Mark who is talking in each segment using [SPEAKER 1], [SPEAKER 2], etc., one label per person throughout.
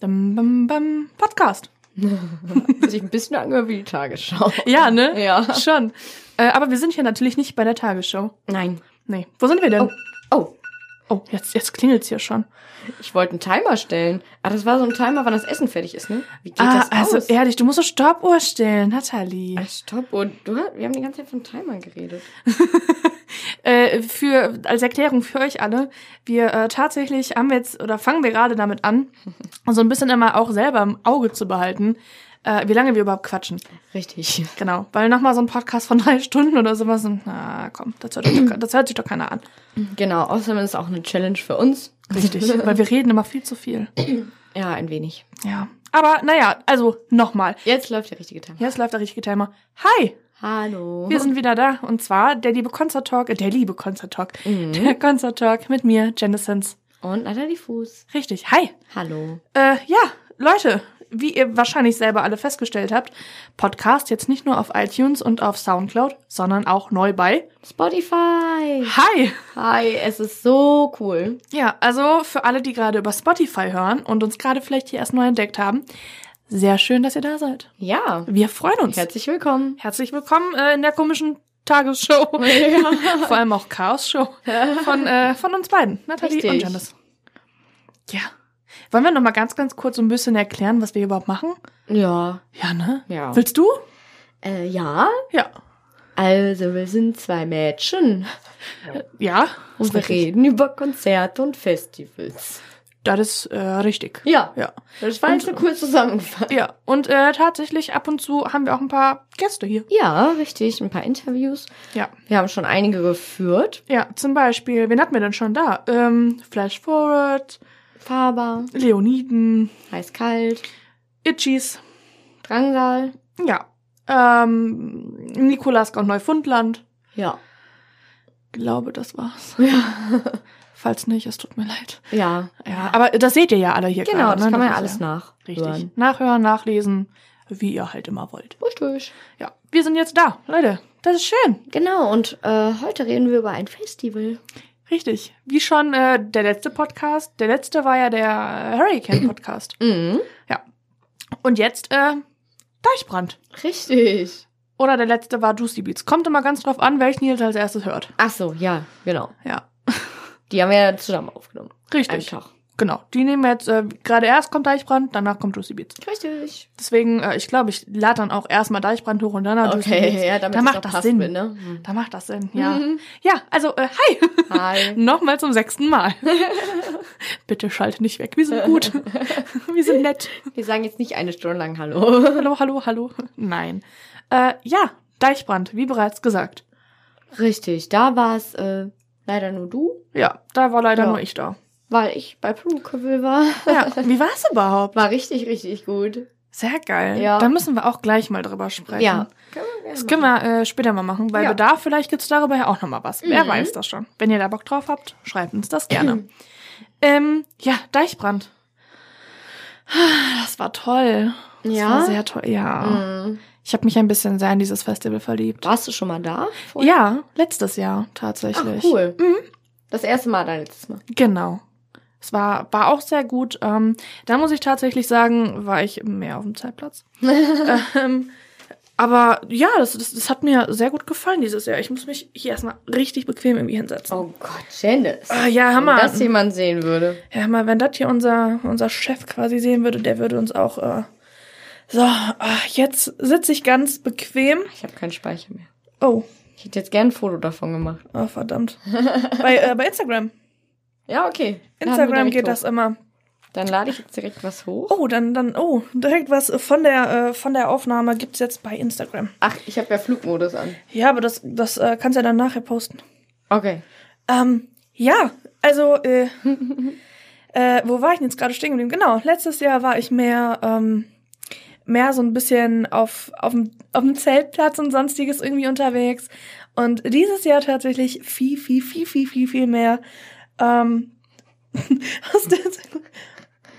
[SPEAKER 1] Bam, bam, bam, Podcast.
[SPEAKER 2] Hat Sich ein bisschen angehört wie die Tagesschau.
[SPEAKER 1] Ja, ne?
[SPEAKER 2] Ja.
[SPEAKER 1] Schon. Äh, aber wir sind hier natürlich nicht bei der Tagesschau.
[SPEAKER 2] Nein.
[SPEAKER 1] Nee. Wo sind wir denn?
[SPEAKER 2] Oh, oh.
[SPEAKER 1] Oh, jetzt, jetzt klingelt's hier schon.
[SPEAKER 2] Ich wollte einen Timer stellen. Ah, das war so ein Timer, wann das Essen fertig ist, ne? Wie geht
[SPEAKER 1] ah,
[SPEAKER 2] das
[SPEAKER 1] also
[SPEAKER 2] aus?
[SPEAKER 1] ehrlich, du musst eine Stoppuhr stellen, Nathalie.
[SPEAKER 2] Ah, stopp. Und du, wir haben die ganze Zeit von Timer geredet.
[SPEAKER 1] Äh, für, als Erklärung für euch alle, wir äh, tatsächlich haben wir jetzt oder fangen wir gerade damit an, so ein bisschen immer auch selber im Auge zu behalten, äh, wie lange wir überhaupt quatschen.
[SPEAKER 2] Richtig.
[SPEAKER 1] Genau, weil nochmal so ein Podcast von drei Stunden oder sowas, und, na komm, das hört, doch, das hört sich doch keiner an.
[SPEAKER 2] Genau. Außerdem ist es auch eine Challenge für uns.
[SPEAKER 1] Richtig, weil wir reden immer viel zu viel.
[SPEAKER 2] Ja, ein wenig.
[SPEAKER 1] Ja, aber naja, also nochmal.
[SPEAKER 2] Jetzt läuft der richtige Timer.
[SPEAKER 1] Jetzt läuft der richtige Timer. Hi,
[SPEAKER 2] Hallo.
[SPEAKER 1] wir sind wieder da und zwar der liebe Concert Talk, äh, der liebe Concert Talk, der Concert Talk mit mir, Jennessens.
[SPEAKER 2] Und Natalie Fuß.
[SPEAKER 1] Richtig, hi.
[SPEAKER 2] Hallo.
[SPEAKER 1] Äh, ja, Leute, wie ihr wahrscheinlich selber alle festgestellt habt, Podcast jetzt nicht nur auf iTunes und auf Soundcloud, sondern auch neu bei
[SPEAKER 2] Spotify.
[SPEAKER 1] Hi.
[SPEAKER 2] Hi, es ist so cool.
[SPEAKER 1] Ja, also für alle, die gerade über Spotify hören und uns gerade vielleicht hier erst neu entdeckt haben, sehr schön, dass ihr da seid.
[SPEAKER 2] Ja.
[SPEAKER 1] Wir freuen uns.
[SPEAKER 2] Herzlich willkommen.
[SPEAKER 1] Herzlich willkommen äh, in der komischen Tagesshow, vor allem auch Chaos-Show von, äh, von uns beiden, Nathalie
[SPEAKER 2] Richtig.
[SPEAKER 1] und Janice. Ja. Wollen wir noch mal ganz, ganz kurz so ein bisschen erklären, was wir hier überhaupt machen?
[SPEAKER 2] Ja.
[SPEAKER 1] Ja, ne?
[SPEAKER 2] Ja.
[SPEAKER 1] Willst du?
[SPEAKER 2] Äh, ja.
[SPEAKER 1] Ja.
[SPEAKER 2] Also, wir sind zwei Mädchen.
[SPEAKER 1] Ja.
[SPEAKER 2] Und wir reden über Konzerte und Festivals.
[SPEAKER 1] Das ist äh, richtig.
[SPEAKER 2] Ja.
[SPEAKER 1] Ja.
[SPEAKER 2] Das war jetzt eine kurze Zusammenfassung.
[SPEAKER 1] Ja. Und äh, tatsächlich ab und zu haben wir auch ein paar Gäste hier.
[SPEAKER 2] Ja, richtig. Ein paar Interviews.
[SPEAKER 1] Ja.
[SPEAKER 2] Wir haben schon einige geführt.
[SPEAKER 1] Ja, zum Beispiel, wen hatten wir denn schon da? Ähm, Flash Forward,
[SPEAKER 2] Faber,
[SPEAKER 1] Leoniden,
[SPEAKER 2] heiß kalt,
[SPEAKER 1] Itchies,
[SPEAKER 2] Drangsal.
[SPEAKER 1] ja. Ähm, Nikolask und Neufundland.
[SPEAKER 2] Ja.
[SPEAKER 1] Glaube, das war's.
[SPEAKER 2] Ja.
[SPEAKER 1] Falls nicht, es tut mir leid.
[SPEAKER 2] Ja.
[SPEAKER 1] Ja, aber das seht ihr ja alle hier
[SPEAKER 2] Genau,
[SPEAKER 1] gerade.
[SPEAKER 2] das
[SPEAKER 1] ne?
[SPEAKER 2] kann man ja
[SPEAKER 1] ist
[SPEAKER 2] alles nachhören.
[SPEAKER 1] Richtig. Nachhören, nachlesen, wie ihr halt immer wollt.
[SPEAKER 2] Richtig.
[SPEAKER 1] Ja, wir sind jetzt da, Leute. Das ist schön.
[SPEAKER 2] Genau, und äh, heute reden wir über ein Festival.
[SPEAKER 1] Richtig. Wie schon äh, der letzte Podcast. Der letzte war ja der Hurricane-Podcast.
[SPEAKER 2] Mhm.
[SPEAKER 1] Und jetzt äh, Deichbrand.
[SPEAKER 2] Richtig.
[SPEAKER 1] Oder der letzte war Juicy Beats. Kommt immer ganz drauf an, welchen ihr jetzt als erstes hört.
[SPEAKER 2] Ach so, ja, genau.
[SPEAKER 1] Ja,
[SPEAKER 2] Die haben wir ja zusammen aufgenommen.
[SPEAKER 1] richtig.
[SPEAKER 2] Am Tag.
[SPEAKER 1] Genau. Die nehmen wir jetzt, äh, gerade erst kommt Deichbrand, danach kommt Juicy Beats.
[SPEAKER 2] Richtig.
[SPEAKER 1] Deswegen, äh, ich glaube, ich lade dann auch erstmal Deichbrand hoch und danach Juicy Beats.
[SPEAKER 2] Okay, ja, damit
[SPEAKER 1] da
[SPEAKER 2] es
[SPEAKER 1] macht
[SPEAKER 2] auch
[SPEAKER 1] das
[SPEAKER 2] passt
[SPEAKER 1] Sinn.
[SPEAKER 2] Mit, ne? Mhm.
[SPEAKER 1] Da macht das Sinn, ja.
[SPEAKER 2] Mhm.
[SPEAKER 1] Ja, also, äh, hi.
[SPEAKER 2] Hi.
[SPEAKER 1] Nochmal zum sechsten Mal. Bitte schalte nicht weg. Wir sind gut. Wir sind nett.
[SPEAKER 2] Wir sagen jetzt nicht eine Stunde lang Hallo.
[SPEAKER 1] Hallo, hallo, hallo. Nein. Äh, ja, Deichbrand, wie bereits gesagt.
[SPEAKER 2] Richtig, da war es äh, leider nur du,
[SPEAKER 1] Ja, da war leider
[SPEAKER 2] Ja.
[SPEAKER 1] nur ich da.
[SPEAKER 2] weil ich bei Provokable war.
[SPEAKER 1] Ja, wie war es überhaupt?
[SPEAKER 2] War richtig, richtig gut.
[SPEAKER 1] Sehr geil.
[SPEAKER 2] Ja.
[SPEAKER 1] Da müssen wir auch gleich mal drüber sprechen.
[SPEAKER 2] Ja.
[SPEAKER 1] Das können wir äh, später mal machen, weil
[SPEAKER 2] Ja.
[SPEAKER 1] Bedarf, vielleicht gibt's darüber ja auch nochmal was. Wer
[SPEAKER 2] Mhm.
[SPEAKER 1] weiß das schon. Wenn ihr da Bock drauf habt, schreibt uns das gerne. ähm, ja, Deichbrand. Ah, Das war toll. Das
[SPEAKER 2] Ja?
[SPEAKER 1] war sehr toll. Ja.
[SPEAKER 2] Mhm.
[SPEAKER 1] Ich habe mich ein bisschen sehr in dieses Festival verliebt.
[SPEAKER 2] Warst du schon mal da? vorher?
[SPEAKER 1] Ja, Mhm. letztes Jahr
[SPEAKER 2] Ach,
[SPEAKER 1] tatsächlich.
[SPEAKER 2] cool. Das erste Mal, dein letztes Mal.
[SPEAKER 1] Genau. Es war, war auch sehr gut. Ähm, da muss ich tatsächlich sagen, war ich mehr auf dem Zeitplatz. ähm, aber ja, das, das, das hat mir sehr gut gefallen dieses Jahr. Ich muss mich hier erstmal richtig bequem irgendwie hinsetzen.
[SPEAKER 2] Oh Gott, Janice.
[SPEAKER 1] Ah, ja,
[SPEAKER 2] Wenn
[SPEAKER 1] Hammer.
[SPEAKER 2] das jemand sehen würde.
[SPEAKER 1] ja, Hammer, wenn das hier unser, unser Chef quasi sehen würde, der würde uns auch. Äh, so, ah, jetzt sitze ich ganz bequem.
[SPEAKER 2] Ich habe keinen Speicher mehr.
[SPEAKER 1] Oh,
[SPEAKER 2] Ich hätte jetzt gern ein Foto davon gemacht.
[SPEAKER 1] ah, verdammt. bei, äh, bei Instagram.
[SPEAKER 2] Ja, okay. Laden wir
[SPEAKER 1] Instagram
[SPEAKER 2] damit
[SPEAKER 1] geht
[SPEAKER 2] hoch.
[SPEAKER 1] das immer.
[SPEAKER 2] Dann lade ich jetzt direkt was hoch.
[SPEAKER 1] Oh, dann, dann, oh, direkt was von der, äh, von der Aufnahme gibt's jetzt bei Instagram.
[SPEAKER 2] Ach, ich habe ja Flugmodus an.
[SPEAKER 1] Ja, aber das, das äh, kannst du ja dann nachher posten.
[SPEAKER 2] Okay.
[SPEAKER 1] Ähm, ja, also, äh, äh, wo war ich denn jetzt gerade stehen geblieben? Genau, letztes Jahr war ich mehr, ähm, mehr so ein bisschen auf, auf, dem, auf dem Zeltplatz und sonstiges irgendwie unterwegs. Und dieses Jahr tatsächlich viel, viel, viel, viel, viel, viel mehr. Ähm, aus der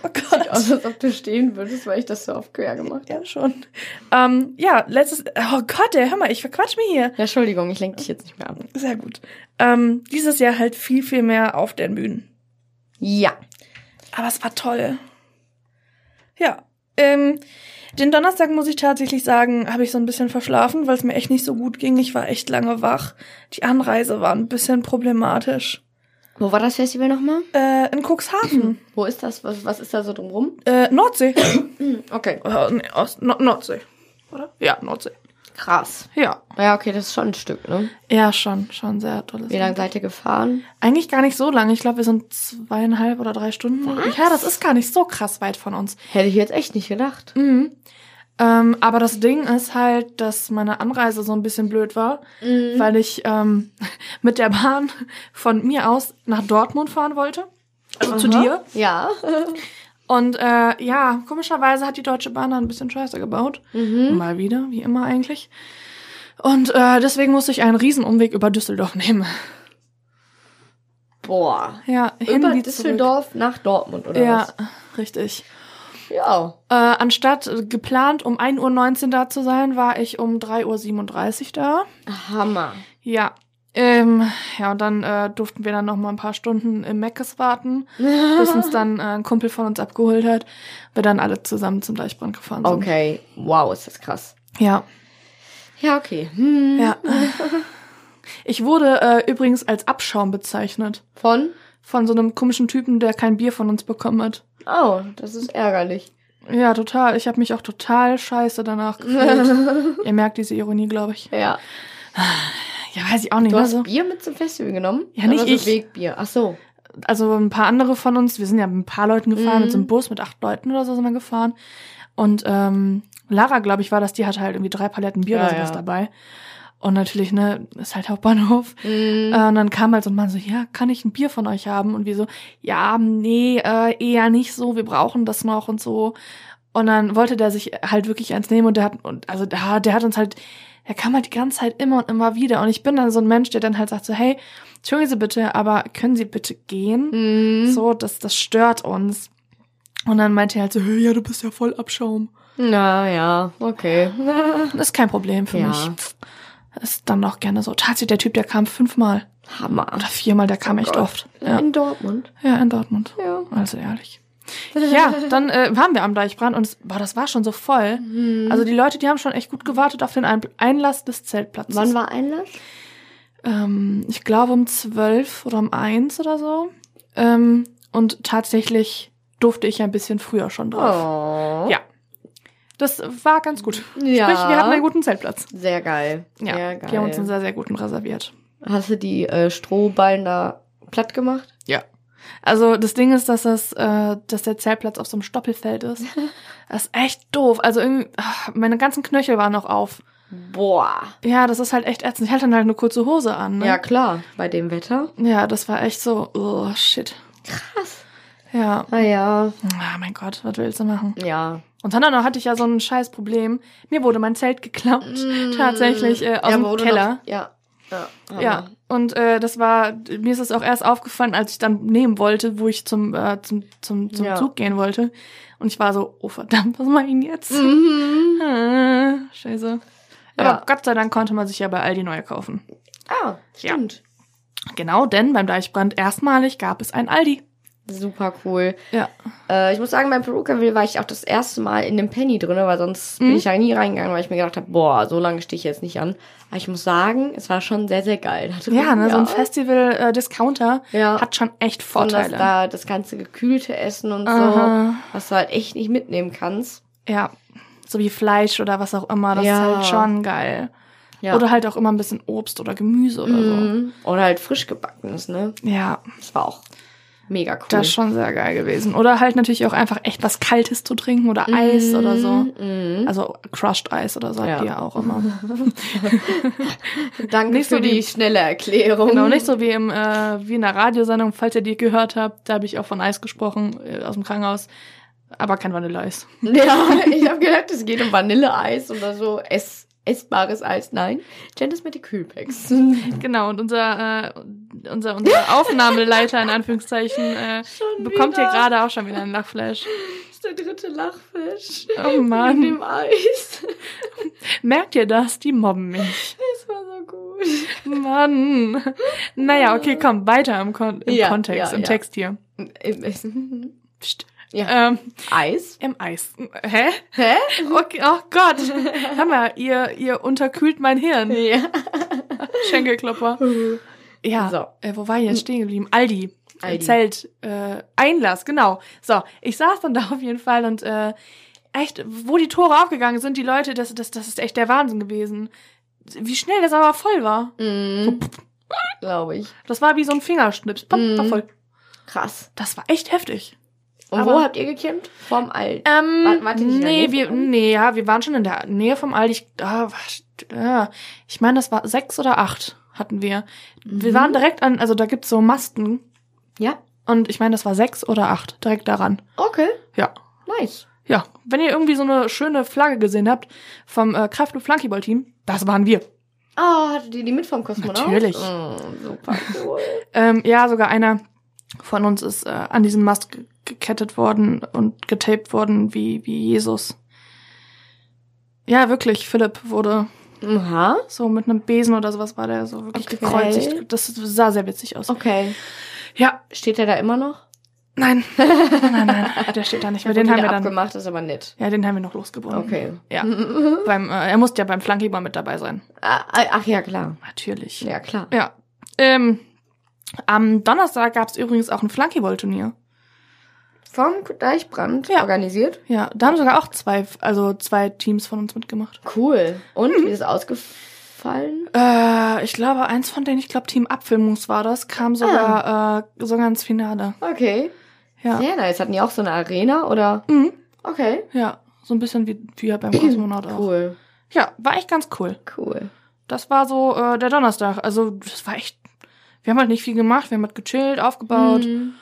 [SPEAKER 1] Oh Gott.
[SPEAKER 2] Aus, als ob du stehen würdest, weil ich das so oft quer gemacht habe.
[SPEAKER 1] Ja, schon. Ähm, ja, letztes. Oh Gott, ey, hör mal, ich verquatsch mich hier.
[SPEAKER 2] Ja, Entschuldigung, ich lenke dich jetzt nicht mehr ab.
[SPEAKER 1] Sehr gut. Ähm, dieses Jahr halt viel, viel mehr auf den Bühnen.
[SPEAKER 2] Ja.
[SPEAKER 1] Aber es war toll. Ja. Ähm, den Donnerstag muss ich tatsächlich sagen, habe ich so ein bisschen verschlafen, weil es mir echt nicht so gut ging. Ich war echt lange wach. Die Anreise war ein bisschen problematisch.
[SPEAKER 2] Wo war das Festival nochmal?
[SPEAKER 1] Äh, in Cuxhaven,
[SPEAKER 2] Wo ist das? Was, was ist da so drumrum?
[SPEAKER 1] äh, Nordsee.
[SPEAKER 2] Okay.
[SPEAKER 1] Äh, nee, Ost Nord Nordsee, oder? Ja, Nordsee.
[SPEAKER 2] Krass.
[SPEAKER 1] Ja.
[SPEAKER 2] Ja, okay, das ist schon ein Stück, ne?
[SPEAKER 1] Ja, schon, schon sehr tolles.
[SPEAKER 2] Wie lange seid ihr gefahren?
[SPEAKER 1] Eigentlich gar nicht so lange. Ich glaube, wir sind zweieinhalb oder drei Stunden. Ja, das ist gar nicht so krass weit von uns.
[SPEAKER 2] Hätte ich jetzt echt nicht gedacht.
[SPEAKER 1] Mhm. Ähm, aber das Ding ist halt, dass meine Anreise so ein bisschen blöd war,
[SPEAKER 2] Mhm.
[SPEAKER 1] weil ich ähm, mit der Bahn von mir aus nach Dortmund fahren wollte. Also zu
[SPEAKER 2] Aha.
[SPEAKER 1] dir.
[SPEAKER 2] Ja.
[SPEAKER 1] Und äh, ja, komischerweise hat die Deutsche Bahn da ein bisschen Scheiße gebaut.
[SPEAKER 2] Mhm.
[SPEAKER 1] Mal wieder, wie immer eigentlich. Und äh, deswegen musste ich einen Riesenumweg über Düsseldorf nehmen.
[SPEAKER 2] Boah.
[SPEAKER 1] Ja, hin
[SPEAKER 2] Über
[SPEAKER 1] wie
[SPEAKER 2] Düsseldorf nach Dortmund, oder
[SPEAKER 1] Zurück. Ja,
[SPEAKER 2] was?
[SPEAKER 1] richtig.
[SPEAKER 2] Ja.
[SPEAKER 1] Äh, anstatt äh, geplant um 1.19 Uhr da zu sein, war ich um 3.37 Uhr da.
[SPEAKER 2] Hammer.
[SPEAKER 1] Ja. Ähm, ja, und dann äh, durften wir dann noch mal ein paar Stunden im Meckes warten, bis uns dann äh, ein Kumpel von uns abgeholt hat. Wir dann alle zusammen zum Deichbrand gefahren sind.
[SPEAKER 2] Okay. Wow, ist das krass.
[SPEAKER 1] Ja.
[SPEAKER 2] Ja, okay. Hm.
[SPEAKER 1] ja. Ich wurde äh, übrigens als Abschaum bezeichnet.
[SPEAKER 2] Von?
[SPEAKER 1] Von so einem komischen Typen, der kein Bier von uns bekommen hat.
[SPEAKER 2] Oh, das ist ärgerlich.
[SPEAKER 1] Ja, total. Ich habe mich auch total scheiße danach gefühlt. Ihr merkt diese Ironie, glaube ich.
[SPEAKER 2] Ja.
[SPEAKER 1] Ja, weiß ich auch nicht.
[SPEAKER 2] Du
[SPEAKER 1] ne?
[SPEAKER 2] hast
[SPEAKER 1] So-
[SPEAKER 2] Bier mit zum Festival genommen?
[SPEAKER 1] Ja, nicht
[SPEAKER 2] Oder so
[SPEAKER 1] ich.
[SPEAKER 2] Wegbier. Ach so.
[SPEAKER 1] also ein paar andere von uns, wir sind ja mit ein paar Leuten gefahren,
[SPEAKER 2] Mhm.
[SPEAKER 1] mit so einem Bus mit acht Leuten oder so sind wir gefahren. Und ähm, Lara, glaube ich, war das, die hatte halt irgendwie drei Paletten Bier
[SPEAKER 2] Ja,
[SPEAKER 1] oder sowas
[SPEAKER 2] ja.
[SPEAKER 1] dabei. Und natürlich, ne, ist halt Hauptbahnhof.
[SPEAKER 2] Mhm.
[SPEAKER 1] Äh, und dann kam halt so ein Mann so, ja, kann ich ein Bier von euch haben? Und wir so, ja, nee, äh, eher nicht so, wir brauchen das noch und so. Und dann wollte der sich halt wirklich eins nehmen und der hat, und also der, der hat uns halt, der kam halt die ganze Zeit immer und immer wieder. Und ich bin dann so ein Mensch, der dann halt sagt so, hey, entschuldigen Sie bitte, aber können Sie bitte gehen?
[SPEAKER 2] Mhm.
[SPEAKER 1] So, das, das stört uns. Und dann meinte er halt so, "Hö, ja, du bist ja voll Abschaum.
[SPEAKER 2] Na ja, okay.
[SPEAKER 1] Das ist kein Problem für
[SPEAKER 2] Ja.
[SPEAKER 1] mich. Ist dann auch gerne so. Tatsächlich, der Typ, der kam fünfmal
[SPEAKER 2] Hammer.
[SPEAKER 1] oder viermal, der kam
[SPEAKER 2] Oh
[SPEAKER 1] echt
[SPEAKER 2] Gott.
[SPEAKER 1] oft. Ja.
[SPEAKER 2] In Dortmund.
[SPEAKER 1] ja, in Dortmund.
[SPEAKER 2] Ja.
[SPEAKER 1] Also ehrlich. Ja, dann äh, waren wir am Deichbrand und es, boah, das war schon so voll.
[SPEAKER 2] Mhm.
[SPEAKER 1] Also die Leute, die haben schon echt gut gewartet auf den Ein Einlass des Zeltplatzes.
[SPEAKER 2] Wann war Einlass?
[SPEAKER 1] Ähm, ich glaube um zwölf oder um eins oder so. Ähm, und tatsächlich durfte ich ein bisschen früher schon drauf.
[SPEAKER 2] Oh.
[SPEAKER 1] Ja. Das war ganz gut.
[SPEAKER 2] Ja.
[SPEAKER 1] Sprich, wir hatten einen guten Zeltplatz.
[SPEAKER 2] Sehr geil.
[SPEAKER 1] Ja,
[SPEAKER 2] Sehr geil.
[SPEAKER 1] die haben uns einen sehr, sehr guten reserviert.
[SPEAKER 2] Hast du die äh, Strohballen da platt gemacht?
[SPEAKER 1] Also das Ding ist, dass das, äh, dass der Zeltplatz auf so einem Stoppelfeld ist. Das ist echt doof. Also irgendwie, ach, meine ganzen Knöchel waren noch auf.
[SPEAKER 2] Boah.
[SPEAKER 1] Ja, das ist halt echt ätzend. Ich hatte dann halt eine kurze Hose an. Ne?
[SPEAKER 2] Ja, klar. Bei dem Wetter.
[SPEAKER 1] ja, das war echt so, oh shit.
[SPEAKER 2] Krass.
[SPEAKER 1] Ja.
[SPEAKER 2] Ah ja.
[SPEAKER 1] Ah, mein Gott, was willst du machen?
[SPEAKER 2] Ja.
[SPEAKER 1] Und dann noch hatte ich ja so ein scheiß Problem. Mir wurde mein Zelt geklaut.
[SPEAKER 2] Mm.
[SPEAKER 1] Tatsächlich äh, aus
[SPEAKER 2] Ja,
[SPEAKER 1] dem
[SPEAKER 2] wo du
[SPEAKER 1] Keller.
[SPEAKER 2] Noch, ja. Ja. Hammer.
[SPEAKER 1] Ja, und äh, das war, mir ist es auch erst aufgefallen, als ich dann nehmen wollte, wo ich zum, äh, zum, zum, zum
[SPEAKER 2] Ja.
[SPEAKER 1] Zug gehen wollte. Und ich war so, oh verdammt, was mach ich denn jetzt?
[SPEAKER 2] Mhm.
[SPEAKER 1] Äh, Scheiße. Aber
[SPEAKER 2] Ja.
[SPEAKER 1] Gott sei Dank konnte man sich ja bei Aldi neue kaufen.
[SPEAKER 2] Ah, stimmt.
[SPEAKER 1] Genau, denn beim Deichbrand erstmalig gab es ein Aldi.
[SPEAKER 2] Super cool.
[SPEAKER 1] Ja.
[SPEAKER 2] Äh, ich muss sagen, beim Perukaville war ich auch das erste Mal in dem Penny drin, weil sonst bin
[SPEAKER 1] Mhm.
[SPEAKER 2] ich da nie reingegangen, weil ich mir gedacht habe, boah, so lange stehe ich jetzt nicht an. Aber ich muss sagen, es war schon sehr, sehr geil. Hatte-
[SPEAKER 1] Ja, ne, so ein Festival-Discounter
[SPEAKER 2] Ja.
[SPEAKER 1] hat schon echt
[SPEAKER 2] Und das,
[SPEAKER 1] Vorteile.
[SPEAKER 2] da das ganze gekühlte Essen und so,
[SPEAKER 1] Aha.
[SPEAKER 2] was du halt echt nicht mitnehmen kannst.
[SPEAKER 1] Ja, so wie Fleisch oder was auch immer, das
[SPEAKER 2] Ja.
[SPEAKER 1] ist halt schon geil.
[SPEAKER 2] Ja.
[SPEAKER 1] Oder halt auch immer ein bisschen Obst oder Gemüse oder
[SPEAKER 2] Mhm. Oder halt frisch gebackenes, ne?
[SPEAKER 1] so. Ja,
[SPEAKER 2] Das war auch mega cool.
[SPEAKER 1] Das ist schon sehr geil gewesen. Oder halt natürlich auch einfach echt was Kaltes zu trinken oder Eis oder so.
[SPEAKER 2] Mhm.
[SPEAKER 1] Also Crushed Eis oder so
[SPEAKER 2] Ja. Hm.
[SPEAKER 1] hat die ja auch immer.
[SPEAKER 2] Danke
[SPEAKER 1] Also nicht
[SPEAKER 2] für
[SPEAKER 1] so
[SPEAKER 2] die
[SPEAKER 1] wie-
[SPEAKER 2] schnelle Erklärung.
[SPEAKER 1] genau, nicht so wie im äh, wie in der Radiosendung, falls ihr die gehört habt, da habe ich auch von Eis gesprochen äh, aus dem Krankenhaus, aber kein Vanilleeis.
[SPEAKER 2] Ja, ich habe gedacht, es geht um Vanilleeis oder so ess, essbares Eis. Nein, Janice mit den Kühlpacks.
[SPEAKER 1] Genau, und unser äh, unser unser Aufnahmeleiter in Anführungszeichen äh,
[SPEAKER 2] Schon
[SPEAKER 1] bekommt hier
[SPEAKER 2] wieder.
[SPEAKER 1] gerade auch schon wieder einen Lachflash.
[SPEAKER 2] Das ist der dritte Lachfisch.
[SPEAKER 1] Oh
[SPEAKER 2] Mit
[SPEAKER 1] Mann,
[SPEAKER 2] dem Eis.
[SPEAKER 1] merkt ihr das? Die mobben mich.
[SPEAKER 2] Das war so gut.
[SPEAKER 1] Mann. Naja, okay, komm, weiter im, Kon im
[SPEAKER 2] Ja,
[SPEAKER 1] Kontext,
[SPEAKER 2] ja,
[SPEAKER 1] im
[SPEAKER 2] ja.
[SPEAKER 1] Text hier.
[SPEAKER 2] Im Essen.
[SPEAKER 1] Psst.
[SPEAKER 2] Ja. Mhm.
[SPEAKER 1] Ähm,
[SPEAKER 2] Eis?
[SPEAKER 1] Im Eis. Hä?
[SPEAKER 2] Hä?
[SPEAKER 1] Okay, oh Gott. Hör mal, ihr, ihr unterkühlt mein Hirn.
[SPEAKER 2] Ja.
[SPEAKER 1] Schenkelklopper. Ja.
[SPEAKER 2] So. Mhm.
[SPEAKER 1] Äh, wo war ich jetzt stehen geblieben? Aldi. Aldi.
[SPEAKER 2] Aldi.
[SPEAKER 1] Zelt. Äh, Einlass, genau. So, ich saß dann da auf jeden Fall und äh, echt, wo die Tore aufgegangen sind, die Leute, das, das, das ist echt der Wahnsinn gewesen. Wie schnell das aber voll war.
[SPEAKER 2] Mhm. Glaube ich.
[SPEAKER 1] Das war wie so ein Fingerschnips. Pop,
[SPEAKER 2] Mhm.
[SPEAKER 1] war voll.
[SPEAKER 2] Krass.
[SPEAKER 1] Das war echt heftig.
[SPEAKER 2] Und
[SPEAKER 1] Aber-
[SPEAKER 2] wo habt ihr gecampt? Vorm Alt.
[SPEAKER 1] Ähm,
[SPEAKER 2] Wa- wart ihr nicht in der
[SPEAKER 1] nee,
[SPEAKER 2] Nähe
[SPEAKER 1] wir,
[SPEAKER 2] vom Aldi?
[SPEAKER 1] nee, ja, wir waren schon in der Nähe vom Aldi. Ich, ah, was, ja. ich meine, das war sechs oder acht hatten wir. Wir
[SPEAKER 2] Mhm.
[SPEAKER 1] waren direkt an, also da gibt's so Masten.
[SPEAKER 2] Ja.
[SPEAKER 1] Und ich meine, das war sechs oder acht, direkt daran.
[SPEAKER 2] Okay.
[SPEAKER 1] Ja.
[SPEAKER 2] Nice.
[SPEAKER 1] Ja, wenn ihr irgendwie so eine schöne Flagge gesehen habt vom äh, Kraft- und Flankyball-Team, das waren wir.
[SPEAKER 2] Ah, hattet ihr die mit vom Kosmonaut?
[SPEAKER 1] Natürlich.
[SPEAKER 2] Mm, super cool.
[SPEAKER 1] Ähm, ja, sogar einer von uns ist äh, an diesen Mast ge- gekettet worden und getaped worden wie, wie Jesus. Ja, wirklich, Philipp wurde
[SPEAKER 2] Aha.
[SPEAKER 1] so mit einem Besen oder sowas war der so wirklich
[SPEAKER 2] Okay.
[SPEAKER 1] gekreuzigt. Das sah sehr witzig aus.
[SPEAKER 2] Okay.
[SPEAKER 1] Ja,
[SPEAKER 2] Steht er da immer noch?
[SPEAKER 1] nein. nein, nein, der steht da nicht mehr. Den
[SPEAKER 2] Wurde
[SPEAKER 1] haben wir
[SPEAKER 2] wieder
[SPEAKER 1] dann.
[SPEAKER 2] abgemacht, ist aber nett.
[SPEAKER 1] Ja, den haben wir noch losgeworden.
[SPEAKER 2] Okay.
[SPEAKER 1] Ja.
[SPEAKER 2] Ah,
[SPEAKER 1] Beim, äh, er musste ja beim Flankyball mit dabei sein.
[SPEAKER 2] ah, Ach ja, klar.
[SPEAKER 1] Natürlich.
[SPEAKER 2] Ja, klar.
[SPEAKER 1] Ja. Ähm, am Donnerstag gab's übrigens auch ein Flankyball-Turnier.
[SPEAKER 2] Vom Deichbrand
[SPEAKER 1] Ja.
[SPEAKER 2] organisiert.
[SPEAKER 1] Ja, da haben sogar auch zwei, also zwei Teams von uns mitgemacht.
[SPEAKER 2] Cool. Und
[SPEAKER 1] Mhm.
[SPEAKER 2] wie ist es ausgefallen?
[SPEAKER 1] Äh, ich glaube, eins von denen, ich glaube Team Abfilmungs war das,
[SPEAKER 2] Ah.
[SPEAKER 1] kam sogar, äh, sogar ins Finale.
[SPEAKER 2] Okay.
[SPEAKER 1] Ja.
[SPEAKER 2] Sehr nice. Hatten die auch so eine Arena oder?
[SPEAKER 1] Mhm.
[SPEAKER 2] Okay.
[SPEAKER 1] Ja, so ein bisschen wie, wie ja beim Kosmonaut auch.
[SPEAKER 2] Cool.
[SPEAKER 1] Ja, war echt ganz cool.
[SPEAKER 2] Cool.
[SPEAKER 1] Das war so äh, der Donnerstag. Also, das war echt. Wir haben halt nicht viel gemacht, wir haben halt gechillt, aufgebaut,
[SPEAKER 2] Mhm.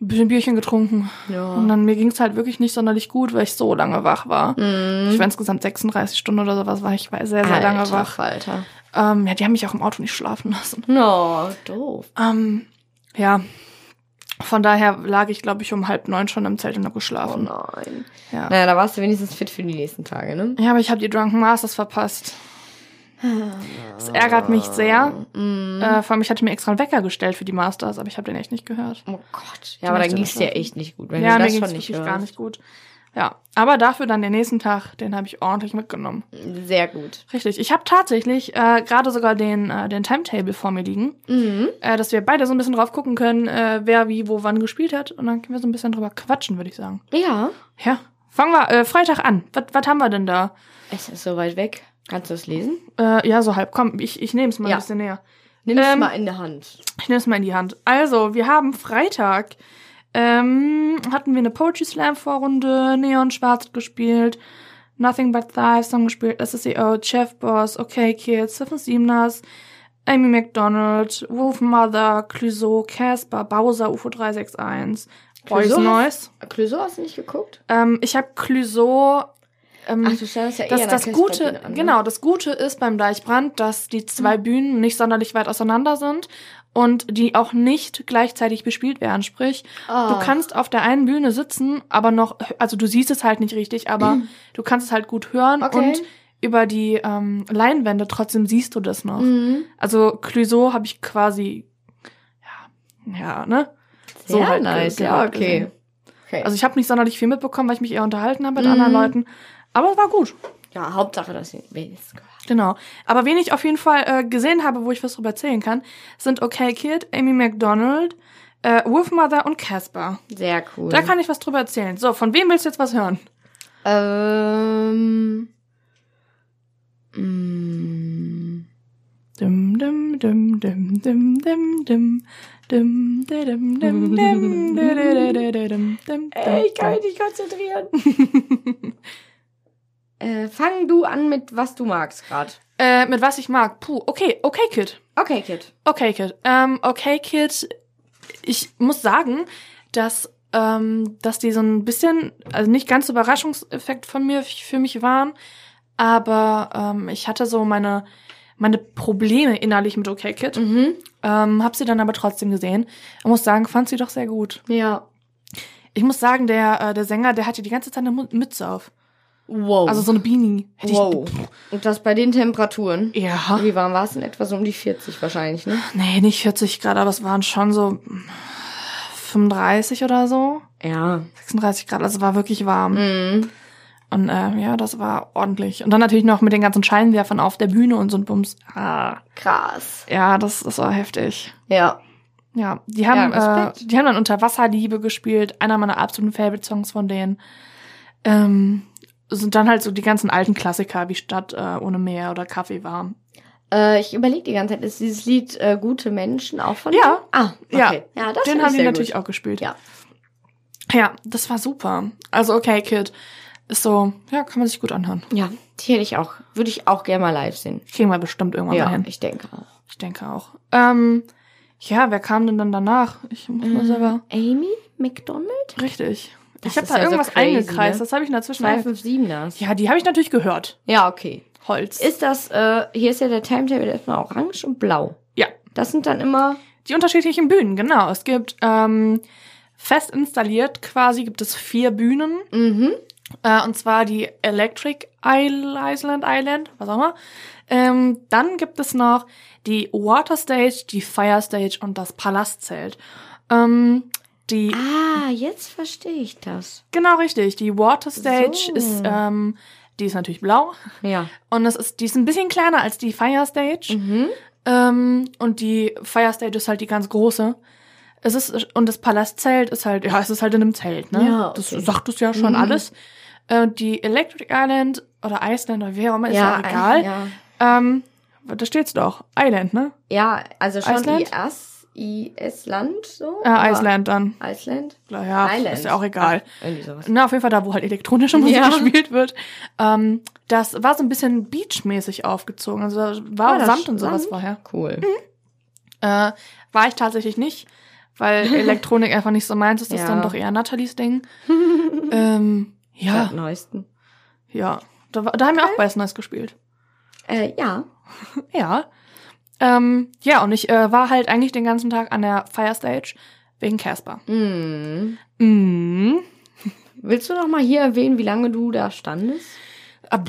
[SPEAKER 1] ein bisschen Bierchen getrunken.
[SPEAKER 2] Ja.
[SPEAKER 1] Und dann mir ging's halt wirklich nicht sonderlich gut, weil ich so lange wach war.
[SPEAKER 2] Mhm.
[SPEAKER 1] Ich war insgesamt 36 Stunden oder sowas, war ich war sehr, sehr lange
[SPEAKER 2] Alter
[SPEAKER 1] wach.
[SPEAKER 2] Falter.
[SPEAKER 1] Ähm, ja, die haben mich auch im Auto nicht schlafen lassen.
[SPEAKER 2] No, doof.
[SPEAKER 1] Ähm, ja. Von daher lag ich, glaube ich, um halb neun schon im Zelt und hab
[SPEAKER 2] Oh
[SPEAKER 1] geschlafen.
[SPEAKER 2] nein.
[SPEAKER 1] Ja.
[SPEAKER 2] Naja, da warst du wenigstens fit für die nächsten Tage, ne?
[SPEAKER 1] ja, aber ich habe die Drunken Masters verpasst.
[SPEAKER 2] Das
[SPEAKER 1] ärgert mich sehr.
[SPEAKER 2] Mhm.
[SPEAKER 1] Äh, vor allem, ich hatte mir extra einen Wecker gestellt für die Masters, aber ich habe den echt nicht gehört.
[SPEAKER 2] oh Gott. Ja, aber
[SPEAKER 1] möchte
[SPEAKER 2] dann ging es dir
[SPEAKER 1] schlafen.
[SPEAKER 2] echt nicht gut, wenn
[SPEAKER 1] ja,
[SPEAKER 2] du
[SPEAKER 1] mir
[SPEAKER 2] das
[SPEAKER 1] ging's
[SPEAKER 2] schon nicht
[SPEAKER 1] wirklich
[SPEAKER 2] hörst.
[SPEAKER 1] gar nicht gut. Ja, aber dafür dann den nächsten Tag, den habe ich ordentlich mitgenommen.
[SPEAKER 2] Sehr gut.
[SPEAKER 1] Richtig. Ich habe tatsächlich äh, gerade sogar den, äh, den Timetable vor mir liegen.
[SPEAKER 2] Mhm.
[SPEAKER 1] äh, dass wir beide so ein bisschen drauf gucken können, äh, wer wie wo wann gespielt hat. Und dann können wir so ein bisschen drüber quatschen, würde ich sagen.
[SPEAKER 2] Ja.
[SPEAKER 1] Ja. Fangen wir äh, Freitag an. Was was haben wir denn da?
[SPEAKER 2] Es ist so weit weg. Kannst du es lesen?
[SPEAKER 1] Äh, ja, so halb. Komm, ich, ich nehme es mal
[SPEAKER 2] Ja.
[SPEAKER 1] ein bisschen näher.
[SPEAKER 2] Nimm es
[SPEAKER 1] Ähm,
[SPEAKER 2] mal in die Hand.
[SPEAKER 1] Ich nehme es mal in die Hand. Also, wir haben Freitag. Ähm, hatten wir eine Poetry Slam Vorrunde, Neon Schwarz hat gespielt, Nothing But Thighs haben gespielt, SSEO, Chef Boss, Okay Kids, Seven Siebeners, Amy McDonald, Wolf Mother, Clouseau, Casper, Bowser, UFO 361, Boys
[SPEAKER 2] Clouseau?
[SPEAKER 1] Noise.
[SPEAKER 2] Clouseau hast du nicht geguckt?
[SPEAKER 1] Ähm, ich habe Clouseau. Ähm,
[SPEAKER 2] Ach, du standest ja eher
[SPEAKER 1] das,
[SPEAKER 2] an der
[SPEAKER 1] das Gute,
[SPEAKER 2] Casper-Bühne an, ne? Mhm.
[SPEAKER 1] genau, das Gute ist beim Deichbrand, dass die zwei Bühnen nicht sonderlich weit auseinander sind und die auch nicht gleichzeitig bespielt werden. Sprich,
[SPEAKER 2] Ah.
[SPEAKER 1] du kannst auf der einen Bühne sitzen, aber noch, also du siehst es halt nicht richtig, aber du kannst es halt gut hören
[SPEAKER 2] Mhm. Okay.
[SPEAKER 1] und über die ähm, Leinwände trotzdem siehst du das noch.
[SPEAKER 2] Mhm.
[SPEAKER 1] Also Clouseau habe ich quasi, ja, ja, ne?
[SPEAKER 2] Sehr
[SPEAKER 1] halt ge-
[SPEAKER 2] nice.
[SPEAKER 1] ge-
[SPEAKER 2] Ja,
[SPEAKER 1] gesehen.
[SPEAKER 2] okay. okay.
[SPEAKER 1] Also ich habe nicht sonderlich viel mitbekommen, weil ich mich eher unterhalten habe mit
[SPEAKER 2] Mhm.
[SPEAKER 1] anderen Leuten. Aber es war gut.
[SPEAKER 2] ja, Hauptsache, dass sie wenigstens gehört.
[SPEAKER 1] Genau. Aber wen ich auf jeden Fall äh, gesehen habe, wo ich was drüber erzählen kann, sind Okay Kid, Amy McDonald, äh, Wolfmother und Casper.
[SPEAKER 2] Sehr cool.
[SPEAKER 1] Da kann ich was drüber erzählen. So, von wem willst du jetzt was hören?
[SPEAKER 2] Ähm. mm,
[SPEAKER 1] Dim, dim, dim, dim, dim, dim, dim. Dim, dim, dim, dim, dim, dim, dim, dim,
[SPEAKER 2] Ey, ich kann mich nicht konzentrieren. äh, fang du an mit was du magst gerade.
[SPEAKER 1] Äh, mit was ich mag. Puh, okay, okay, Kid.
[SPEAKER 2] Okay, Kid.
[SPEAKER 1] Okay, Kid. Ähm, okay, Kid, ich muss sagen, dass, ähm, dass die so ein bisschen, also nicht ganz Überraschungseffekt von mir für mich waren, aber ähm, ich hatte so meine, meine Probleme innerlich mit Okay Kid.
[SPEAKER 2] Mhm.
[SPEAKER 1] Ähm, hab sie dann aber trotzdem gesehen. Ich muss sagen, fand sie doch sehr gut.
[SPEAKER 2] Ja.
[SPEAKER 1] Ich muss sagen, der, äh, der Sänger, der hatte die ganze Zeit eine Mu- Mütze auf.
[SPEAKER 2] Wow.
[SPEAKER 1] Also so eine Beanie. Hätte
[SPEAKER 2] Oh. wow. Und das bei den Temperaturen.
[SPEAKER 1] Ich, ja.
[SPEAKER 2] Wie warm war es denn? Etwa so um die 40 wahrscheinlich, ne?
[SPEAKER 1] Nee, nicht 40 Grad, aber es waren schon so 35 oder so.
[SPEAKER 2] Ja.
[SPEAKER 1] 36 Grad, also war wirklich warm.
[SPEAKER 2] Mhm.
[SPEAKER 1] Und äh, ja, das war ordentlich. Und dann natürlich noch mit den ganzen Scheinwerfern auf der Bühne und so ein Bums. Ah,
[SPEAKER 2] Krass.
[SPEAKER 1] ja, das, das war heftig.
[SPEAKER 2] Ja.
[SPEAKER 1] Ja, die haben,
[SPEAKER 2] Ja,
[SPEAKER 1] äh,
[SPEAKER 2] Respekt.
[SPEAKER 1] die haben dann Unterwasserliebe gespielt, einer meiner absoluten Favorite-Songs von denen. Ähm, sind dann halt so die ganzen alten Klassiker wie Stadt äh, ohne Meer oder Kaffee warm.
[SPEAKER 2] Äh, ich überlege die ganze Zeit, ist dieses Lied äh, Gute Menschen auch von
[SPEAKER 1] Ja.
[SPEAKER 2] denen? Ah, okay. Ja, das
[SPEAKER 1] Den
[SPEAKER 2] finde
[SPEAKER 1] haben die
[SPEAKER 2] ich sehr
[SPEAKER 1] natürlich
[SPEAKER 2] gut.
[SPEAKER 1] auch gespielt.
[SPEAKER 2] Ja.
[SPEAKER 1] Ja, das war super. Also okay, Kid. Ist so, ja, kann man sich gut anhören.
[SPEAKER 2] Ja, die hätte ich auch. Würde ich auch gerne mal live sehen.
[SPEAKER 1] Kriegen wir bestimmt irgendwann mal
[SPEAKER 2] Ja,
[SPEAKER 1] hin.
[SPEAKER 2] ich denke auch.
[SPEAKER 1] Ich denke auch. Ähm, ja, wer kam denn dann danach? Ich muss mal selber.
[SPEAKER 2] Amy McDonald?
[SPEAKER 1] Richtig.
[SPEAKER 2] Mhm. Das
[SPEAKER 1] ich habe
[SPEAKER 2] ist
[SPEAKER 1] da
[SPEAKER 2] ja so
[SPEAKER 1] irgendwas
[SPEAKER 2] crazy,
[SPEAKER 1] eingekreist.
[SPEAKER 2] ne?
[SPEAKER 1] Das habe ich in der Zwischenzeit.
[SPEAKER 2] 257ers.
[SPEAKER 1] Ja, die habe ich natürlich gehört.
[SPEAKER 2] Ja, okay.
[SPEAKER 1] Holz.
[SPEAKER 2] Ist das, äh, hier ist ja der Timetable erstmal orange und blau.
[SPEAKER 1] ja.
[SPEAKER 2] Das sind dann immer,
[SPEAKER 1] Die unterschiedlichen Bühnen, genau. Es gibt ähm, fest installiert quasi gibt es vier Bühnen.
[SPEAKER 2] mhm,
[SPEAKER 1] Äh, und zwar die Electric Isle- Island Island, was auch immer. Ähm, dann gibt es noch die Water Stage, die Fire Stage und das Palastzelt. Ähm, die
[SPEAKER 2] ah, jetzt verstehe ich das.
[SPEAKER 1] Genau, richtig. Die Water Stage
[SPEAKER 2] So.
[SPEAKER 1] ist, ähm, die ist natürlich blau.
[SPEAKER 2] Ja.
[SPEAKER 1] Und es ist, die ist ein bisschen kleiner als die Fire Stage.
[SPEAKER 2] Mhm.
[SPEAKER 1] Ähm, und die Fire Stage ist halt die ganz große. Es ist, und das Palastzelt ist halt, ja, es ist halt in einem Zelt, ne?
[SPEAKER 2] Ja,
[SPEAKER 1] Das
[SPEAKER 2] okay.
[SPEAKER 1] sagt es ja schon
[SPEAKER 2] Mhm.
[SPEAKER 1] alles. Äh, die Electric Island oder Iceland oder wie auch immer, ist ja,
[SPEAKER 2] ja,
[SPEAKER 1] auch egal.
[SPEAKER 2] Ja.
[SPEAKER 1] Ähm, da steht's doch. Island, ne?
[SPEAKER 2] ja, also schon
[SPEAKER 1] Island?
[SPEAKER 2] IS, IS-Land so.
[SPEAKER 1] Äh,
[SPEAKER 2] aber-
[SPEAKER 1] Iceland dann.
[SPEAKER 2] Iceland?
[SPEAKER 1] Klar, Ja,
[SPEAKER 2] Island.
[SPEAKER 1] ist ja auch egal.
[SPEAKER 2] Ach, irgendwie sowas.
[SPEAKER 1] Na, auf jeden Fall da, wo halt elektronische Musik
[SPEAKER 2] Ja.
[SPEAKER 1] gespielt wird. Ähm, das war so ein bisschen beachmäßig aufgezogen. Also da war
[SPEAKER 2] Ah,
[SPEAKER 1] auch
[SPEAKER 2] das
[SPEAKER 1] Samt und sowas
[SPEAKER 2] Sand?
[SPEAKER 1] vorher.
[SPEAKER 2] Cool.
[SPEAKER 1] Äh, war ich tatsächlich nicht, weil Elektronik einfach nicht so meins ist. Das ist
[SPEAKER 2] Ja.
[SPEAKER 1] dann doch eher Nathalies Ding. ähm,
[SPEAKER 2] Ja.
[SPEAKER 1] ja,
[SPEAKER 2] Neuesten.
[SPEAKER 1] ja. Da, war- da haben wir auch bei Nice gespielt.
[SPEAKER 2] Äh, ja.
[SPEAKER 1] Ja. Ähm, ja, und ich äh, war halt eigentlich den ganzen Tag an der Firestage wegen Casper.
[SPEAKER 2] Mhm.
[SPEAKER 1] Mhm.
[SPEAKER 2] Willst du noch mal hier erwähnen, wie lange du da standest?
[SPEAKER 1] Ab-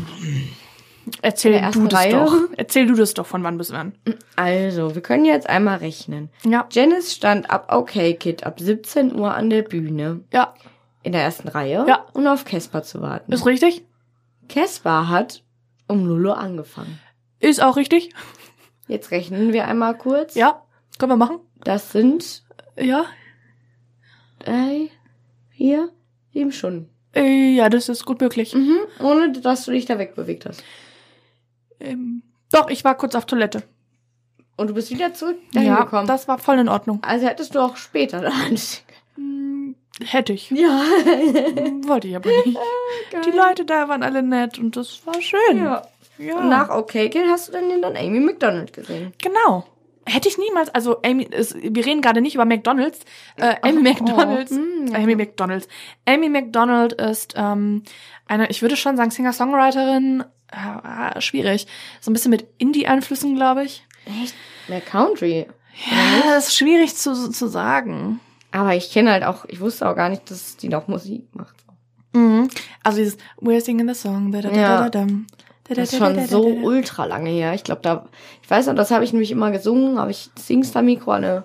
[SPEAKER 1] Erzähl
[SPEAKER 2] der ersten
[SPEAKER 1] du das
[SPEAKER 2] Reihe?
[SPEAKER 1] doch. Erzähl du das doch von wann bis wann.
[SPEAKER 2] Also, wir können jetzt einmal rechnen.
[SPEAKER 1] Ja.
[SPEAKER 2] Janice stand ab Okay Kid ab 17 Uhr an der Bühne
[SPEAKER 1] Ja,
[SPEAKER 2] in der ersten Reihe,
[SPEAKER 1] Ja.
[SPEAKER 2] um auf Casper zu warten.
[SPEAKER 1] ist richtig.
[SPEAKER 2] Casper hat um 0 Uhr angefangen.
[SPEAKER 1] Ist auch richtig.
[SPEAKER 2] Jetzt rechnen wir einmal kurz.
[SPEAKER 1] Ja, können wir machen.
[SPEAKER 2] Das sind
[SPEAKER 1] Ja.
[SPEAKER 2] drei, vier, sieben Stunden.
[SPEAKER 1] Äh, Ja, das ist gut möglich.
[SPEAKER 2] Mhm. Ohne dass du dich da wegbewegt hast.
[SPEAKER 1] Ähm, doch, ich war kurz auf Toilette.
[SPEAKER 2] Und du bist wieder zurück dahin
[SPEAKER 1] ja,
[SPEAKER 2] gekommen.
[SPEAKER 1] das war voll in Ordnung.
[SPEAKER 2] also hättest du auch später da anstehen
[SPEAKER 1] Hm, hätte ich.
[SPEAKER 2] können. Ja.
[SPEAKER 1] Hm, Wollte ich aber nicht. Die Leute da waren alle nett und das war schön.
[SPEAKER 2] Ja.
[SPEAKER 1] ja.
[SPEAKER 2] Und nach Okay Kid hast du dann, dann Amy McDonald gesehen.
[SPEAKER 1] genau. Hätte ich niemals, also Amy, ist, wir reden gerade nicht über McDonalds. Äh, Amy McDonalds. Äh,
[SPEAKER 2] oh, hm,
[SPEAKER 1] Amy McDonalds. Amy McDonald ist ähm, eine, ich würde schon sagen, Singer-Songwriterin. Äh, äh, schwierig. So ein bisschen mit Indie-Einflüssen, glaube ich.
[SPEAKER 2] Echt? Mehr Country.
[SPEAKER 1] Ja, das ist schwierig zu, zu sagen.
[SPEAKER 2] Aber ich kenne halt auch, ich wusste auch gar nicht, dass die noch Musik macht.
[SPEAKER 1] Mhm. Also dieses We're singing the song. Da, da, da, da,
[SPEAKER 2] Ja.
[SPEAKER 1] da, da,
[SPEAKER 2] Das ist schon so ultra lange her. Ich glaube, da, ich weiß noch, das habe ich nämlich immer gesungen, habe ich Singstar-Mikro an eine,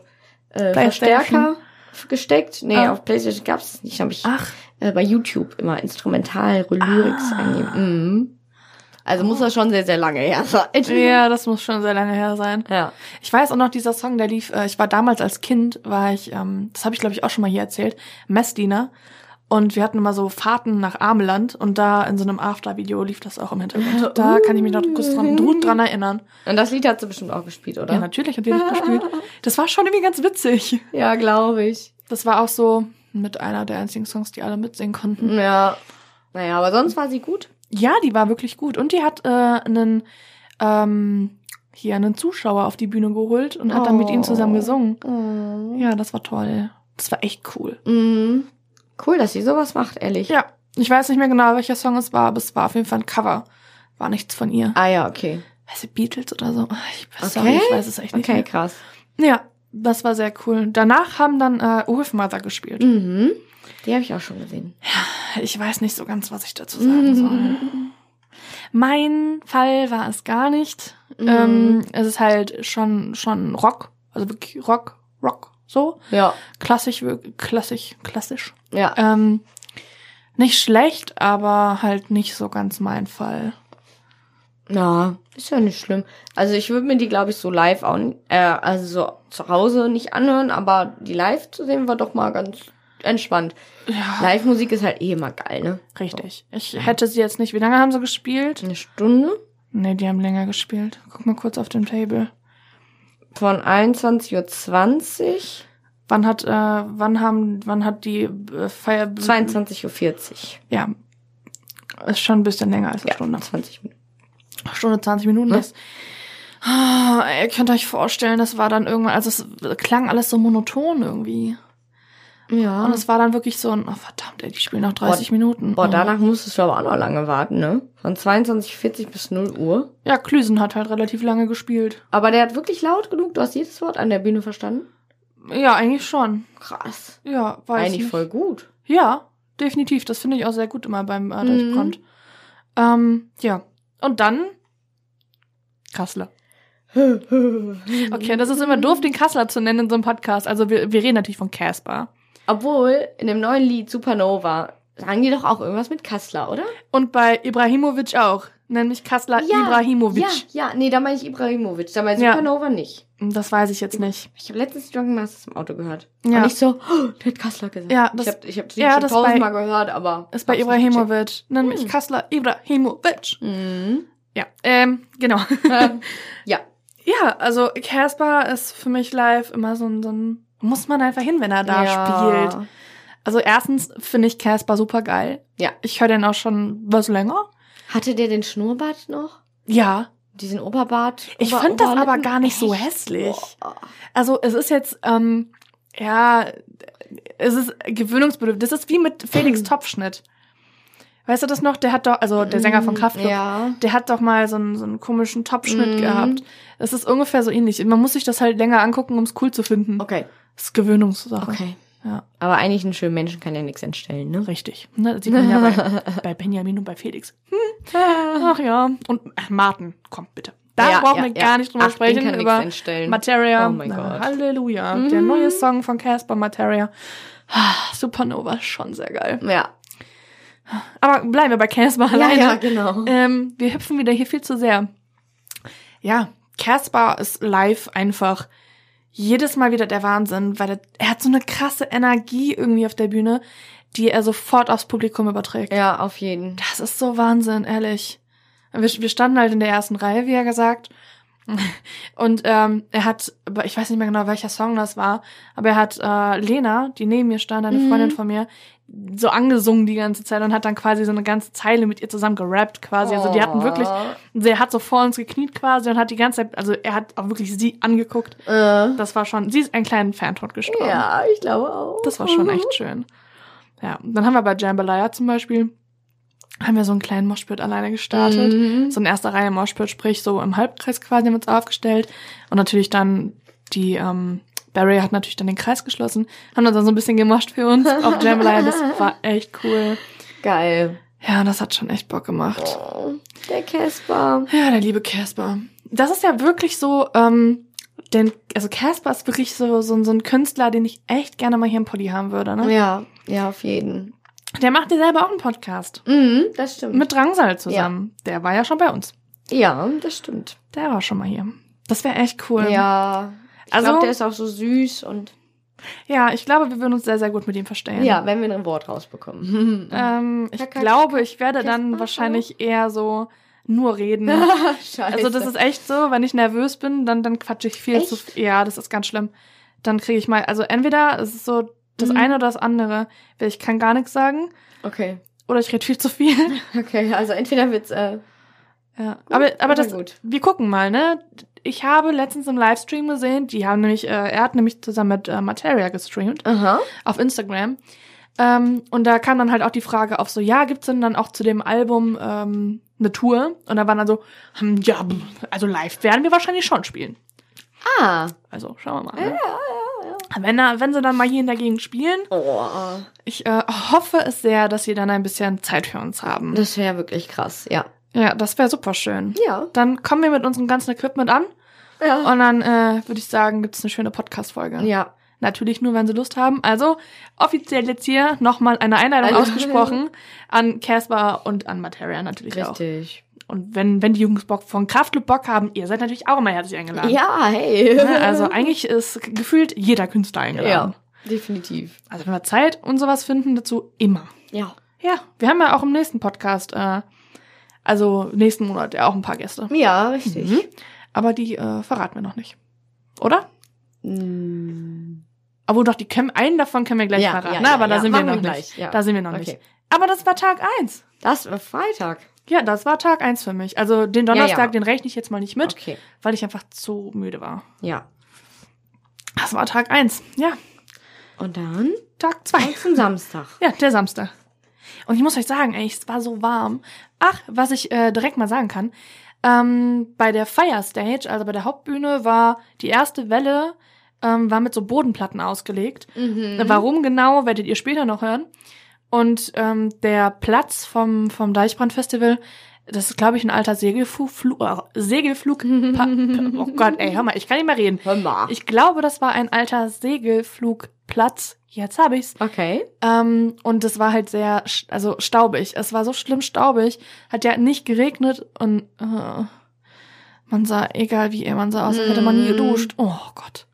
[SPEAKER 2] äh,
[SPEAKER 1] Playstation.
[SPEAKER 2] Verstärker f- gesteckt. Nee,
[SPEAKER 1] Ah.
[SPEAKER 2] auf Playstation gab es nicht. habe ich
[SPEAKER 1] Ach,
[SPEAKER 2] äh, bei YouTube immer instrumental Lyrics
[SPEAKER 1] Ah.
[SPEAKER 2] eingeben. Mhm. Also muss das schon sehr, sehr lange her sein.
[SPEAKER 1] ja, das muss schon sehr lange her sein.
[SPEAKER 2] Ja.
[SPEAKER 1] Ich weiß auch noch, dieser Song, der lief, äh, ich war damals als Kind, war ich, ähm, das habe ich glaube ich auch schon mal hier erzählt, Messdiener. Und wir hatten immer so Fahrten nach Ameland und da in so einem After-Video lief das auch im Hintergrund. Da kann ich mich noch kurz dran, gut dran erinnern.
[SPEAKER 2] Und das Lied hat sie bestimmt auch gespielt, oder?
[SPEAKER 1] Ja, natürlich hat die das gespielt. Das war schon irgendwie ganz witzig.
[SPEAKER 2] ja glaube ich.
[SPEAKER 1] Das war auch so mit einer der einzigen Songs, die alle mitsingen konnten.
[SPEAKER 2] Ja. Naja, aber sonst war sie gut.
[SPEAKER 1] Ja, die war wirklich gut. Und die hat äh, einen, ähm, hier einen Zuschauer auf die Bühne geholt und hat dann mit ihm zusammen
[SPEAKER 2] Oh.
[SPEAKER 1] gesungen.
[SPEAKER 2] Mhm.
[SPEAKER 1] Ja, das war toll. Das war echt cool.
[SPEAKER 2] Mhm. Cool, dass sie sowas macht, ehrlich.
[SPEAKER 1] Ja, ich weiß nicht mehr genau, welcher Song es war, aber es war auf jeden Fall ein Cover. War nichts von ihr.
[SPEAKER 2] Ah ja, okay.
[SPEAKER 1] Weißt du, Beatles oder so? Ah, Ich,
[SPEAKER 2] Okay.
[SPEAKER 1] Sorry, ich weiß es echt nicht
[SPEAKER 2] Okay,
[SPEAKER 1] mehr.
[SPEAKER 2] krass.
[SPEAKER 1] Ja, das war sehr cool. Danach haben dann äh, Wolfmother gespielt.
[SPEAKER 2] Mhm. Die habe ich auch schon gesehen.
[SPEAKER 1] Ich weiß nicht so ganz, was ich dazu
[SPEAKER 2] Mhm.
[SPEAKER 1] sagen soll. Mein Fall war es gar nicht.
[SPEAKER 2] Mhm.
[SPEAKER 1] Ähm, es ist halt schon, schon Rock, also wirklich Rock, Rock, So,
[SPEAKER 2] Ja.
[SPEAKER 1] klassisch, wir- klassisch, klassisch.
[SPEAKER 2] Ja.
[SPEAKER 1] Ähm, nicht schlecht, aber halt nicht so ganz mein Fall.
[SPEAKER 2] Na, ist ja nicht schlimm. Also ich würde mir die, glaube ich, so live an, äh, also so zu Hause nicht anhören, aber die live zu sehen war doch mal ganz entspannt.
[SPEAKER 1] Ja,
[SPEAKER 2] Live-Musik ist halt eh immer geil, ne?
[SPEAKER 1] richtig. Ich hätte sie jetzt nicht. Wie lange haben sie gespielt?
[SPEAKER 2] Eine Stunde
[SPEAKER 1] Nee, die haben länger gespielt. Guck mal kurz auf dem Table.
[SPEAKER 2] von 21.20
[SPEAKER 1] Wann hat, äh, wann haben, wann hat die äh, Feier...
[SPEAKER 2] Uhr 22.40 Uhr.
[SPEAKER 1] Ja. Ist schon ein bisschen länger als eine
[SPEAKER 2] Ja,
[SPEAKER 1] Stunde.
[SPEAKER 2] 20 Minuten.
[SPEAKER 1] Stunde 20 Minuten.
[SPEAKER 2] Ne?
[SPEAKER 1] Das, Ah, ihr könnt euch vorstellen, das war dann irgendwann, also es klang alles so monoton irgendwie.
[SPEAKER 2] Ja.
[SPEAKER 1] Und es war dann wirklich so ein, oh verdammt, ey, die spielen noch 30 Minuten.
[SPEAKER 2] Boah,
[SPEAKER 1] Oh.
[SPEAKER 2] danach musstest du aber auch noch lange warten, ne? Von 22.40 bis 0 Uhr.
[SPEAKER 1] Ja, Klüsen hat halt relativ lange gespielt.
[SPEAKER 2] Aber der hat wirklich laut genug, du hast jedes Wort an der Bühne verstanden.
[SPEAKER 1] Ja, eigentlich schon.
[SPEAKER 2] Krass.
[SPEAKER 1] Ja, weiß
[SPEAKER 2] Eigentlich
[SPEAKER 1] nicht.
[SPEAKER 2] voll gut.
[SPEAKER 1] Ja, definitiv. Das finde ich auch sehr gut immer beim äh,
[SPEAKER 2] Mhm.
[SPEAKER 1] Deichbrand. Ähm, ja. Und dann Kassler. Okay, das ist immer doof, den Kassler zu nennen in so einem Podcast. Also wir, wir reden natürlich von Casper.
[SPEAKER 2] Obwohl, in dem neuen Lied Supernova sagen die doch auch irgendwas mit Kassler, oder?
[SPEAKER 1] Und bei Ibrahimovic auch. Nämlich Kassler Ibrahimovic.
[SPEAKER 2] Ja, ja, nee, da meine ich Ibrahimovic, da meine ich
[SPEAKER 1] Ja.
[SPEAKER 2] Supernova nicht.
[SPEAKER 1] Hm, Das weiß ich jetzt nicht.
[SPEAKER 2] Ich habe letztens Drunken Masters im Auto gehört.
[SPEAKER 1] Ja.
[SPEAKER 2] Und ich so, oh, der hat Kassler gesagt.
[SPEAKER 1] Ja, das-
[SPEAKER 2] ich habe ich hab das
[SPEAKER 1] ja,
[SPEAKER 2] Lied schon
[SPEAKER 1] das
[SPEAKER 2] tausendmal
[SPEAKER 1] bei-
[SPEAKER 2] gehört, aber...
[SPEAKER 1] Ist bei
[SPEAKER 2] hab's nicht
[SPEAKER 1] Ibrahimovic. Nämlich
[SPEAKER 2] Hm.
[SPEAKER 1] Kassler Ibrahimovic.
[SPEAKER 2] gecheckt. Mhm.
[SPEAKER 1] Ja, ähm, genau.
[SPEAKER 2] ja,
[SPEAKER 1] Ja, also Casper ist für mich live immer so ein, so ein muss man einfach hin, wenn er da
[SPEAKER 2] ja.
[SPEAKER 1] spielt. Also erstens finde ich Casper super geil.
[SPEAKER 2] Ja.
[SPEAKER 1] Ich höre den auch schon was länger.
[SPEAKER 2] Hatte der den Schnurrbart noch?
[SPEAKER 1] Ja.
[SPEAKER 2] Diesen Oberbart?
[SPEAKER 1] Ich
[SPEAKER 2] Ober-
[SPEAKER 1] fand das
[SPEAKER 2] Oberlippen?
[SPEAKER 1] aber gar nicht so
[SPEAKER 2] Echt?
[SPEAKER 1] hässlich.
[SPEAKER 2] Boah.
[SPEAKER 1] Also es ist jetzt, ähm, ja, es ist gewöhnungsbedürftig. Das ist wie mit Felix Topfschnitt. Weißt du das noch? Der hat doch, also der Sänger von
[SPEAKER 2] Mm,
[SPEAKER 1] Kraftklub,
[SPEAKER 2] Ja.
[SPEAKER 1] der hat doch mal so einen, so einen komischen Topfschnitt
[SPEAKER 2] Mhm.
[SPEAKER 1] gehabt. Es ist ungefähr so ähnlich. Man muss sich das halt länger angucken, um es cool zu finden.
[SPEAKER 2] Okay,
[SPEAKER 1] Das ist Gewöhnungssache.
[SPEAKER 2] okay.
[SPEAKER 1] Ja.
[SPEAKER 2] Aber eigentlich einen schönen Menschen kann ja nichts entstellen, ne?
[SPEAKER 1] Richtig. Ne, das sieht man ja bei, bei Benjamin und bei Felix. Hm. Ach ja. Und äh, Martin, komm bitte. Da
[SPEAKER 2] Ja,
[SPEAKER 1] brauchen
[SPEAKER 2] ja,
[SPEAKER 1] wir
[SPEAKER 2] ja.
[SPEAKER 1] gar nicht drüber
[SPEAKER 2] Ach, den
[SPEAKER 1] sprechen.
[SPEAKER 2] kann
[SPEAKER 1] über
[SPEAKER 2] nichts entstellen.
[SPEAKER 1] Materia.
[SPEAKER 2] Oh mein
[SPEAKER 1] Na,
[SPEAKER 2] Gott.
[SPEAKER 1] Halleluja.
[SPEAKER 2] Mhm.
[SPEAKER 1] Der neue Song von Casper Materia. Ah, Supernova, schon sehr geil.
[SPEAKER 2] ja.
[SPEAKER 1] Aber bleiben wir bei Casper alleine.
[SPEAKER 2] Ja, ja, genau.
[SPEAKER 1] Ähm, wir hüpfen wieder hier viel zu sehr. Ja, Casper ist live einfach jedes Mal wieder der Wahnsinn, weil er, er hat so eine krasse Energie irgendwie auf der Bühne, die er sofort aufs Publikum überträgt.
[SPEAKER 2] Ja, auf jeden.
[SPEAKER 1] Das ist so Wahnsinn, ehrlich. Wir, wir standen halt in der ersten Reihe, wie er gesagt. Und ähm, er hat, aber ich weiß nicht mehr genau, welcher Song das war, aber er hat äh, Lena, die neben mir stand, eine
[SPEAKER 2] Mhm.
[SPEAKER 1] Freundin von mir, so angesungen die ganze Zeit und hat dann quasi so eine ganze Zeile mit ihr zusammen gerappt quasi. Also die hatten wirklich,
[SPEAKER 2] Oh.
[SPEAKER 1] er hat so vor uns gekniet quasi und hat die ganze Zeit, also er hat auch wirklich sie angeguckt.
[SPEAKER 2] Äh,
[SPEAKER 1] Das war schon, sie ist einen kleinen Fantod gestorben.
[SPEAKER 2] ja, ich glaube auch.
[SPEAKER 1] Das war schon
[SPEAKER 2] Mhm.
[SPEAKER 1] echt schön. Ja, und dann haben wir bei Jambalaya zum Beispiel, haben wir so einen kleinen Moshpit alleine gestartet.
[SPEAKER 2] Mhm.
[SPEAKER 1] So eine erste Reihe Moshpit, sprich so im Halbkreis quasi haben wir uns aufgestellt. Und natürlich dann die, ähm, Barry hat natürlich dann den Kreis geschlossen, haben dann so ein bisschen gemoscht für uns auf Jambalaya. Das war echt cool.
[SPEAKER 2] Geil.
[SPEAKER 1] Ja, das hat schon echt Bock gemacht.
[SPEAKER 2] Oh, der Casper.
[SPEAKER 1] Ja, der liebe Casper. Das ist ja wirklich so, ähm, denn, also Casper ist wirklich so, so, ein- so ein Künstler, den ich echt gerne mal hier im Poddy haben würde, ne?
[SPEAKER 2] Ja, ja, auf jeden.
[SPEAKER 1] Der macht ja selber auch einen Podcast.
[SPEAKER 2] Mhm, das stimmt.
[SPEAKER 1] Mit Drangsal zusammen. Der war ja schon bei uns.
[SPEAKER 2] ja, das stimmt.
[SPEAKER 1] Der war schon mal hier. Das wäre echt cool.
[SPEAKER 2] Ja. Ich also,
[SPEAKER 1] Also-
[SPEAKER 2] glaube, der ist auch so süß und.
[SPEAKER 1] ja, ich glaube, wir würden uns sehr, sehr gut mit ihm verstehen.
[SPEAKER 2] Ja, wenn wir ein Wort rausbekommen.
[SPEAKER 1] Ähm, ich
[SPEAKER 2] Kaka-
[SPEAKER 1] glaube, ich werde dann
[SPEAKER 2] Kasper.
[SPEAKER 1] wahrscheinlich eher so nur reden.
[SPEAKER 2] Scheiße.
[SPEAKER 1] also das ist echt so, wenn ich nervös bin, dann, dann quatsche ich viel
[SPEAKER 2] Echt?
[SPEAKER 1] zu viel. Ja, das ist ganz schlimm. Dann kriege ich mal, also entweder es ist so das
[SPEAKER 2] Mhm.
[SPEAKER 1] eine oder das andere. Ich kann gar nichts sagen
[SPEAKER 2] Okay.
[SPEAKER 1] oder ich rede viel zu viel.
[SPEAKER 2] Okay, also entweder wird's äh,
[SPEAKER 1] Ja.
[SPEAKER 2] gut
[SPEAKER 1] Aber, aber
[SPEAKER 2] oder
[SPEAKER 1] das,
[SPEAKER 2] gut.
[SPEAKER 1] Wir gucken mal, ne? Ich habe letztens im Livestream gesehen, die haben nämlich, äh, er hat nämlich zusammen mit äh, Materia gestreamt
[SPEAKER 2] Aha.
[SPEAKER 1] auf Instagram. Ähm, und da kam dann halt auch die Frage auf so, ja, gibt's denn dann auch zu dem Album ähm, eine Tour? Und da waren dann so, hm, ja, b- also live werden wir wahrscheinlich schon spielen.
[SPEAKER 2] Ah.
[SPEAKER 1] Also schauen wir mal. Ne? Wenn, da, wenn sie dann mal hier in der Gegend spielen,
[SPEAKER 2] Oh,
[SPEAKER 1] ich äh, hoffe es sehr, dass sie dann ein bisschen Zeit für uns haben.
[SPEAKER 2] das wäre wirklich krass, ja.
[SPEAKER 1] ja, das wäre super schön.
[SPEAKER 2] Ja.
[SPEAKER 1] Dann kommen wir mit unserem ganzen Equipment an.
[SPEAKER 2] Ja.
[SPEAKER 1] Und dann äh, würde ich sagen, gibt's eine schöne Podcast-Folge.
[SPEAKER 2] ja.
[SPEAKER 1] Natürlich nur, wenn sie Lust haben. Also offiziell jetzt hier nochmal eine Einladung
[SPEAKER 2] Also-
[SPEAKER 1] ausgesprochen an Caspar und an Materia natürlich auch.
[SPEAKER 2] Richtig.
[SPEAKER 1] Und wenn, wenn die Jungs Bock von Kraftclub Bock haben, ihr seid natürlich auch immer herzlich eingeladen.
[SPEAKER 2] Ja, hey.
[SPEAKER 1] Ne, Also eigentlich ist gefühlt jeder Künstler eingeladen.
[SPEAKER 2] ja, definitiv.
[SPEAKER 1] Also wenn wir Zeit und sowas finden, dazu immer.
[SPEAKER 2] Ja.
[SPEAKER 1] Ja, wir haben ja auch im nächsten Podcast, äh, also nächsten Monat ja auch ein paar Gäste.
[SPEAKER 2] Ja, richtig.
[SPEAKER 1] Mhm. Aber die äh, verraten wir noch nicht. Oder?
[SPEAKER 2] Mhm. Mm.
[SPEAKER 1] Aber doch, die können, einen davon können wir gleich verraten. Na, aber da sind wir
[SPEAKER 2] machen
[SPEAKER 1] noch nicht.
[SPEAKER 2] gleich. Ja.
[SPEAKER 1] Da sind wir noch
[SPEAKER 2] okay.
[SPEAKER 1] nicht. Aber das war Tag eins.
[SPEAKER 2] Das war Freitag.
[SPEAKER 1] Ja, das war Tag eins für mich. Also den
[SPEAKER 2] Ja, ja.
[SPEAKER 1] Donnerstag, den rechne ich jetzt mal nicht mit,
[SPEAKER 2] Okay.
[SPEAKER 1] weil ich einfach zu müde war.
[SPEAKER 2] Ja.
[SPEAKER 1] Das war Tag eins. Ja,
[SPEAKER 2] Und dann
[SPEAKER 1] Tag zwei.
[SPEAKER 2] zum Samstag.
[SPEAKER 1] Ja, der Samstag. Und ich muss euch sagen, ey, es war so warm. Ach, was ich äh, direkt mal sagen kann. Ähm, bei der Fire Stage, also bei der Hauptbühne, war die erste Welle ähm, war mit so Bodenplatten ausgelegt.
[SPEAKER 2] Mhm.
[SPEAKER 1] Warum genau, werdet ihr später noch hören. Und ähm, der Platz vom, vom Deichbrand-Festival, das ist, glaube ich, ein alter Segelflug... Flu äh, Segelflug... Pa- pa- oh Gott, ey, hör mal, ich kann nicht mehr reden.
[SPEAKER 2] Hör mal.
[SPEAKER 1] Ich glaube, das war ein alter Segelflugplatz. Jetzt habe ich's.
[SPEAKER 2] okay.
[SPEAKER 1] Ähm, und es war halt sehr, sch- also staubig. Es war so schlimm staubig. Hat ja nicht geregnet und äh, man sah, egal wie man sah aus, als hätte man nie
[SPEAKER 2] Mm.
[SPEAKER 1] geduscht. Oh Gott.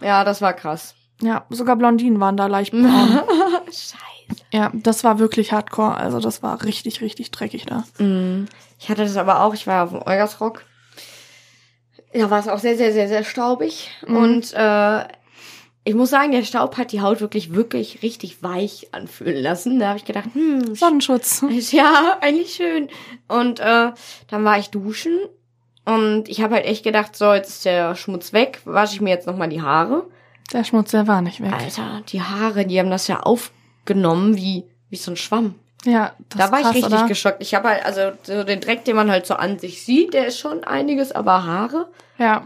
[SPEAKER 2] Ja, das war krass. Oh.
[SPEAKER 1] Ja, sogar Blondinen waren da leicht braun.
[SPEAKER 2] Scheiße.
[SPEAKER 1] ja, das war wirklich hardcore. Also das war richtig, richtig dreckig da.
[SPEAKER 2] Mhm. Ich hatte das aber auch, ich war ja auf dem Eugersrock. Da war es auch sehr, sehr, sehr, sehr staubig.
[SPEAKER 1] Mhm.
[SPEAKER 2] Und äh, ich muss sagen, der Staub hat die Haut wirklich, wirklich richtig weich anfühlen lassen. Da habe ich gedacht, hm,
[SPEAKER 1] Sonnenschutz.
[SPEAKER 2] Ja, eigentlich schön. Und äh, dann war ich duschen und ich habe halt echt gedacht, so, jetzt ist der Schmutz weg, wasche ich mir jetzt nochmal die Haare.
[SPEAKER 1] Der Schmutz, der war nicht weg.
[SPEAKER 2] Alter, die Haare, die haben das ja aufgenommen wie, wie so ein Schwamm.
[SPEAKER 1] Ja, das
[SPEAKER 2] da war
[SPEAKER 1] ist krass,
[SPEAKER 2] ich richtig
[SPEAKER 1] oder?
[SPEAKER 2] geschockt. Ich habe halt, also so den Dreck, den man halt so an sich sieht, der ist schon einiges, aber Haare,
[SPEAKER 1] Ja.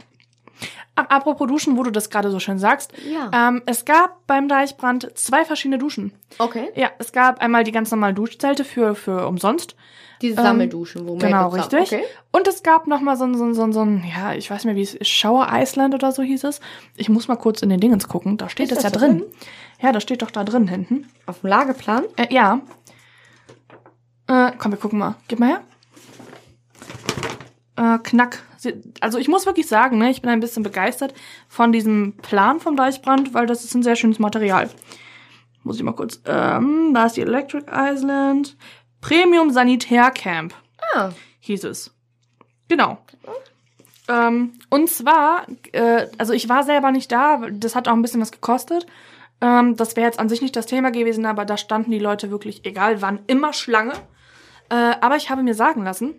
[SPEAKER 1] Ach, apropos Duschen, wo du das gerade so schön sagst.
[SPEAKER 2] ja.
[SPEAKER 1] Ähm, es gab beim Deichbrand zwei verschiedene Duschen.
[SPEAKER 2] Okay.
[SPEAKER 1] Ja, es gab einmal die ganz normalen Duschzelte für, für umsonst.
[SPEAKER 2] Diese
[SPEAKER 1] ähm,
[SPEAKER 2] Sammelduschen, wo man
[SPEAKER 1] genau,
[SPEAKER 2] Sam-
[SPEAKER 1] richtig.
[SPEAKER 2] Okay.
[SPEAKER 1] Und es gab nochmal so ein, so ein, so ein, so ein, ja, ich weiß nicht, wie es ist, Shower Island oder so hieß es. Ich muss mal kurz in den Dingens gucken. Da steht
[SPEAKER 2] Ist
[SPEAKER 1] es ja
[SPEAKER 2] das da
[SPEAKER 1] drin. Ja, das steht doch da drin hinten.
[SPEAKER 2] Auf dem Lageplan.
[SPEAKER 1] Äh, ja. Äh, komm, wir gucken mal. Gib mal her. Äh, knack. Sie- Also ich muss wirklich sagen, ne, ich bin ein bisschen begeistert von diesem Plan vom Deichbrand, weil das ist ein sehr schönes Material. Muss ich mal kurz. Ähm, da ist die Electric Island. Premium Sanitär Camp
[SPEAKER 2] Ah,
[SPEAKER 1] hieß es. Genau. Ähm, und zwar, äh, also ich war selber nicht da, das hat auch ein bisschen was gekostet. Ähm, das wäre jetzt an sich nicht das Thema gewesen, aber da standen die Leute wirklich, egal wann, immer Schlange. Äh, aber ich habe mir sagen lassen,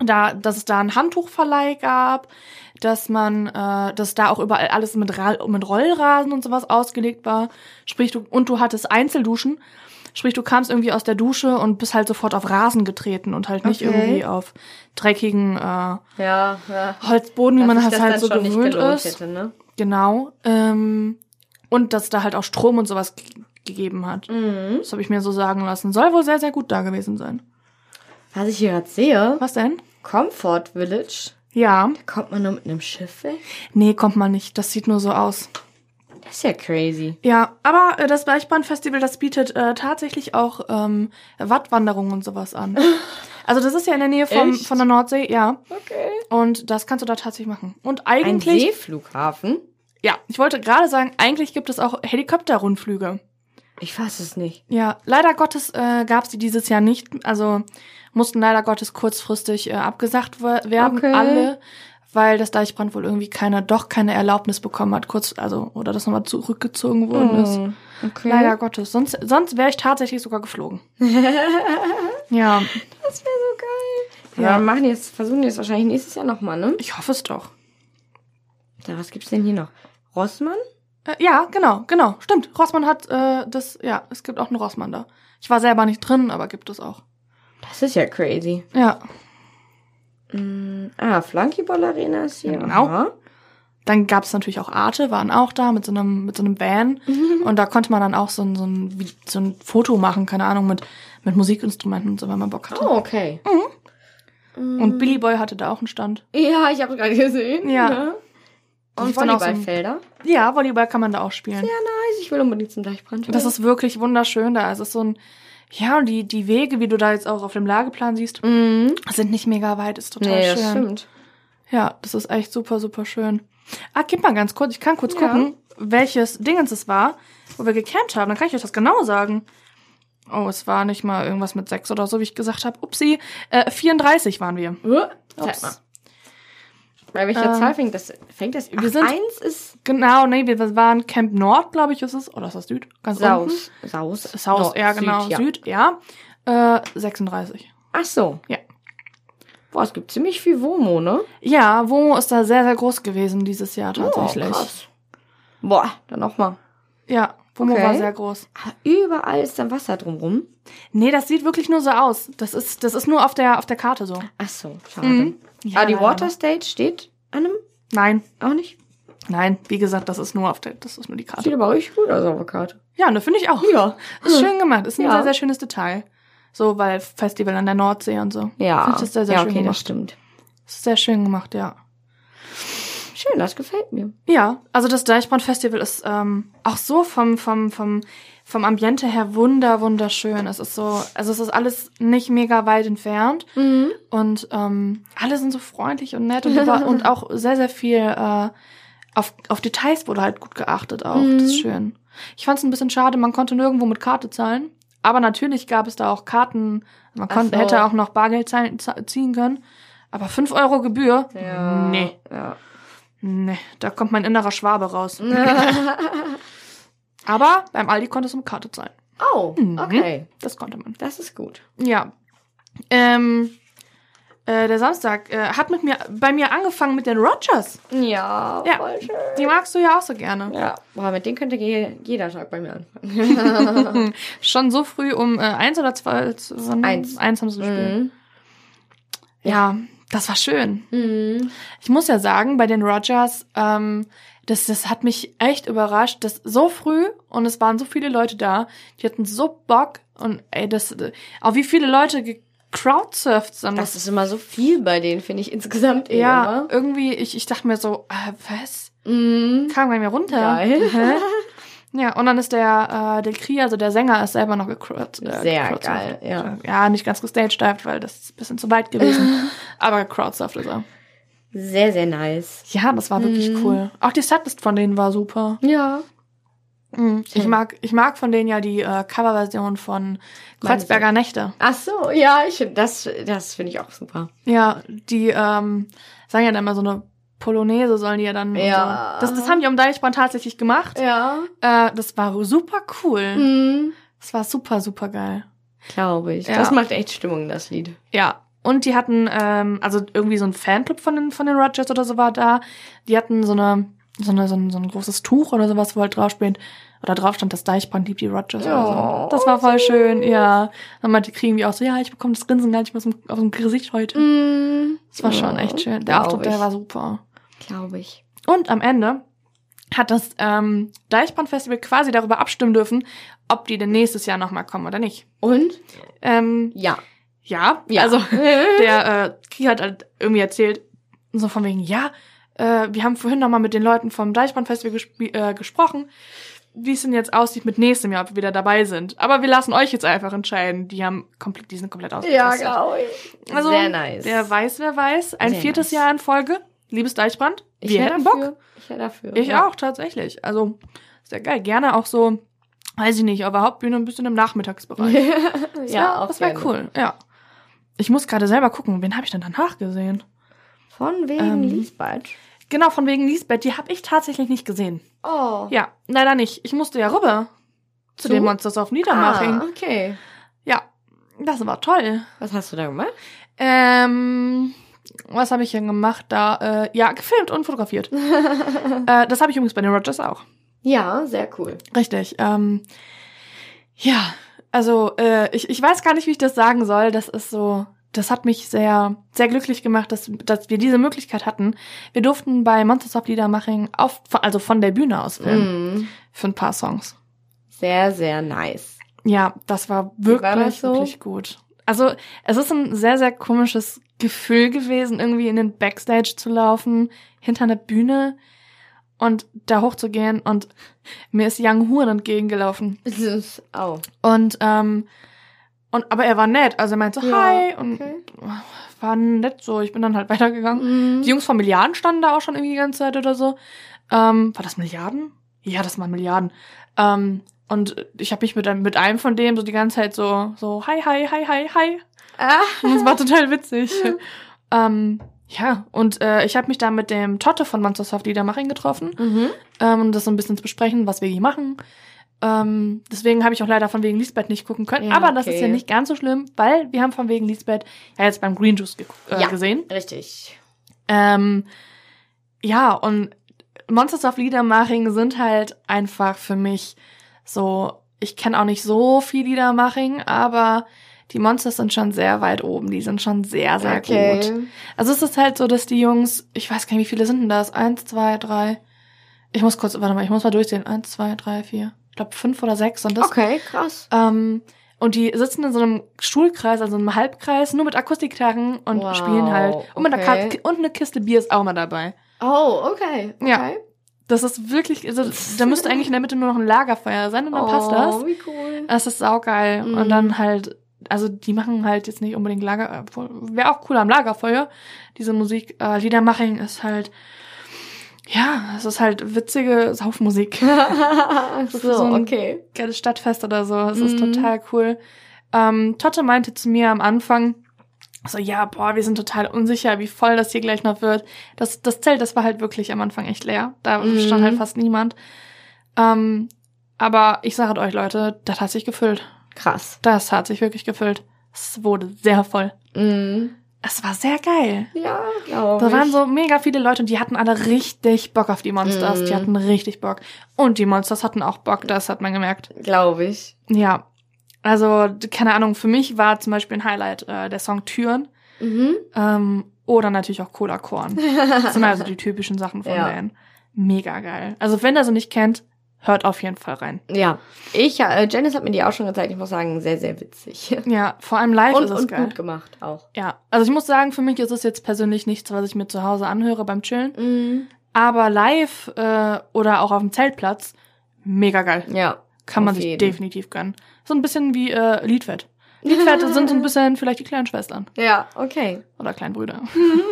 [SPEAKER 1] da, dass es da einen Handtuchverleih gab, dass man, äh, dass da auch überall alles mit, Ra mit Rollrasen und sowas ausgelegt war. Sprich, du, und du hattest Einzelduschen. Sprich, du kamst irgendwie aus der Dusche und bist halt sofort auf Rasen getreten und halt nicht
[SPEAKER 2] Okay.
[SPEAKER 1] irgendwie auf dreckigen äh,
[SPEAKER 2] ja, ja.
[SPEAKER 1] Holzboden, wie
[SPEAKER 2] Dass
[SPEAKER 1] man
[SPEAKER 2] sich
[SPEAKER 1] das halt
[SPEAKER 2] dann
[SPEAKER 1] so
[SPEAKER 2] schon nicht
[SPEAKER 1] gewöhnt
[SPEAKER 2] gelohnt
[SPEAKER 1] ist.
[SPEAKER 2] Hätte, ne?
[SPEAKER 1] Genau. Ähm, und dass da halt auch Strom und sowas ge- gegeben hat.
[SPEAKER 2] mhm.
[SPEAKER 1] Das habe ich mir so sagen lassen. Soll wohl sehr, sehr gut da gewesen sein.
[SPEAKER 2] Was ich hier gerade sehe,
[SPEAKER 1] Was denn?
[SPEAKER 2] Comfort Village.
[SPEAKER 1] Ja.
[SPEAKER 2] Kommt man nur mit einem Schiff weg?
[SPEAKER 1] Nee, kommt mal nicht. Das sieht nur so aus.
[SPEAKER 2] Das ist ja crazy.
[SPEAKER 1] Ja, aber äh, das Deichbrandfestival, das bietet äh, tatsächlich auch ähm, Wattwanderungen und sowas an. Also das ist ja in der Nähe vom,
[SPEAKER 2] Echt?
[SPEAKER 1] von der Nordsee, ja.
[SPEAKER 2] Okay.
[SPEAKER 1] Und das kannst du da tatsächlich machen. Und
[SPEAKER 2] Ein
[SPEAKER 1] eigentlich,
[SPEAKER 2] Seeflughafen?
[SPEAKER 1] ja, ich wollte gerade sagen, eigentlich gibt es auch Helikopterrundflüge.
[SPEAKER 2] Ich fass es nicht.
[SPEAKER 1] Ja, leider Gottes äh, gab es die dieses Jahr nicht. Also mussten leider Gottes kurzfristig äh, abgesagt we- werden,
[SPEAKER 2] Okay.
[SPEAKER 1] alle, weil das Deichbrand wohl irgendwie keine, doch keine Erlaubnis bekommen hat, kurz, also, oder das nochmal zurückgezogen worden ist.
[SPEAKER 2] Hm. okay.
[SPEAKER 1] Leider Gottes. Sonst, sonst wäre ich tatsächlich sogar geflogen. ja,
[SPEAKER 2] Das wäre so geil.
[SPEAKER 1] Ja.
[SPEAKER 2] Ja, wir machen jetzt, versuchen jetzt wahrscheinlich nächstes Jahr nochmal, ne?
[SPEAKER 1] ich hoffe es doch.
[SPEAKER 2] Da, was gibt's denn hier noch? Rossmann?
[SPEAKER 1] Äh, ja, genau, genau. Stimmt. Rossmann hat äh, das, ja, es gibt auch einen Rossmann da. Ich war selber nicht drin, aber gibt es auch.
[SPEAKER 2] Das ist ja crazy.
[SPEAKER 1] Ja.
[SPEAKER 2] Mm, ah, Flankyball Arena ist hier.
[SPEAKER 1] Genau.
[SPEAKER 2] Aha.
[SPEAKER 1] Dann gab es natürlich auch Arte, waren auch da mit so einem, mit so einem Van.
[SPEAKER 2] Mhm.
[SPEAKER 1] Und da konnte man dann auch so ein, so ein, wie- so ein Foto machen, keine Ahnung, mit, mit Musikinstrumenten und so, wenn man Bock hatte.
[SPEAKER 2] Oh, okay.
[SPEAKER 1] Mm, Und Billy Boy hatte da auch einen Stand.
[SPEAKER 2] Mhm. Ja, ich habe gerade gesehen.
[SPEAKER 1] Ja.
[SPEAKER 2] Ne? Und
[SPEAKER 1] Die Volleyball-
[SPEAKER 2] Volleyballfelder.
[SPEAKER 1] Ja, Volleyball kann man da auch spielen.
[SPEAKER 2] Nice, ich will unbedingt zum Deichbrand.
[SPEAKER 1] Das ist wirklich wunderschön da. Es ist so ein, ja, und die, die Wege, wie du da jetzt auch auf dem Lageplan siehst,
[SPEAKER 2] Mhm.
[SPEAKER 1] sind nicht mega weit, ist total
[SPEAKER 2] Nee,
[SPEAKER 1] schön.
[SPEAKER 2] das stimmt.
[SPEAKER 1] Ja, das ist echt super, super schön. Ah, gib mal ganz kurz, ich kann kurz
[SPEAKER 2] Ja.
[SPEAKER 1] gucken, welches Dingens es war, wo wir gecampt haben. Dann kann ich euch das genau sagen. Oh, es war nicht mal irgendwas mit sechs oder so, wie ich gesagt habe. Upsi, äh, 34 waren wir.
[SPEAKER 2] Zeig mal.
[SPEAKER 1] Ups.
[SPEAKER 2] Bei
[SPEAKER 1] Ähm,
[SPEAKER 2] welcher Zahl fängt das? Fängt das?
[SPEAKER 1] wir
[SPEAKER 2] Ach,
[SPEAKER 1] sind-
[SPEAKER 2] eins ist
[SPEAKER 1] Genau, nee, wir waren Camp Nord, glaube ich, ist es. Oder ist das Süd? Ganz unten.
[SPEAKER 2] Saus. Saus.
[SPEAKER 1] Saus,
[SPEAKER 2] Nord-
[SPEAKER 1] ja, genau.
[SPEAKER 2] Süd, ja.
[SPEAKER 1] Süd, ja. Äh, 36.
[SPEAKER 2] Ach so.
[SPEAKER 1] Ja.
[SPEAKER 2] Boah, es gibt ziemlich viel Womo, ne?
[SPEAKER 1] Ja, Womo ist da sehr, sehr groß gewesen dieses Jahr tatsächlich.
[SPEAKER 2] Oh, krass. Boah, dann nochmal.
[SPEAKER 1] Ja, Womo
[SPEAKER 2] Okay.
[SPEAKER 1] war sehr groß.
[SPEAKER 2] Ah, Überall ist dann Wasser drumrum.
[SPEAKER 1] Nee, das sieht wirklich nur so aus. Das ist, das ist nur auf der, auf der Karte so.
[SPEAKER 2] Ach so, schade.
[SPEAKER 1] Mhm. Ja,
[SPEAKER 2] ah, die
[SPEAKER 1] leider.
[SPEAKER 2] Water Stage steht an einem?
[SPEAKER 1] Nein,
[SPEAKER 2] Auch nicht?
[SPEAKER 1] nein, wie gesagt, das ist nur auf der, das ist nur die Karte.
[SPEAKER 2] Sieht aber richtig gut aus auf der Karte.
[SPEAKER 1] Ja, ne, finde ich auch. Ja. Ist schön gemacht, ist ein
[SPEAKER 2] Ja.
[SPEAKER 1] sehr, sehr schönes Detail. So, weil Festival an der Nordsee und so.
[SPEAKER 2] Ja.
[SPEAKER 1] Finde ich das sehr, sehr
[SPEAKER 2] ja,
[SPEAKER 1] schön
[SPEAKER 2] okay, das
[SPEAKER 1] gemacht.
[SPEAKER 2] stimmt.
[SPEAKER 1] Ist sehr schön gemacht, ja.
[SPEAKER 2] Schön, das gefällt mir.
[SPEAKER 1] Ja, also das Deichbrand-Festival ist ähm, auch so vom, vom, vom, vom Ambiente her wunder, wunderschön. Es ist so, also es ist alles nicht mega weit entfernt.
[SPEAKER 2] Mhm.
[SPEAKER 1] Und ähm, alle sind so freundlich und nett und, über, und auch sehr, sehr viel äh, auf, auf Details wurde halt gut geachtet auch. Das ist
[SPEAKER 2] Mhm.
[SPEAKER 1] schön. Ich fand es ein bisschen schade, man konnte nirgendwo mit Karte zahlen. Aber natürlich gab es da auch Karten. Man
[SPEAKER 2] Ach
[SPEAKER 1] konnte,
[SPEAKER 2] so.
[SPEAKER 1] hätte auch noch Bargeld zahlen, za- ziehen können. Aber 5 Euro Gebühr?
[SPEAKER 2] Ja.
[SPEAKER 1] Nee,
[SPEAKER 2] Ja.
[SPEAKER 1] nee, da kommt mein innerer Schwabe raus. Aber beim Aldi konnte es um Karte zahlen.
[SPEAKER 2] oh,
[SPEAKER 1] Mhm.
[SPEAKER 2] okay.
[SPEAKER 1] Das konnte man.
[SPEAKER 2] Das ist gut.
[SPEAKER 1] Ja. Ähm, äh, der Samstag äh, hat mit mir, bei mir angefangen mit den Rogers.
[SPEAKER 2] Ja,
[SPEAKER 1] Ja.
[SPEAKER 2] voll schön.
[SPEAKER 1] Die magst du ja auch so gerne.
[SPEAKER 2] Ja, boah, mit denen könnte je- jeder Tag bei mir anfangen.
[SPEAKER 1] Schon so früh um äh, eins oder zwei? z- Wann?
[SPEAKER 2] Eins. Mhm.
[SPEAKER 1] Eins haben sie gespielt. Ja, das war schön.
[SPEAKER 2] Mhm.
[SPEAKER 1] Ich muss ja sagen, bei den Rogers, ähm, das, das hat mich echt überrascht, dass so früh und es waren so viele Leute da, die hatten so Bock und ey, das, äh, auch wie viele Leute gecrowdsurft sind.
[SPEAKER 2] Das ist immer so viel bei denen, finde ich insgesamt eh
[SPEAKER 1] ja,
[SPEAKER 2] immer.
[SPEAKER 1] irgendwie, ich, ich dachte mir so, äh, was?
[SPEAKER 2] Mhm.
[SPEAKER 1] Kam bei mir runter.
[SPEAKER 2] Geil.
[SPEAKER 1] Hä? Ja, und dann ist der, äh, der Kri, also der Sänger, ist selber noch gecrowd. Äh,
[SPEAKER 2] Sehr
[SPEAKER 1] gecrowdsurft.
[SPEAKER 2] geil, ja.
[SPEAKER 1] Ja, nicht ganz gestagedived, weil das ist ein bisschen zu weit gewesen. Aber gecrowdsurft ist er.
[SPEAKER 2] Sehr, sehr nice.
[SPEAKER 1] Ja, das war wirklich
[SPEAKER 2] Mhm.
[SPEAKER 1] cool. Auch die Setlist von denen war super.
[SPEAKER 2] Ja.
[SPEAKER 1] Mhm. Ich
[SPEAKER 2] Schön.
[SPEAKER 1] mag, ich mag von denen ja die äh, Coverversion von Kreuzberger Nächte.
[SPEAKER 2] Ach so, ja, ich find- das, das finde ich auch super.
[SPEAKER 1] Ja, die ähm, sagen ja dann immer so eine Polonaise sollen die ja dann. und
[SPEAKER 2] Ja.
[SPEAKER 1] So. Das, das haben die um Deichbrand tatsächlich gemacht.
[SPEAKER 2] Ja.
[SPEAKER 1] Äh, das war super cool.
[SPEAKER 2] Mhm.
[SPEAKER 1] Das war super, super geil.
[SPEAKER 2] Glaube ich.
[SPEAKER 1] Ja.
[SPEAKER 2] Das macht echt Stimmung, das Lied.
[SPEAKER 1] Ja. Und die hatten, ähm, also irgendwie so ein Fanclub von den, von den Rogers oder so war da. Die hatten so eine, so eine, so ein, so ein großes Tuch oder sowas, wo halt drauf steht, oder drauf stand, das Deichbrand liebt die Rogers oder
[SPEAKER 2] Oh,
[SPEAKER 1] so. Das war voll schön, ja. Dann meinte kriegen wir auch so, ja, ich bekomme das Grinsen gar nicht mehr aus dem, aus dem Gesicht heute.
[SPEAKER 2] Mhm.
[SPEAKER 1] Das war schon echt schön. Der Auftritt, der war super.
[SPEAKER 2] Glaube ich.
[SPEAKER 1] Und am Ende hat das ähm, Deichbrand-Festival quasi darüber abstimmen dürfen, ob die denn nächstes Jahr nochmal kommen oder nicht.
[SPEAKER 2] Und?
[SPEAKER 1] Ähm,
[SPEAKER 2] Ja.
[SPEAKER 1] ja,
[SPEAKER 2] ja.
[SPEAKER 1] also
[SPEAKER 2] der
[SPEAKER 1] der äh, Kri hat halt irgendwie erzählt, so von wegen, ja, äh, wir haben vorhin nochmal mit den Leuten vom Deichbrandfestival gespr- äh, gesprochen, wie es denn jetzt aussieht mit nächstem Jahr, ob wir wieder dabei sind. Aber wir lassen euch jetzt einfach entscheiden. Die haben komplett, die sind komplett
[SPEAKER 2] ja, genau.
[SPEAKER 1] ausgetestet.
[SPEAKER 2] glaube ich.
[SPEAKER 1] Also,
[SPEAKER 2] sehr nice.
[SPEAKER 1] Wer weiß, wer weiß. Ein
[SPEAKER 2] Sehr
[SPEAKER 1] viertes
[SPEAKER 2] nice.
[SPEAKER 1] Jahr in Folge. Liebes Deichbrand,
[SPEAKER 2] Ich
[SPEAKER 1] wir
[SPEAKER 2] wär
[SPEAKER 1] hätten
[SPEAKER 2] dafür.
[SPEAKER 1] Bock.
[SPEAKER 2] Ich wäre dafür.
[SPEAKER 1] Ich
[SPEAKER 2] ja.
[SPEAKER 1] auch, tatsächlich. Also, sehr geil. Gerne auch so, weiß ich nicht, aber Hauptbühne ein bisschen im Nachmittagsbereich. Das wär-
[SPEAKER 2] ja, auch
[SPEAKER 1] das wäre
[SPEAKER 2] gerne.
[SPEAKER 1] cool, ja. Ich muss gerade selber gucken, wen habe ich denn danach gesehen?
[SPEAKER 2] Von wegen
[SPEAKER 1] Ähm.
[SPEAKER 2] ähm.
[SPEAKER 1] Genau, von wegen Lisbeth, die habe ich tatsächlich nicht gesehen.
[SPEAKER 2] Oh.
[SPEAKER 1] Ja, leider nicht. Ich musste ja rüber zu,
[SPEAKER 2] Zu?
[SPEAKER 1] den Monsters auf Niedermaching.
[SPEAKER 2] Ah, okay.
[SPEAKER 1] Ja, das war toll.
[SPEAKER 2] Was hast du da gemacht?
[SPEAKER 1] Ähm, was habe ich denn gemacht da? Äh, ja, gefilmt und fotografiert. äh, das habe ich übrigens bei den Rogers auch.
[SPEAKER 2] Ja, sehr cool.
[SPEAKER 1] Richtig. Ähm, ja, also äh, ich, ich weiß gar nicht, wie ich das sagen soll. Das ist so, das hat mich sehr, sehr glücklich gemacht, dass, dass wir diese Möglichkeit hatten. Wir durften bei Monsters of Liedermaching auf, also von der Bühne aus filmen
[SPEAKER 2] Mhm.
[SPEAKER 1] für ein paar Songs.
[SPEAKER 2] Sehr, sehr nice.
[SPEAKER 1] Ja, das war wirklich,
[SPEAKER 2] war das so?
[SPEAKER 1] wirklich gut. Also es ist ein sehr, sehr komisches Gefühl gewesen, irgendwie in den Backstage zu laufen, hinter einer Bühne. und da hochzugehen und mir ist Yang Huren entgegengelaufen.
[SPEAKER 2] Es ist auch.
[SPEAKER 1] Und, ähm, und, aber er war nett, also er meinte so,
[SPEAKER 2] Ja,
[SPEAKER 1] hi, und
[SPEAKER 2] okay.
[SPEAKER 1] war nett so, ich bin dann halt weitergegangen.
[SPEAKER 2] Mhm.
[SPEAKER 1] Die Jungs von Milliarden standen da auch schon irgendwie die ganze Zeit oder so. Ähm, war das Milliarden? Ja, das waren Milliarden. Ähm, und ich habe mich mit, einem- mit einem von dem so die ganze Zeit so, so, hi, hi, hi, hi, hi.
[SPEAKER 2] Ah.
[SPEAKER 1] Und das war total witzig. ähm, ja, und äh, ich habe mich da mit dem Totte von Monstersoft Liedermaching getroffen,
[SPEAKER 2] Mhm.
[SPEAKER 1] ähm, um das so ein bisschen zu besprechen, was wir hier machen. Ähm, deswegen habe ich auch leider von wegen Lisbeth nicht gucken können.
[SPEAKER 2] Ja,
[SPEAKER 1] Aber das ist
[SPEAKER 2] okay.
[SPEAKER 1] ja nicht ganz so schlimm, weil wir haben von wegen Lisbeth ja jetzt beim Green Juice ge äh,
[SPEAKER 2] Ja.
[SPEAKER 1] gesehen.
[SPEAKER 2] Richtig.
[SPEAKER 1] Ähm, ja, und Monsters of Liedermaching sind halt einfach für mich so, ich kenne auch nicht so viel Liedermaching, aber die Monsters sind schon sehr weit oben, die sind schon sehr, sehr gut. Also es ist halt so, dass die Jungs, ich weiß gar nicht, wie viele sind denn das? Eins, zwei, drei. Ich muss kurz, warte mal, ich muss mal durchsehen. Eins, zwei, drei, vier. Ich glaube fünf oder sechs sind das.
[SPEAKER 2] Okay, krass.
[SPEAKER 1] Ähm, und die sitzen in so einem Stuhlkreis, also in einem Halbkreis, nur mit Akustikgitarren und
[SPEAKER 2] Wow,
[SPEAKER 1] spielen halt. Und, mit einer
[SPEAKER 2] okay.
[SPEAKER 1] Ka- und eine Kiste Bier ist auch mal dabei.
[SPEAKER 2] Oh, okay.
[SPEAKER 1] Ja.
[SPEAKER 2] okay.
[SPEAKER 1] Das ist wirklich, also, da müsste eigentlich in der Mitte nur noch ein Lagerfeuer sein und dann passt das. Äh,
[SPEAKER 2] Oh, wie cool.
[SPEAKER 1] Das ist saugeil.
[SPEAKER 2] Mhm.
[SPEAKER 1] Und dann halt, also die machen halt jetzt nicht unbedingt Lager, wäre auch cool am Lagerfeuer, diese Musik. Äh, Liedermaching ist halt, ja, es ist halt witzige Saufmusik.
[SPEAKER 2] Ach
[SPEAKER 1] ist so ein-
[SPEAKER 2] okay.
[SPEAKER 1] geiles Stadtfest oder so. Es ist
[SPEAKER 2] Mhm.
[SPEAKER 1] total cool. Ähm, Totte meinte zu mir am Anfang, so, ja, boah, wir sind total unsicher, wie voll das hier gleich noch wird. Das, das Zelt, das war halt wirklich am Anfang echt leer. Da
[SPEAKER 2] Mhm.
[SPEAKER 1] stand halt fast niemand. Ähm, aber ich sage euch, Leute, das hat sich gefüllt.
[SPEAKER 2] Krass.
[SPEAKER 1] Das hat sich wirklich gefüllt. Es wurde sehr voll.
[SPEAKER 2] Mhm.
[SPEAKER 1] Es war sehr geil.
[SPEAKER 2] Ja, glaube
[SPEAKER 1] Da waren so mega viele Leute und die hatten alle richtig Bock auf die Monsters.
[SPEAKER 2] Mhm.
[SPEAKER 1] Die hatten richtig Bock. Und die Monsters hatten auch Bock, das hat man gemerkt.
[SPEAKER 2] Glaube ich.
[SPEAKER 1] Ja, also d- keine Ahnung, für mich war zum Beispiel ein Highlight äh, der Song Türen
[SPEAKER 2] Mhm.
[SPEAKER 1] ähm, oder natürlich auch Cola Korn. Das sind also die typischen Sachen von
[SPEAKER 2] Ja.
[SPEAKER 1] denen. Mega geil. Also wenn ihr sie nicht kennt, hört auf jeden Fall rein.
[SPEAKER 2] Ja. Ich, äh, Janice hat mir die auch schon gezeigt. Ich muss sagen, sehr, sehr witzig.
[SPEAKER 1] Ja, vor allem live
[SPEAKER 2] Und,
[SPEAKER 1] ist es
[SPEAKER 2] und
[SPEAKER 1] geil.
[SPEAKER 2] gut gemacht auch.
[SPEAKER 1] Ja, also ich muss sagen, für mich ist es jetzt persönlich nichts, was ich mir zu Hause anhöre beim Chillen.
[SPEAKER 2] Mhm.
[SPEAKER 1] Aber live äh, oder auch auf dem Zeltplatz, mega geil.
[SPEAKER 2] Ja.
[SPEAKER 1] Kann man
[SPEAKER 2] auf
[SPEAKER 1] sich
[SPEAKER 2] jeden.
[SPEAKER 1] definitiv gönnen. So ein bisschen wie äh, Liedfett. Liedfett sind so ein bisschen vielleicht die kleinen Schwestern.
[SPEAKER 2] Ja, okay.
[SPEAKER 1] Oder Kleinbrüder.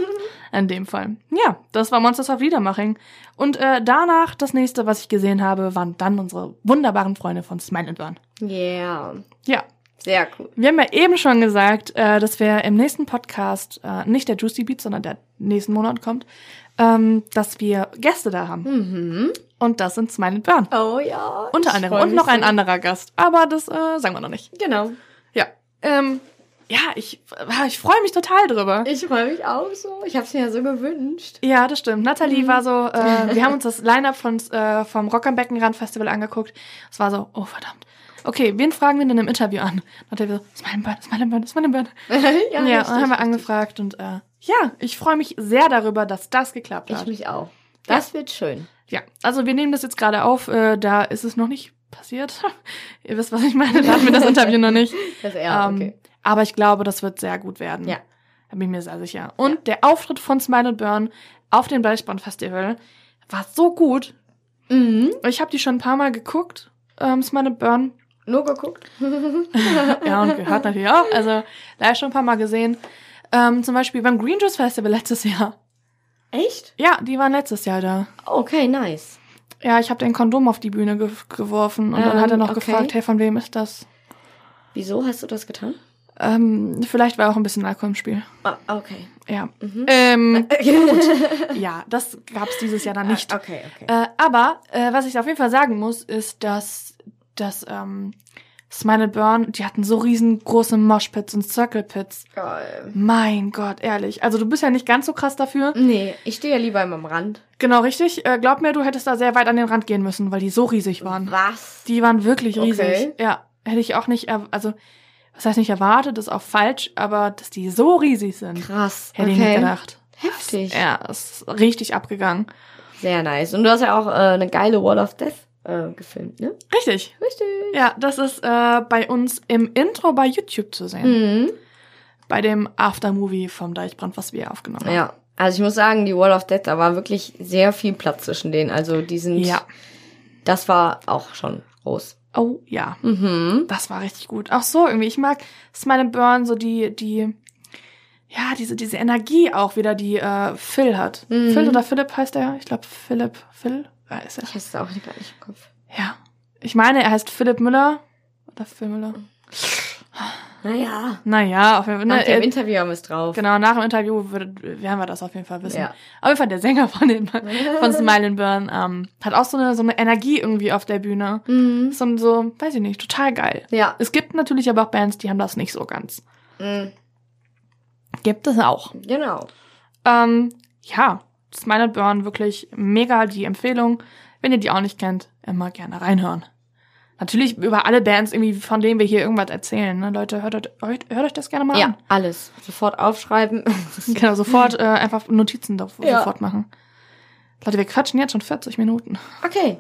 [SPEAKER 1] In dem Fall. Ja, das war Monsters of Liedermaching. Und äh, danach, das nächste, was ich gesehen habe, waren dann unsere wunderbaren Freunde von Smile and Burn.
[SPEAKER 2] Yeah.
[SPEAKER 1] Ja,
[SPEAKER 2] Sehr cool.
[SPEAKER 1] wir haben ja eben schon gesagt, äh, dass wir im nächsten Podcast, äh, nicht der Juicy Beat, sondern der nächsten Monat kommt, ähm, dass wir Gäste da haben.
[SPEAKER 2] Mhm.
[SPEAKER 1] Und das sind Smile and Burn.
[SPEAKER 2] Oh ja.
[SPEAKER 1] Unter
[SPEAKER 2] ich
[SPEAKER 1] anderem.
[SPEAKER 2] freu
[SPEAKER 1] Und
[SPEAKER 2] mich
[SPEAKER 1] noch ein
[SPEAKER 2] sehr.
[SPEAKER 1] anderer Gast. Aber das äh, sagen wir noch nicht.
[SPEAKER 2] Genau.
[SPEAKER 1] Ja. Ähm, ja, ich, äh, ich freue mich total drüber.
[SPEAKER 2] Ich freue mich auch so. Ich habe es mir ja so gewünscht.
[SPEAKER 1] Ja, das stimmt. Nathalie
[SPEAKER 2] Mhm.
[SPEAKER 1] war so, äh, wir haben uns das Line-Up von, äh, vom Rock am Beckenrand Festival angeguckt. Es war so, oh verdammt. Okay, wen fragen wir denn im Interview an? Nathalie so, Smile and Burn, Smile and Burn, Smile and Burn. Ja, und
[SPEAKER 2] ja, richtig,
[SPEAKER 1] dann haben wir
[SPEAKER 2] richtig.
[SPEAKER 1] angefragt und äh, ja, ich freue mich sehr darüber, dass das geklappt
[SPEAKER 2] Ich
[SPEAKER 1] hat.
[SPEAKER 2] mich auch. Das wird schön.
[SPEAKER 1] Ja, also wir nehmen das jetzt gerade auf, äh, da ist es noch nicht passiert. Ihr wisst, was ich meine, da hatten wir das Interview noch nicht.
[SPEAKER 2] Das ja,
[SPEAKER 1] Ähm,
[SPEAKER 2] okay.
[SPEAKER 1] Aber ich glaube, das wird sehr gut werden.
[SPEAKER 2] Ja.
[SPEAKER 1] Da bin ich mir sehr sicher. Und der Auftritt von Smile and Burn auf dem Deichbrand Festival war so gut.
[SPEAKER 2] Mhm.
[SPEAKER 1] Ich habe die schon ein paar Mal geguckt, ähm, Smile and Burn.
[SPEAKER 2] Nur geguckt.
[SPEAKER 1] Ja, und gehört natürlich auch. Also leider schon ein paar Mal gesehen. Ähm, zum Beispiel beim Green Juice Festival letztes Jahr.
[SPEAKER 2] Echt?
[SPEAKER 1] Ja, die waren letztes Jahr da.
[SPEAKER 2] Okay, nice.
[SPEAKER 1] Ja, ich habe den Kondom auf die Bühne ge geworfen und dann
[SPEAKER 2] Ähm,
[SPEAKER 1] hat er noch
[SPEAKER 2] okay.
[SPEAKER 1] gefragt, hey, von wem ist das?
[SPEAKER 2] Wieso hast du das getan?
[SPEAKER 1] Ähm, vielleicht war auch ein bisschen Alkohol im Spiel.
[SPEAKER 2] Ah, okay.
[SPEAKER 1] Ja.
[SPEAKER 2] Mhm.
[SPEAKER 1] Ähm,
[SPEAKER 2] Gut.
[SPEAKER 1] ja, das gab's dieses Jahr dann nicht.
[SPEAKER 2] Okay, okay.
[SPEAKER 1] Äh, aber äh, was ich auf jeden Fall sagen muss, ist, dass, dass ähm, Smile and Burn, die hatten so riesengroße Moshpits und Circle Pits.
[SPEAKER 2] Geil.
[SPEAKER 1] Mein Gott, ehrlich. Also du bist ja nicht ganz so krass dafür.
[SPEAKER 2] Nee, ich stehe ja lieber immer am Rand.
[SPEAKER 1] Genau, richtig. Äh, glaub mir, du hättest da sehr weit an den Rand gehen müssen, weil die so riesig waren.
[SPEAKER 2] Was?
[SPEAKER 1] Die waren wirklich riesig.
[SPEAKER 2] Okay.
[SPEAKER 1] Ja, hätte ich auch nicht, erw- also was heißt nicht erwartet, ist auch falsch, aber dass die so riesig sind,
[SPEAKER 2] Krass.
[SPEAKER 1] hätte ich nicht gedacht.
[SPEAKER 2] Heftig.
[SPEAKER 1] Ja, es ist richtig abgegangen.
[SPEAKER 2] Sehr nice. Und du hast ja auch äh, eine geile Wall of Death äh, gefilmt, ne?
[SPEAKER 1] Richtig.
[SPEAKER 2] Richtig.
[SPEAKER 1] Ja, das ist äh, bei uns im Intro bei YouTube zu sehen.
[SPEAKER 2] Mhm.
[SPEAKER 1] Bei dem Aftermovie vom Deichbrand, was wir aufgenommen haben.
[SPEAKER 2] Ja. Also ich muss sagen, die Wall of Death, da war wirklich sehr viel Platz zwischen denen. Also die sind,
[SPEAKER 1] Ja.
[SPEAKER 2] das war auch schon groß.
[SPEAKER 1] Oh ja,
[SPEAKER 2] Mhm.
[SPEAKER 1] das war richtig gut. Auch so irgendwie, ich mag Smile and Burn, so die, die, ja, diese, diese Energie auch wieder, die äh, Phil hat.
[SPEAKER 2] Mhm.
[SPEAKER 1] Phil oder Philipp heißt er? Ich glaube Philipp, Phil? Ja, ist er.
[SPEAKER 2] Ich weiß es auch gar nicht im Kopf.
[SPEAKER 1] Ja. Ich meine, er heißt Philipp Müller. Oder Phil Müller.
[SPEAKER 2] Naja.
[SPEAKER 1] Naja, auf jeden Fall.
[SPEAKER 2] Mhm. Nach
[SPEAKER 1] Ne,
[SPEAKER 2] dem
[SPEAKER 1] äh,
[SPEAKER 2] Interview haben wir es drauf.
[SPEAKER 1] genau, nach dem Interview würde, werden wir das auf jeden Fall wissen.
[SPEAKER 2] Ja.
[SPEAKER 1] Auf jeden Fall der Sänger von, den, von Smile and Burn ähm, hat auch so eine, so eine Energie irgendwie auf der Bühne.
[SPEAKER 2] Mhm.
[SPEAKER 1] So, so, weiß ich nicht, total geil.
[SPEAKER 2] Ja.
[SPEAKER 1] Es gibt natürlich aber auch Bands, die haben das nicht so ganz.
[SPEAKER 2] Mhm.
[SPEAKER 1] Gibt es auch.
[SPEAKER 2] Genau.
[SPEAKER 1] Ähm, ja, Smile and Burn wirklich mega die Empfehlung. Wenn ihr die auch nicht kennt, immer gerne reinhören. Natürlich über alle Bands irgendwie, von denen wir hier irgendwas erzählen. Ne? Leute, hört euch, hört euch das gerne mal an.
[SPEAKER 2] Ja, alles. Sofort aufschreiben.
[SPEAKER 1] Genau, sofort äh, einfach Notizen da
[SPEAKER 2] Ja.
[SPEAKER 1] sofort machen. Leute, wir quatschen jetzt schon 40 Minuten.
[SPEAKER 2] Okay.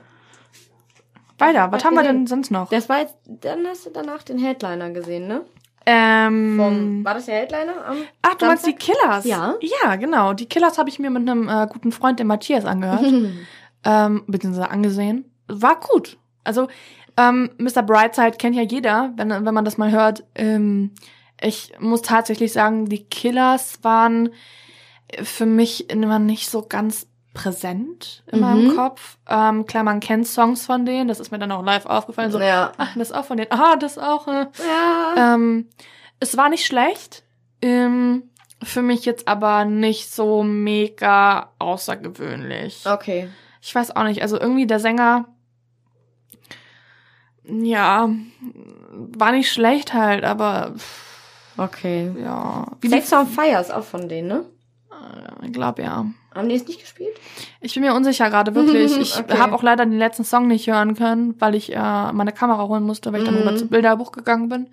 [SPEAKER 1] Weiter, was
[SPEAKER 2] Hab
[SPEAKER 1] haben wir
[SPEAKER 2] gesehen.
[SPEAKER 1] denn sonst noch?
[SPEAKER 2] Das war jetzt, dann hast du danach den Headliner gesehen, ne?
[SPEAKER 1] Ähm,
[SPEAKER 2] Vom, war das der Headliner? Am
[SPEAKER 1] Ach, du meinst die Killers?
[SPEAKER 2] Ja.
[SPEAKER 1] Ja, genau. Die Killers habe ich mir mit einem äh, guten Freund, dem Matthias, angehört.
[SPEAKER 2] die?
[SPEAKER 1] ähm, beziehungsweise angesehen. War gut. Also, ähm, Mr. Brightside kennt ja jeder, wenn, wenn man das mal hört. Ähm, ich muss tatsächlich sagen, die Killers waren für mich immer nicht so ganz präsent in meinem
[SPEAKER 2] Mhm.
[SPEAKER 1] Kopf. Ähm, klar, man kennt Songs von denen, das ist mir dann auch live aufgefallen. So,
[SPEAKER 2] ja.
[SPEAKER 1] ach, das auch von denen, ah, das auch. Äh.
[SPEAKER 2] Also, Ja.
[SPEAKER 1] Ähm, es war nicht schlecht. Ähm, für mich jetzt aber nicht so mega außergewöhnlich.
[SPEAKER 2] Okay.
[SPEAKER 1] Ich weiß auch nicht. Also irgendwie der Sänger, ja, war nicht schlecht halt, aber pff,
[SPEAKER 2] Okay.
[SPEAKER 1] ja. Wie die, äh,
[SPEAKER 2] Sex on Fire ist auch von denen, ne?
[SPEAKER 1] ich glaube ja.
[SPEAKER 2] Haben die es nicht gespielt?
[SPEAKER 1] Ich bin mir unsicher gerade wirklich. Ich
[SPEAKER 2] Okay.
[SPEAKER 1] habe auch leider den letzten Song nicht hören können, weil ich äh, meine Kamera holen musste, weil ich dann
[SPEAKER 2] Mhm.
[SPEAKER 1] rüber zum Bilderbuch gegangen bin.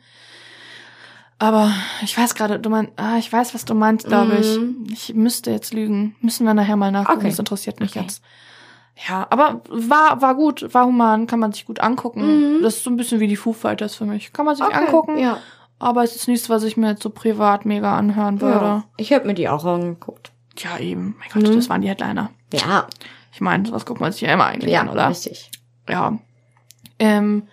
[SPEAKER 1] Aber ich weiß gerade, du meinst, ah, ich weiß, was du meinst, glaube
[SPEAKER 2] Mhm.
[SPEAKER 1] ich. Ich müsste jetzt lügen. Müssen wir nachher mal nachgucken.
[SPEAKER 2] Okay.
[SPEAKER 1] Das interessiert mich
[SPEAKER 2] Okay.
[SPEAKER 1] jetzt. Ja, aber war war gut, war human, kann man sich gut angucken.
[SPEAKER 2] Mhm.
[SPEAKER 1] Das ist so ein bisschen wie die Foo Fighters für mich. Kann man sich angucken,
[SPEAKER 2] Ja.
[SPEAKER 1] aber es ist nichts, was ich mir jetzt so privat mega anhören würde.
[SPEAKER 2] ja. Ich hab mir die auch angeguckt.
[SPEAKER 1] Ja, eben. Mein Gott,
[SPEAKER 2] Mhm.
[SPEAKER 1] das waren die Headliner.
[SPEAKER 2] Ja.
[SPEAKER 1] Ich meine, was guckt man sich ja immer eigentlich
[SPEAKER 2] Ja,
[SPEAKER 1] an, oder?
[SPEAKER 2] richtig.
[SPEAKER 1] Ja. Ähm,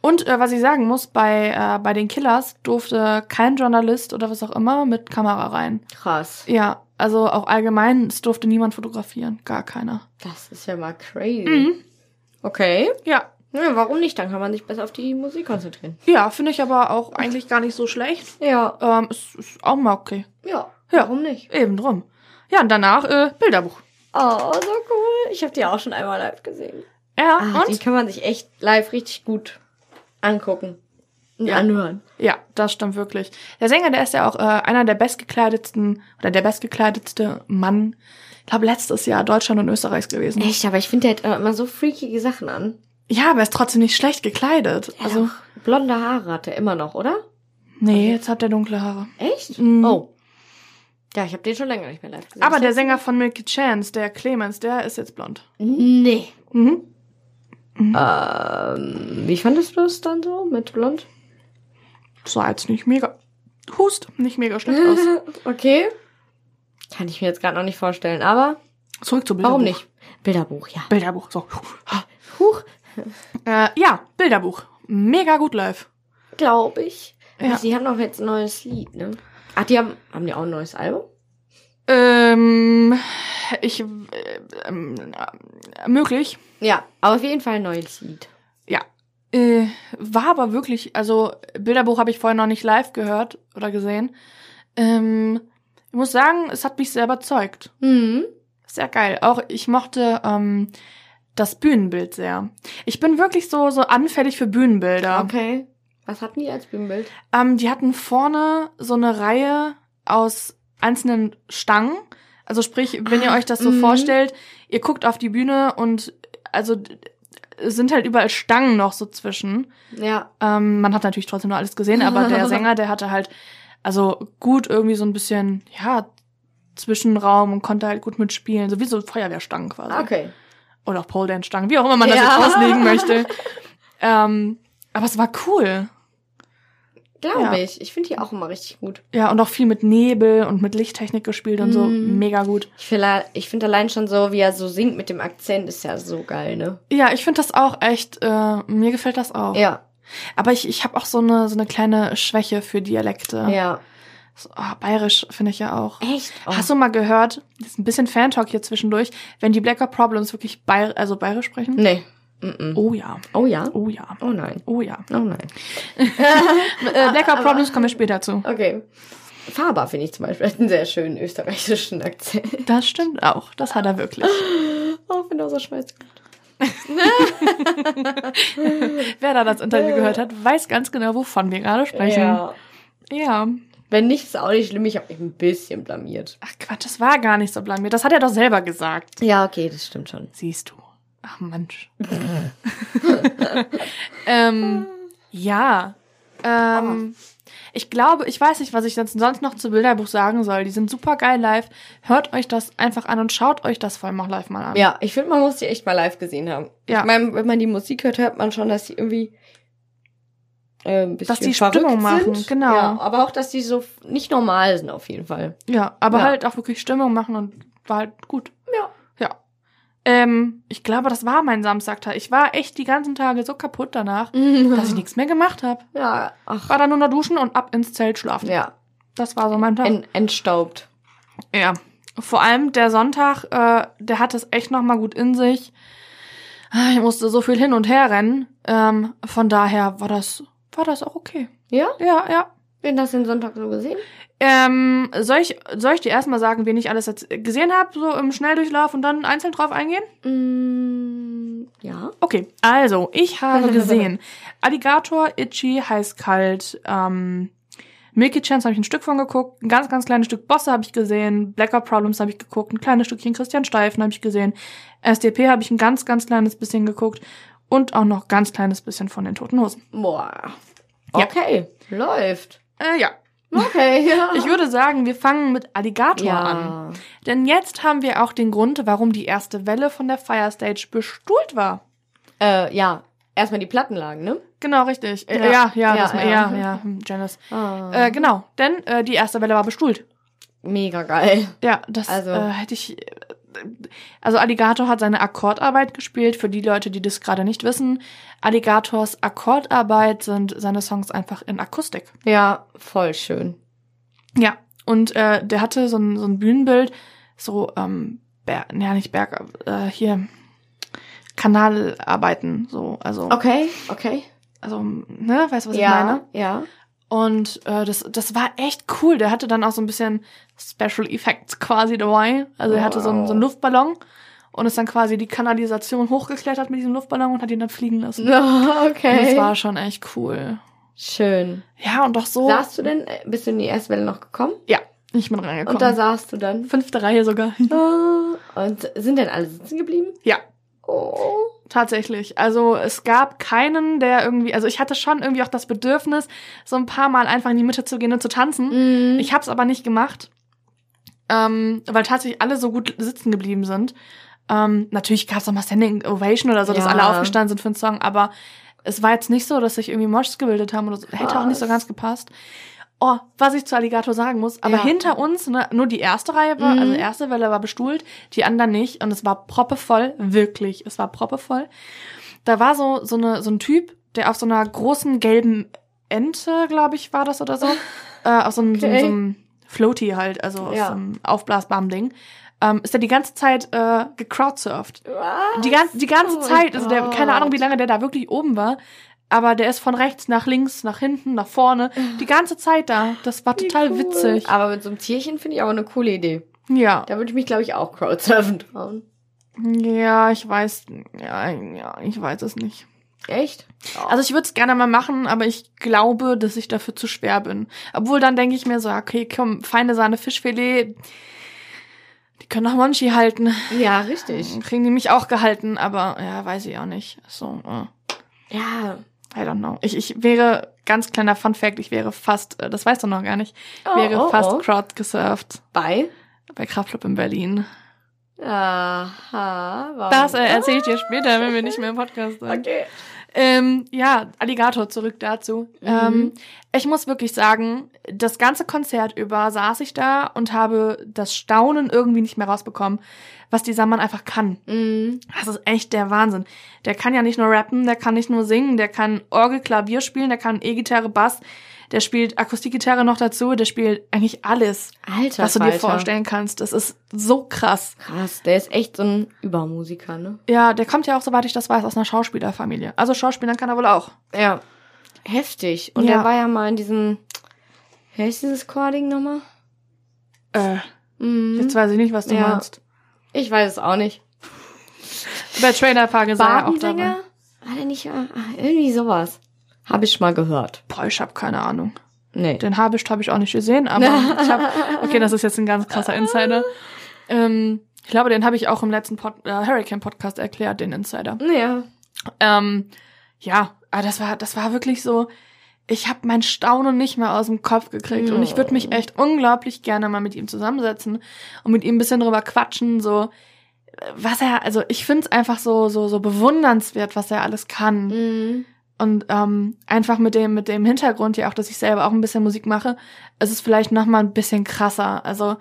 [SPEAKER 1] und äh, was ich sagen muss, bei, äh, bei den Killers durfte kein Journalist oder was auch immer mit Kamera rein.
[SPEAKER 2] Krass.
[SPEAKER 1] Ja, also auch allgemein, es durfte niemand fotografieren. Gar keiner.
[SPEAKER 2] Das ist ja mal crazy.
[SPEAKER 1] Mhm.
[SPEAKER 2] Okay.
[SPEAKER 1] Ja.
[SPEAKER 2] Ja, warum nicht? Dann kann man sich besser auf die Musik konzentrieren.
[SPEAKER 1] Ja, finde ich aber auch eigentlich gar nicht so schlecht.
[SPEAKER 2] Ja.
[SPEAKER 1] Ähm, es ist auch mal okay.
[SPEAKER 2] Ja.
[SPEAKER 1] Ja.
[SPEAKER 2] Warum nicht?
[SPEAKER 1] Eben drum. Ja, und danach äh, Bilderbuch.
[SPEAKER 2] Oh, so cool. Ich habe die auch schon einmal live gesehen.
[SPEAKER 1] Ja,
[SPEAKER 2] Ah,
[SPEAKER 1] und?
[SPEAKER 2] die kann man sich echt live richtig gut angucken und
[SPEAKER 1] Ja.
[SPEAKER 2] anhören.
[SPEAKER 1] Ja, das stimmt wirklich. Der Sänger, der ist ja auch äh, einer der bestgekleidetsten oder der bestgekleidetste Mann. Ich glaube, letztes Jahr Deutschland und Österreichs gewesen.
[SPEAKER 2] Echt, aber ich finde, der hat äh, immer so freakige Sachen an.
[SPEAKER 1] Ja, aber er ist trotzdem nicht schlecht gekleidet.
[SPEAKER 2] Der also,
[SPEAKER 1] also,
[SPEAKER 2] hat auch blonde Haare hat er immer noch, oder?
[SPEAKER 1] nee, jetzt hat er dunkle Haare.
[SPEAKER 2] Echt?
[SPEAKER 1] Mhm.
[SPEAKER 2] Oh. Ja, ich habe den schon länger nicht mehr live gesehen.
[SPEAKER 1] Aber der
[SPEAKER 2] Ist das-
[SPEAKER 1] Sänger von Milky Chance, der Clemens, der ist jetzt blond.
[SPEAKER 2] Nee.
[SPEAKER 1] Mhm.
[SPEAKER 2] Ähm, wie fandest du es dann so mit blond?
[SPEAKER 1] Sah jetzt nicht mega. Hust, nicht mega schlecht aus.
[SPEAKER 2] okay. Kann ich mir jetzt gerade noch nicht vorstellen, aber
[SPEAKER 1] Zurück zu Bilderbuch.
[SPEAKER 2] warum nicht? Bilderbuch, ja.
[SPEAKER 1] Bilderbuch, so.
[SPEAKER 2] Huch,
[SPEAKER 1] Äh, ja, Bilderbuch. Mega gut live.
[SPEAKER 2] glaube ich.
[SPEAKER 1] Ja.
[SPEAKER 2] Sie haben auch jetzt ein neues Lied, ne? Ach, die haben, haben die auch ein neues Album?
[SPEAKER 1] Ähm, ich, äh, ähm, äh, möglich.
[SPEAKER 2] Ja, aber auf jeden Fall ein neues Lied.
[SPEAKER 1] Äh, war aber wirklich, also Bilderbuch habe ich vorher noch nicht live gehört oder gesehen. Ähm, ich muss sagen, es hat mich sehr überzeugt.
[SPEAKER 2] Mhm.
[SPEAKER 1] Sehr geil. Auch ich mochte ähm, das Bühnenbild sehr. Ich bin wirklich so, so anfällig für Bühnenbilder.
[SPEAKER 2] Okay. Was hatten die als Bühnenbild?
[SPEAKER 1] Ähm, die hatten vorne so eine Reihe aus einzelnen Stangen. Also sprich, wenn ihr
[SPEAKER 2] Ah,
[SPEAKER 1] euch das so
[SPEAKER 2] mhm.
[SPEAKER 1] vorstellt, ihr guckt auf die Bühne und also d- es sind halt überall Stangen noch so zwischen.
[SPEAKER 2] Ja.
[SPEAKER 1] Ähm, man hat natürlich trotzdem nur alles gesehen, aber der Sänger, der hatte halt also gut irgendwie so ein bisschen, ja, Zwischenraum und konnte halt gut mitspielen. So wie so Feuerwehrstangen quasi
[SPEAKER 2] Ah, Okay.
[SPEAKER 1] oder auch Pole Dance Stangen, wie auch immer man das
[SPEAKER 2] Ja.
[SPEAKER 1] jetzt auslegen möchte. ähm, aber es war cool.
[SPEAKER 2] Glaube
[SPEAKER 1] Ja.
[SPEAKER 2] ich. Ich finde die auch immer richtig gut.
[SPEAKER 1] Ja, und auch viel mit Nebel und mit Lichttechnik gespielt und so.
[SPEAKER 2] Mhm.
[SPEAKER 1] Mega gut.
[SPEAKER 2] Ich finde ich find allein schon so, wie er so singt mit dem Akzent, ist ja so geil, ne?
[SPEAKER 1] Ja, ich finde das auch echt, äh, mir gefällt das auch.
[SPEAKER 2] Ja,
[SPEAKER 1] Aber ich, ich habe auch so eine, so eine kleine Schwäche für Dialekte.
[SPEAKER 2] ja.
[SPEAKER 1] So, oh, bayerisch finde ich ja auch.
[SPEAKER 2] Echt? Oh.
[SPEAKER 1] Hast du mal gehört, das ist ein bisschen Fan-Talk hier zwischendurch, wenn die Blacker Problems wirklich bayer, also bayerisch sprechen?
[SPEAKER 2] Nee. Mm-mm.
[SPEAKER 1] Oh ja,
[SPEAKER 2] Oh ja?
[SPEAKER 1] oh ja,
[SPEAKER 2] Oh nein.
[SPEAKER 1] oh ja.
[SPEAKER 2] Oh nein.
[SPEAKER 1] Äh, Blacker Problems kommen wir später zu.
[SPEAKER 2] Okay. Faber finde ich zum Beispiel hat einen sehr schönen österreichischen Akzent.
[SPEAKER 1] Das stimmt auch, das hat er wirklich.
[SPEAKER 2] Oh, finde auch so schmeiß.
[SPEAKER 1] Wer da das Interview gehört hat, weiß ganz genau, wovon wir gerade sprechen.
[SPEAKER 2] Ja.
[SPEAKER 1] ja.
[SPEAKER 2] Wenn nicht, ist auch nicht schlimm. Ich habe mich ein bisschen blamiert.
[SPEAKER 1] Ach Quatsch, das war gar nicht so blamiert. Das hat er doch selber gesagt.
[SPEAKER 2] Ja, okay, das stimmt schon.
[SPEAKER 1] Siehst du. Ach Mensch. ähm, ja. Ähm, Ich glaube, ich weiß nicht, was ich sonst sonst noch zu Bilderbuch sagen soll. Die sind super geil live. Hört euch das einfach an und schaut euch das vor allem auch live mal an.
[SPEAKER 2] Ja, ich finde, man muss die echt mal live gesehen haben.
[SPEAKER 1] Ja.
[SPEAKER 2] Ich meine, wenn man die Musik hört, hört man schon, dass die irgendwie äh, ein bisschen
[SPEAKER 1] Dass die
[SPEAKER 2] verrückt
[SPEAKER 1] Stimmung machen,
[SPEAKER 2] sind.
[SPEAKER 1] genau.
[SPEAKER 2] Ja, aber auch, dass die so f- nicht normal sind auf jeden Fall.
[SPEAKER 1] Ja, aber
[SPEAKER 2] Ja.
[SPEAKER 1] halt auch wirklich Stimmung machen und war halt gut.
[SPEAKER 2] Ja.
[SPEAKER 1] Ja. Ähm, ich glaube, das war mein Samstagtag. Ich war echt die ganzen Tage so kaputt danach, dass ich nichts mehr gemacht habe.
[SPEAKER 2] Ja, ach.
[SPEAKER 1] War dann nur noch duschen und ab ins Zelt schlafen.
[SPEAKER 2] Ja,
[SPEAKER 1] Das war so mein Tag.
[SPEAKER 2] en entstaubt.
[SPEAKER 1] Ja. Vor allem der Sonntag, äh, der hat es echt nochmal gut in sich. Ah, Ich musste so viel hin und her rennen. Ähm, von daher war das, war das auch okay.
[SPEAKER 2] Ja?
[SPEAKER 1] Ja, ja.
[SPEAKER 2] Wen hast du den Sonntag so gesehen?
[SPEAKER 1] Ähm, soll ich, soll ich dir erstmal sagen, wen ich alles jetzt gesehen habe, so im Schnelldurchlauf und dann einzeln drauf eingehen?
[SPEAKER 2] Mm, ja.
[SPEAKER 1] Okay, also, ich habe gesehen. Alligator, Itchy, heiß kalt, ähm, Milky Chance habe ich ein Stück von geguckt, ein ganz, ganz kleines Stück Bosse habe ich gesehen, Blackout Problems habe ich geguckt, ein kleines Stückchen Christian Steifen habe ich gesehen, SDP habe ich ein ganz, ganz kleines bisschen geguckt und auch noch ganz kleines bisschen von den Toten Hosen.
[SPEAKER 2] Boah.
[SPEAKER 1] Ja.
[SPEAKER 2] Okay, läuft.
[SPEAKER 1] Äh, ja.
[SPEAKER 2] Okay, ja.
[SPEAKER 1] Ich würde sagen, wir fangen mit Alligator
[SPEAKER 2] Ah. ja.
[SPEAKER 1] an. Denn jetzt haben wir auch den Grund, warum die erste Welle von der Firestage bestuhlt war.
[SPEAKER 2] Äh, ja, erstmal die Plattenlagen, ne?
[SPEAKER 1] Genau, richtig. Äh, ja,
[SPEAKER 2] Ja.
[SPEAKER 1] ja,
[SPEAKER 2] Ja,
[SPEAKER 1] das, ja,
[SPEAKER 2] ja.
[SPEAKER 1] ja, ja, hm, Janice.
[SPEAKER 2] Ah,
[SPEAKER 1] Äh, genau, denn äh, die erste Welle war bestuhlt.
[SPEAKER 2] mega geil.
[SPEAKER 1] Ja, das
[SPEAKER 2] Also-
[SPEAKER 1] äh, hätte ich. Also Alligator hat seine Akkordarbeit gespielt. Für die Leute, die das gerade nicht wissen, Alligators Akkordarbeit sind seine Songs einfach in Akustik.
[SPEAKER 2] Ja, voll schön.
[SPEAKER 1] Ja, und äh, der hatte so ein, so ein Bühnenbild, so, ähm, Ber ja, nicht Berg, äh, hier, Kanalarbeiten, so, also,
[SPEAKER 2] Okay, okay.
[SPEAKER 1] also, ne, weißt du, was ich meine?
[SPEAKER 2] ja, ja.
[SPEAKER 1] Und äh, das, das war echt cool. Der hatte dann auch so ein bisschen Special Effects quasi dabei. Also er hatte so einen, so einen
[SPEAKER 2] Wow.
[SPEAKER 1] Luftballon und ist dann quasi die Kanalisation hochgeklettert mit diesem Luftballon und hat ihn dann fliegen lassen.
[SPEAKER 2] Oh, okay.
[SPEAKER 1] Und das war Oh. schon echt cool.
[SPEAKER 2] schön.
[SPEAKER 1] Ja, und doch so.
[SPEAKER 2] Saßt du denn, äh, bist du in die erste Welle noch gekommen?
[SPEAKER 1] Ja, ich bin reingekommen.
[SPEAKER 2] Und da saßt du dann.
[SPEAKER 1] Fünfte Reihe sogar.
[SPEAKER 2] Ah, Und sind denn alle sitzen geblieben?
[SPEAKER 1] ja,
[SPEAKER 2] Oh.
[SPEAKER 1] tatsächlich. Also es gab keinen, der irgendwie, also ich hatte schon irgendwie auch das Bedürfnis, so ein paar Mal einfach in die Mitte zu gehen und zu tanzen.
[SPEAKER 2] Mhm.
[SPEAKER 1] Ich habe es aber nicht gemacht, ähm, weil tatsächlich alle so gut sitzen geblieben sind. Ähm, natürlich gab es mal Standing Ovation oder so, dass
[SPEAKER 2] Ja.
[SPEAKER 1] alle aufgestanden sind für einen Song, aber es war jetzt nicht so, dass sich irgendwie Moshs gebildet haben oder so. Hätte auch nicht so
[SPEAKER 2] Krass.
[SPEAKER 1] ganz gepasst. Oh, was ich zu Alligator sagen muss, aber
[SPEAKER 2] Ja.
[SPEAKER 1] hinter uns, ne, nur die erste Reihe war,
[SPEAKER 2] Mhm.
[SPEAKER 1] also erste Welle war bestuhlt, die anderen nicht und es war proppevoll, wirklich, es war proppevoll. Da war so, so, eine, so ein Typ, der auf so einer großen gelben Ente, glaube ich, war das oder so, äh, auf so einem, so, einem-
[SPEAKER 2] Okay.
[SPEAKER 1] so einem Floaty halt, also auf
[SPEAKER 2] Ja.
[SPEAKER 1] so einem aufblasbaren Ding, ähm, ist der die ganze Zeit äh, gecrowdsurft.
[SPEAKER 2] Was?
[SPEAKER 1] Die, gan die ganze
[SPEAKER 2] Oh mein
[SPEAKER 1] Zeit, also der,
[SPEAKER 2] Gott.
[SPEAKER 1] keine Ahnung, wie lange der da wirklich oben war, aber der ist von rechts nach links, nach hinten, nach vorne, die ganze Zeit da. Das war
[SPEAKER 2] Wie
[SPEAKER 1] total
[SPEAKER 2] cool.
[SPEAKER 1] witzig.
[SPEAKER 2] Aber mit so einem Tierchen finde ich aber eine coole Idee.
[SPEAKER 1] Ja.
[SPEAKER 2] Da würde ich mich, glaube ich, auch crowdsurfen trauen.
[SPEAKER 1] Ja, ich weiß, ja, ja, ich weiß es nicht.
[SPEAKER 2] Echt?
[SPEAKER 1] Also ich würde es gerne mal machen, aber ich glaube, dass ich dafür zu schwer bin. Obwohl dann denke ich mir so, okay, komm, feine Sahne Fischfilet, die können auch Monchi halten.
[SPEAKER 2] ja, richtig.
[SPEAKER 1] Dann Kriegen die mich auch gehalten, aber ja, weiß ich auch nicht. So, äh,
[SPEAKER 2] Ja.
[SPEAKER 1] I don't know. Ich, ich wäre, ganz kleiner Fun Fact, ich wäre fast, äh, das weißt du noch gar nicht,
[SPEAKER 2] Oh,
[SPEAKER 1] wäre
[SPEAKER 2] oh,
[SPEAKER 1] fast
[SPEAKER 2] oh.
[SPEAKER 1] crowd gesurft
[SPEAKER 2] Bei?
[SPEAKER 1] bei Kraftclub in Berlin.
[SPEAKER 2] Aha. Warum?
[SPEAKER 1] äh, Das äh, erzähle ich dir später, wenn wir nicht mehr im Podcast sind.
[SPEAKER 2] Okay.
[SPEAKER 1] Ähm, ja, Alligator zurück dazu. Ähm, ich muss wirklich sagen, das ganze Konzert über saß ich da und habe das Staunen irgendwie nicht mehr rausbekommen, was dieser Mann einfach kann.
[SPEAKER 2] Mhm.
[SPEAKER 1] Das ist echt der Wahnsinn. Der kann ja nicht nur rappen, der kann nicht nur singen, der kann Orgel, Klavier spielen, der kann E-Gitarre, Bass, der spielt Akustikgitarre noch dazu, der spielt eigentlich alles,
[SPEAKER 2] Alter,
[SPEAKER 1] was du dir
[SPEAKER 2] Falter.
[SPEAKER 1] vorstellen kannst. Das ist so krass.
[SPEAKER 2] Krass, der ist echt so ein Übermusiker, ne?
[SPEAKER 1] Ja, der kommt ja auch, soweit ich das weiß, aus einer Schauspielerfamilie. Also Schauspielern kann er wohl auch.
[SPEAKER 2] Ja. Heftig. Und
[SPEAKER 1] Ja.
[SPEAKER 2] der war ja mal in diesem. Wer ist dieses Chording nochmal?
[SPEAKER 1] Äh,
[SPEAKER 2] Mhm.
[SPEAKER 1] jetzt weiß ich nicht, was du
[SPEAKER 2] Ja.
[SPEAKER 1] meinst.
[SPEAKER 2] Ich weiß es auch nicht.
[SPEAKER 1] Bei Trailer Park ist er ja auch dabei.
[SPEAKER 2] Badendinger? War der nicht. Ah, irgendwie sowas. Habe ich mal gehört.
[SPEAKER 1] Boah, ich hab keine Ahnung.
[SPEAKER 2] Nee.
[SPEAKER 1] Den Habicht habe ich auch nicht gesehen, aber ich hab, okay, das ist jetzt ein ganz krasser Insider. Ähm, ich glaube, den habe ich auch im letzten Pod äh, Hurricane Podcast erklärt, den Insider.
[SPEAKER 2] Ja.
[SPEAKER 1] Ähm, ja, aber das war das war wirklich so. Ich habe mein Staunen nicht mehr aus dem Kopf gekriegt und ich würde mich echt unglaublich gerne mal mit ihm zusammensetzen und mit ihm ein bisschen drüber quatschen, so äh, was er, also ich find's einfach so so so bewundernswert, was er alles kann.
[SPEAKER 2] Mhm.
[SPEAKER 1] Und ähm, einfach mit dem, mit dem Hintergrund ja auch, dass ich selber auch ein bisschen Musik mache, es ist vielleicht noch mal ein bisschen krasser. Also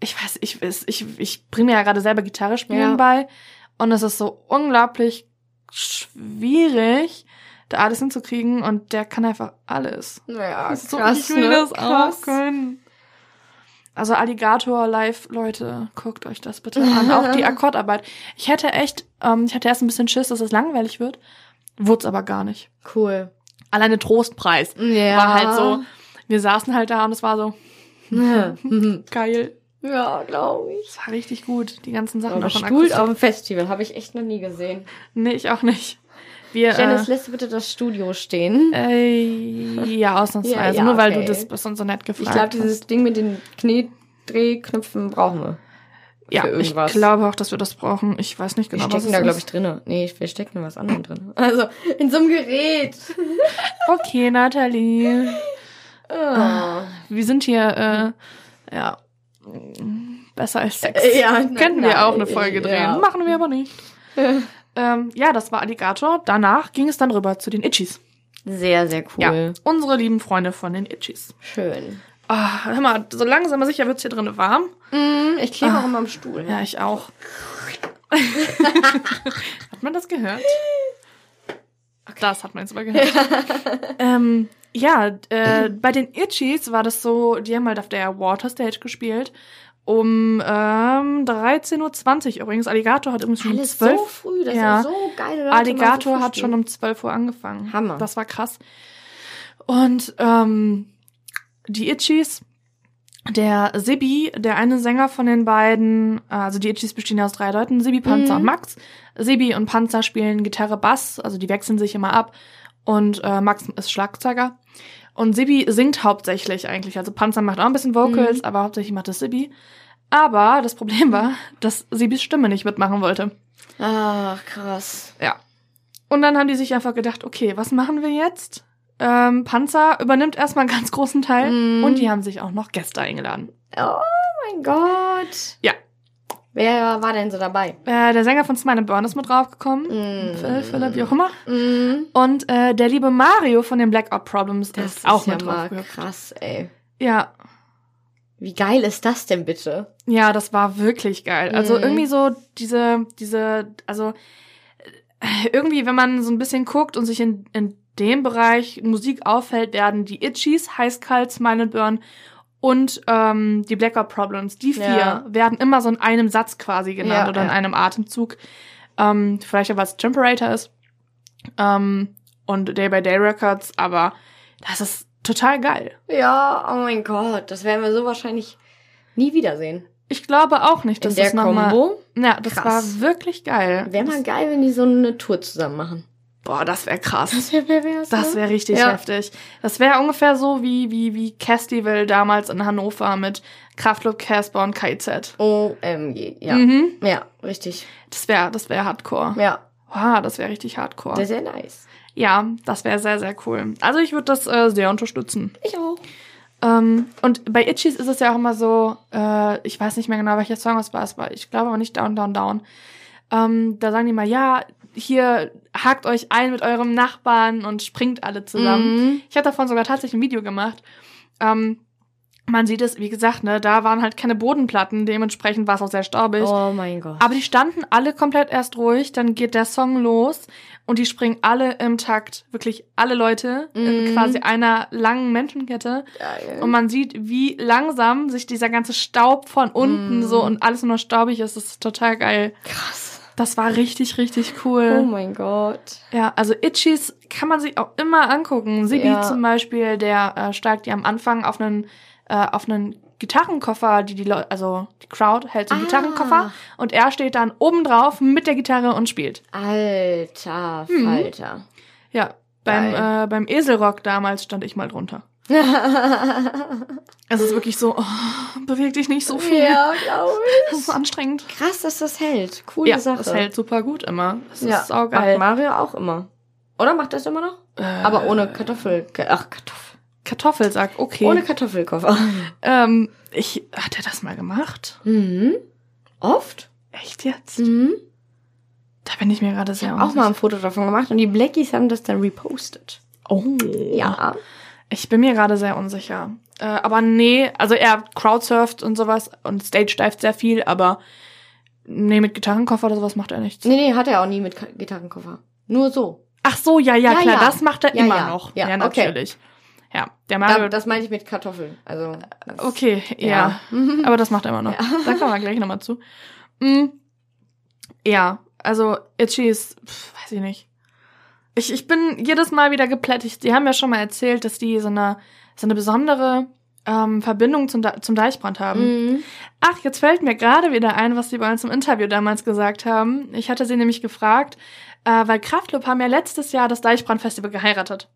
[SPEAKER 1] ich weiß, ich weiß, ich, ich bringe mir ja gerade selber Gitarre spielen
[SPEAKER 2] Ja.
[SPEAKER 1] bei und es ist so unglaublich schwierig, da alles hinzukriegen und der kann einfach alles.
[SPEAKER 2] Naja,
[SPEAKER 1] Das ist so,
[SPEAKER 2] krass,
[SPEAKER 1] ich will
[SPEAKER 2] ne?
[SPEAKER 1] das
[SPEAKER 2] krass.
[SPEAKER 1] auch können. Also Alligator live, Leute, guckt euch das bitte an. Auch die Akkordarbeit. Ich hätte echt, ähm, ich hatte erst ein bisschen Schiss, dass es langweilig wird. Wurd's aber gar nicht
[SPEAKER 2] Cool.
[SPEAKER 1] alleine Trostpreis.
[SPEAKER 2] Ja.
[SPEAKER 1] War halt so, wir saßen halt da und es war so
[SPEAKER 2] so.
[SPEAKER 1] geil.
[SPEAKER 2] ja, glaube ich.
[SPEAKER 1] Es war richtig gut, die ganzen Sachen von
[SPEAKER 2] Aber Stuhl
[SPEAKER 1] Akustik.
[SPEAKER 2] auf dem Festival habe ich echt noch nie gesehen.
[SPEAKER 1] Nee, ich auch nicht. Wir,
[SPEAKER 2] Janice,
[SPEAKER 1] äh,
[SPEAKER 2] lässt bitte das Studio stehen.
[SPEAKER 1] äh, ja, ausnahmsweise.
[SPEAKER 2] Ja, ja,
[SPEAKER 1] Nur weil du
[SPEAKER 2] okay.
[SPEAKER 1] das bist und so nett gefragt
[SPEAKER 2] ich glaube,
[SPEAKER 1] hast.
[SPEAKER 2] dieses Ding mit den Kniedrehknöpfen brauchen wir.
[SPEAKER 1] Ja,
[SPEAKER 2] für
[SPEAKER 1] ich
[SPEAKER 2] irgendwas.
[SPEAKER 1] glaube auch, dass wir das brauchen. Ich weiß nicht
[SPEAKER 2] Wir
[SPEAKER 1] genau, was
[SPEAKER 2] stecken da,
[SPEAKER 1] es
[SPEAKER 2] glaube ich,
[SPEAKER 1] ist.
[SPEAKER 2] drinne. Nee, wir stecken in was anderem drin. Also, in so einem Gerät.
[SPEAKER 1] Okay, Nathalie.
[SPEAKER 2] Oh.
[SPEAKER 1] Wir sind hier, äh, ja, besser als Sex.
[SPEAKER 2] Äh, ja, na-
[SPEAKER 1] Könnten wir
[SPEAKER 2] nein,
[SPEAKER 1] auch eine Folge drehen.
[SPEAKER 2] ja.
[SPEAKER 1] Machen wir aber nicht. ähm, ja, das war Alligator. Danach ging es dann rüber zu den Itchies.
[SPEAKER 2] Sehr, sehr
[SPEAKER 1] Ja,
[SPEAKER 2] cool.
[SPEAKER 1] unsere lieben Freunde von den Itchies.
[SPEAKER 2] Schön.
[SPEAKER 1] Ah, hör mal, so langsam aber sicher wird's hier drin warm.
[SPEAKER 2] Mm, ich klebe auch immer am Stuhl.
[SPEAKER 1] Mhm. Ah. Ja, ich auch. hat man das gehört? Das hat man jetzt mal gehört. ähm, ja, äh, bei den Itchies war das so, die haben halt auf der Water Stage gespielt. Um ähm, 13.20 Uhr übrigens. Alligator hat übrigens schon um
[SPEAKER 2] Alles
[SPEAKER 1] 12
[SPEAKER 2] so früh, das
[SPEAKER 1] ja.
[SPEAKER 2] ist so geil. Leute,
[SPEAKER 1] Alligator
[SPEAKER 2] mal so
[SPEAKER 1] hat schon um 12 Uhr angefangen.
[SPEAKER 2] Hammer.
[SPEAKER 1] Das war krass. Und ähm, die Itchies, der Sibi, der eine Sänger von den beiden, also die Itchies bestehen ja aus drei Leuten, Sibi, Panzer
[SPEAKER 2] Mhm.
[SPEAKER 1] und Max. Sibi und Panzer spielen Gitarre, Bass, also die wechseln sich immer ab. Und äh, Max ist Schlagzeuger. Und Sibi singt hauptsächlich eigentlich. Also Panzer macht auch ein bisschen Vocals,
[SPEAKER 2] Mhm.
[SPEAKER 1] aber hauptsächlich macht es Sibi. Aber das Problem war, dass Sibis Stimme nicht mitmachen wollte.
[SPEAKER 2] frühstücken. Ach, krass.
[SPEAKER 1] Ja. Und dann haben die sich einfach gedacht, okay, was machen wir jetzt? Ähm, Panzer übernimmt erstmal einen ganz großen Teil
[SPEAKER 2] Mhm.
[SPEAKER 1] und die haben sich auch noch Gäste eingeladen.
[SPEAKER 2] Oh mein Gott.
[SPEAKER 1] Ja.
[SPEAKER 2] Wer war denn so dabei?
[SPEAKER 1] Äh, der Sänger von Smiley Burn ist mit draufgekommen.
[SPEAKER 2] Mm.
[SPEAKER 1] Phil, Philip, wie auch immer.
[SPEAKER 2] Mm.
[SPEAKER 1] Und äh, der liebe Mario von den Blackout Problems
[SPEAKER 2] Das
[SPEAKER 1] ist auch
[SPEAKER 2] ja
[SPEAKER 1] mit
[SPEAKER 2] mal
[SPEAKER 1] draufgekommen.
[SPEAKER 2] krass, ey.
[SPEAKER 1] Ja.
[SPEAKER 2] Wie geil ist das denn bitte?
[SPEAKER 1] Ja, das war wirklich geil. Also
[SPEAKER 2] Mhm.
[SPEAKER 1] irgendwie so diese, diese, also äh, irgendwie, wenn man so ein bisschen guckt und sich in, in dem Bereich Musik auffällt, werden die Itchies, Heißkalt, Smile and Burn und ähm, die Blackout Problems, die vier
[SPEAKER 2] Ja.
[SPEAKER 1] werden immer so in einem Satz quasi genannt
[SPEAKER 2] Ja,
[SPEAKER 1] oder in
[SPEAKER 2] ja.
[SPEAKER 1] einem Atemzug. Ähm, vielleicht auch, weil es Temperator ist ähm, und Day by Day Records, aber das ist total geil.
[SPEAKER 2] Ja, oh mein Gott, das werden wir so wahrscheinlich nie wiedersehen.
[SPEAKER 1] Ich glaube auch nicht, dass
[SPEAKER 2] In der
[SPEAKER 1] das nochmal...
[SPEAKER 2] Combo.
[SPEAKER 1] Ja, das
[SPEAKER 2] Krass.
[SPEAKER 1] war wirklich geil.
[SPEAKER 2] Wäre mal geil, wenn die so eine Tour zusammen machen.
[SPEAKER 1] Boah, das wäre krass.
[SPEAKER 2] wäre pervers.
[SPEAKER 1] Das wäre richtig
[SPEAKER 2] Ja.
[SPEAKER 1] heftig. Das wäre ungefähr so wie wie wie Castival damals in Hannover mit Kraftclub Casper und KIZ.
[SPEAKER 2] OMG, ja.
[SPEAKER 1] Mhm.
[SPEAKER 2] Ja, richtig.
[SPEAKER 1] Das wäre das wäre Hardcore.
[SPEAKER 2] Ja,
[SPEAKER 1] Wow, das wäre richtig Hardcore.
[SPEAKER 2] das ist ja nice.
[SPEAKER 1] ja, das wäre sehr sehr cool. Also ich würde das äh, sehr unterstützen.
[SPEAKER 2] Ich auch.
[SPEAKER 1] Ähm, und bei Itchies ist es ja auch immer so, äh, ich weiß nicht mehr genau, welcher Song es war, es war, ich glaube aber nicht Down, Down, Down. Ähm, da sagen die mal, ja, hier hackt euch ein mit eurem Nachbarn und springt alle zusammen.
[SPEAKER 2] Mhm.
[SPEAKER 1] Ich habe davon sogar tatsächlich ein Video gemacht. Ähm, man sieht es, wie gesagt, ne, da waren halt keine Bodenplatten, dementsprechend war es auch sehr staubig.
[SPEAKER 2] Oh mein Gott.
[SPEAKER 1] Aber die standen alle komplett erst ruhig, dann geht der Song los und die springen alle im Takt, wirklich alle Leute, in
[SPEAKER 2] Mhm.
[SPEAKER 1] quasi einer langen Menschenkette. Und man sieht, wie langsam sich dieser ganze Staub von unten
[SPEAKER 2] Mhm.
[SPEAKER 1] so und alles nur noch staubig ist. Das ist total geil.
[SPEAKER 2] krass.
[SPEAKER 1] Das war richtig, richtig
[SPEAKER 2] Oh
[SPEAKER 1] cool.
[SPEAKER 2] mein Gott.
[SPEAKER 1] ja, also Itchies kann man sich auch immer angucken. Sibi
[SPEAKER 2] Ja.
[SPEAKER 1] zum Beispiel, der äh, steigt ja am Anfang auf einen, äh, auf einen Gitarrenkoffer, die die Leute, also die Crowd hält so einen
[SPEAKER 2] Ah.
[SPEAKER 1] Gitarrenkoffer und er steht dann oben drauf mit der Gitarre und spielt.
[SPEAKER 2] Alter
[SPEAKER 1] Mhm.
[SPEAKER 2] Falter.
[SPEAKER 1] Ja, beim,
[SPEAKER 2] Geil.
[SPEAKER 1] äh, beim Eselrock damals stand ich mal drunter. Es ist wirklich so, oh, beweg dich nicht so viel.
[SPEAKER 2] ja, glaube
[SPEAKER 1] Das ist so anstrengend.
[SPEAKER 2] ich. Krass, dass das hält. Coole
[SPEAKER 1] Ja,
[SPEAKER 2] Sache.
[SPEAKER 1] das hält super gut immer. Das
[SPEAKER 2] ja,
[SPEAKER 1] ist saugeil.
[SPEAKER 2] Macht Mario auch immer. Oder macht das immer noch?
[SPEAKER 1] Äh,
[SPEAKER 2] Aber ohne Kartoffel. Ach, Kartoffel.
[SPEAKER 1] Kartoffelsack, okay.
[SPEAKER 2] Ohne Kartoffelkoffer.
[SPEAKER 1] ähm, ich, hat er das mal gemacht?
[SPEAKER 2] Mhm. Oft?
[SPEAKER 1] Echt jetzt?
[SPEAKER 2] Mhm.
[SPEAKER 1] Da bin ich mir gerade
[SPEAKER 2] Ich
[SPEAKER 1] sehr
[SPEAKER 2] habe auch mal ein Foto davon gemacht und die Blackies haben das dann repostet.
[SPEAKER 1] Oh.
[SPEAKER 2] Ja.
[SPEAKER 1] Ich bin mir gerade sehr unsicher. Äh, aber nee, also er crowdsurft und sowas und stage dived sehr viel, aber nee, mit Gitarrenkoffer oder sowas macht er nichts.
[SPEAKER 2] Nee, nee, hat er auch nie mit Ka- Gitarrenkoffer. Nur so.
[SPEAKER 1] Ach so, ja, ja,
[SPEAKER 2] Ja,
[SPEAKER 1] klar,
[SPEAKER 2] ja.
[SPEAKER 1] das macht er
[SPEAKER 2] Ja,
[SPEAKER 1] immer
[SPEAKER 2] ja.
[SPEAKER 1] noch. Ja,
[SPEAKER 2] Ja, okay.
[SPEAKER 1] natürlich. Ja, der Mario.
[SPEAKER 2] Da, das meine ich mit Kartoffeln. Also. das-
[SPEAKER 1] okay, ja. Ähm,
[SPEAKER 2] Ja. Mhm.
[SPEAKER 1] Aber das macht er immer noch.
[SPEAKER 2] Ja.
[SPEAKER 1] Da kommen wir gleich nochmal zu. Mm, ja, also Itchy ist, pf, weiß ich nicht. Ich, ich bin jedes Mal wieder geplättigt. Die haben ja schon mal erzählt, dass die so eine, so eine besondere ähm, Verbindung zum, Da- zum Deichbrand haben.
[SPEAKER 2] Mhm.
[SPEAKER 1] Ach, jetzt fällt mir gerade wieder ein, was die bei uns im Interview damals gesagt haben. Ich hatte sie nämlich gefragt, äh, weil Kraftklub haben ja letztes Jahr das Deichbrandfestival geheiratet.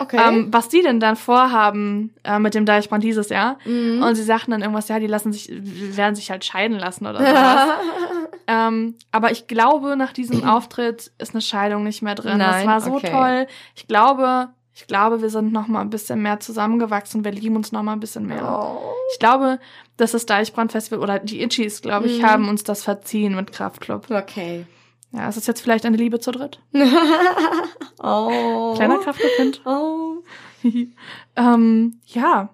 [SPEAKER 2] Okay.
[SPEAKER 1] Ähm, was die denn dann vorhaben äh, mit dem Deichbrand dieses Jahr?
[SPEAKER 2] Mhm.
[SPEAKER 1] Und sie sagten dann irgendwas, ja, die lassen sich, werden sich halt scheiden lassen oder sowas. ähm, aber ich glaube, nach diesem Auftritt ist eine Scheidung nicht mehr drin. das
[SPEAKER 2] Nein,
[SPEAKER 1] war so
[SPEAKER 2] okay.
[SPEAKER 1] toll. Ich glaube, ich glaube, wir sind noch mal ein bisschen mehr zusammengewachsen. Wir lieben uns noch mal ein bisschen mehr.
[SPEAKER 2] Oh.
[SPEAKER 1] Ich glaube, dass das Deichbrandfestival oder die Itchies, glaube ich,
[SPEAKER 2] Mhm.
[SPEAKER 1] haben uns das verziehen mit Kraftklub.
[SPEAKER 2] Okay.
[SPEAKER 1] Ja, es ist jetzt vielleicht eine Liebe zu dritt.
[SPEAKER 2] oh.
[SPEAKER 1] Kleiner Kraftklub-Hint.
[SPEAKER 2] Oh.
[SPEAKER 1] ähm, ja.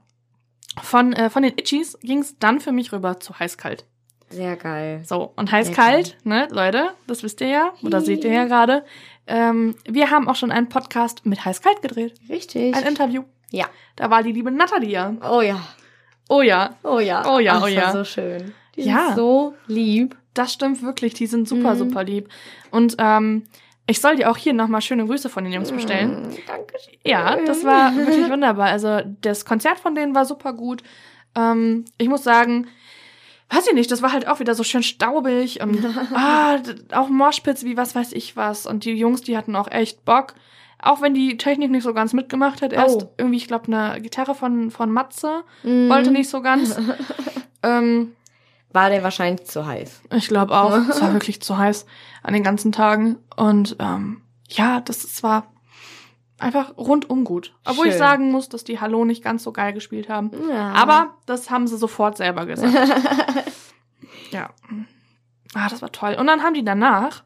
[SPEAKER 1] Von, äh, von den Itchies ging es dann für mich rüber zu heiß-kalt.
[SPEAKER 2] Sehr geil.
[SPEAKER 1] So, und heiß
[SPEAKER 2] Sehr
[SPEAKER 1] kalt, ne, Leute, das wisst ihr ja, oder
[SPEAKER 2] Hi.
[SPEAKER 1] seht ihr ja gerade. Ähm, wir haben auch schon einen Podcast mit heiß kalt gedreht.
[SPEAKER 2] Richtig.
[SPEAKER 1] Ein Interview.
[SPEAKER 2] Ja.
[SPEAKER 1] Da war die liebe Natalia.
[SPEAKER 2] Oh ja.
[SPEAKER 1] Oh ja,
[SPEAKER 2] Oh ja.
[SPEAKER 1] Oh ja,
[SPEAKER 2] Ach,
[SPEAKER 1] oh
[SPEAKER 2] das
[SPEAKER 1] ja.
[SPEAKER 2] war so schön. Die
[SPEAKER 1] Ja.
[SPEAKER 2] sind so lieb.
[SPEAKER 1] das stimmt wirklich, die sind super,
[SPEAKER 2] Mhm.
[SPEAKER 1] super lieb. Und ähm, ich soll dir auch hier nochmal schöne Grüße von den Jungs bestellen.
[SPEAKER 2] Mm, Dankeschön.
[SPEAKER 1] Ja, das war wirklich wunderbar. Also das Konzert von denen war super gut. Ähm, ich muss sagen, weiß ich nicht, das war halt auch wieder so schön staubig und ah, d- auch Moshpits wie was weiß ich was. Und die Jungs, die hatten auch echt Bock. Auch wenn die Technik nicht so ganz mitgemacht hat. Erst
[SPEAKER 2] Oh.
[SPEAKER 1] irgendwie, ich glaube, eine Gitarre von, von Matze
[SPEAKER 2] Mm.
[SPEAKER 1] wollte nicht so ganz. ähm,
[SPEAKER 2] War der wahrscheinlich zu heiß.
[SPEAKER 1] ich glaube auch, es war wirklich zu heiß an den ganzen Tagen. Und ähm, ja, das, das war einfach rundum gut. Obwohl ich
[SPEAKER 2] Schön.
[SPEAKER 1] sagen muss, dass die Hallo nicht ganz so geil gespielt haben.
[SPEAKER 2] Ja.
[SPEAKER 1] Aber das haben sie sofort selber gesagt. ja. Ah, das war toll. Und dann haben die danach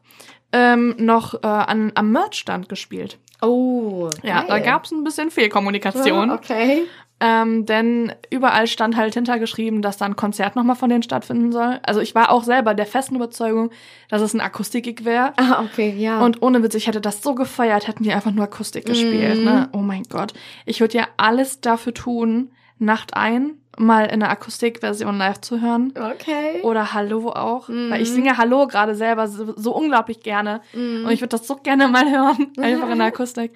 [SPEAKER 1] ähm, noch äh, an, am Merchstand gespielt.
[SPEAKER 2] Oh.
[SPEAKER 1] Ja,
[SPEAKER 2] geil. Ah,
[SPEAKER 1] da gab's ein bisschen Fehlkommunikation.
[SPEAKER 2] Okay.
[SPEAKER 1] ähm, denn überall stand halt hintergeschrieben, dass da ein Konzert nochmal von denen stattfinden soll. Also ich war auch selber der festen Überzeugung, dass es ein Akustik-Gig wäre.
[SPEAKER 2] Ah, okay, ja.
[SPEAKER 1] Und ohne Witz, ich hätte das so gefeiert, hätten die einfach nur Akustik gespielt.
[SPEAKER 2] Mhm.
[SPEAKER 1] Ne? Oh mein Gott. Ich würde ja alles dafür tun, Nacht ein, mal in der Akustikversion live zu hören.
[SPEAKER 2] okay.
[SPEAKER 1] Oder Hallo auch.
[SPEAKER 2] Mhm.
[SPEAKER 1] Weil ich singe Hallo gerade selber so, so unglaublich gerne.
[SPEAKER 2] Mm.
[SPEAKER 1] Und ich würde das so gerne mal hören. Einfach in der Akustik.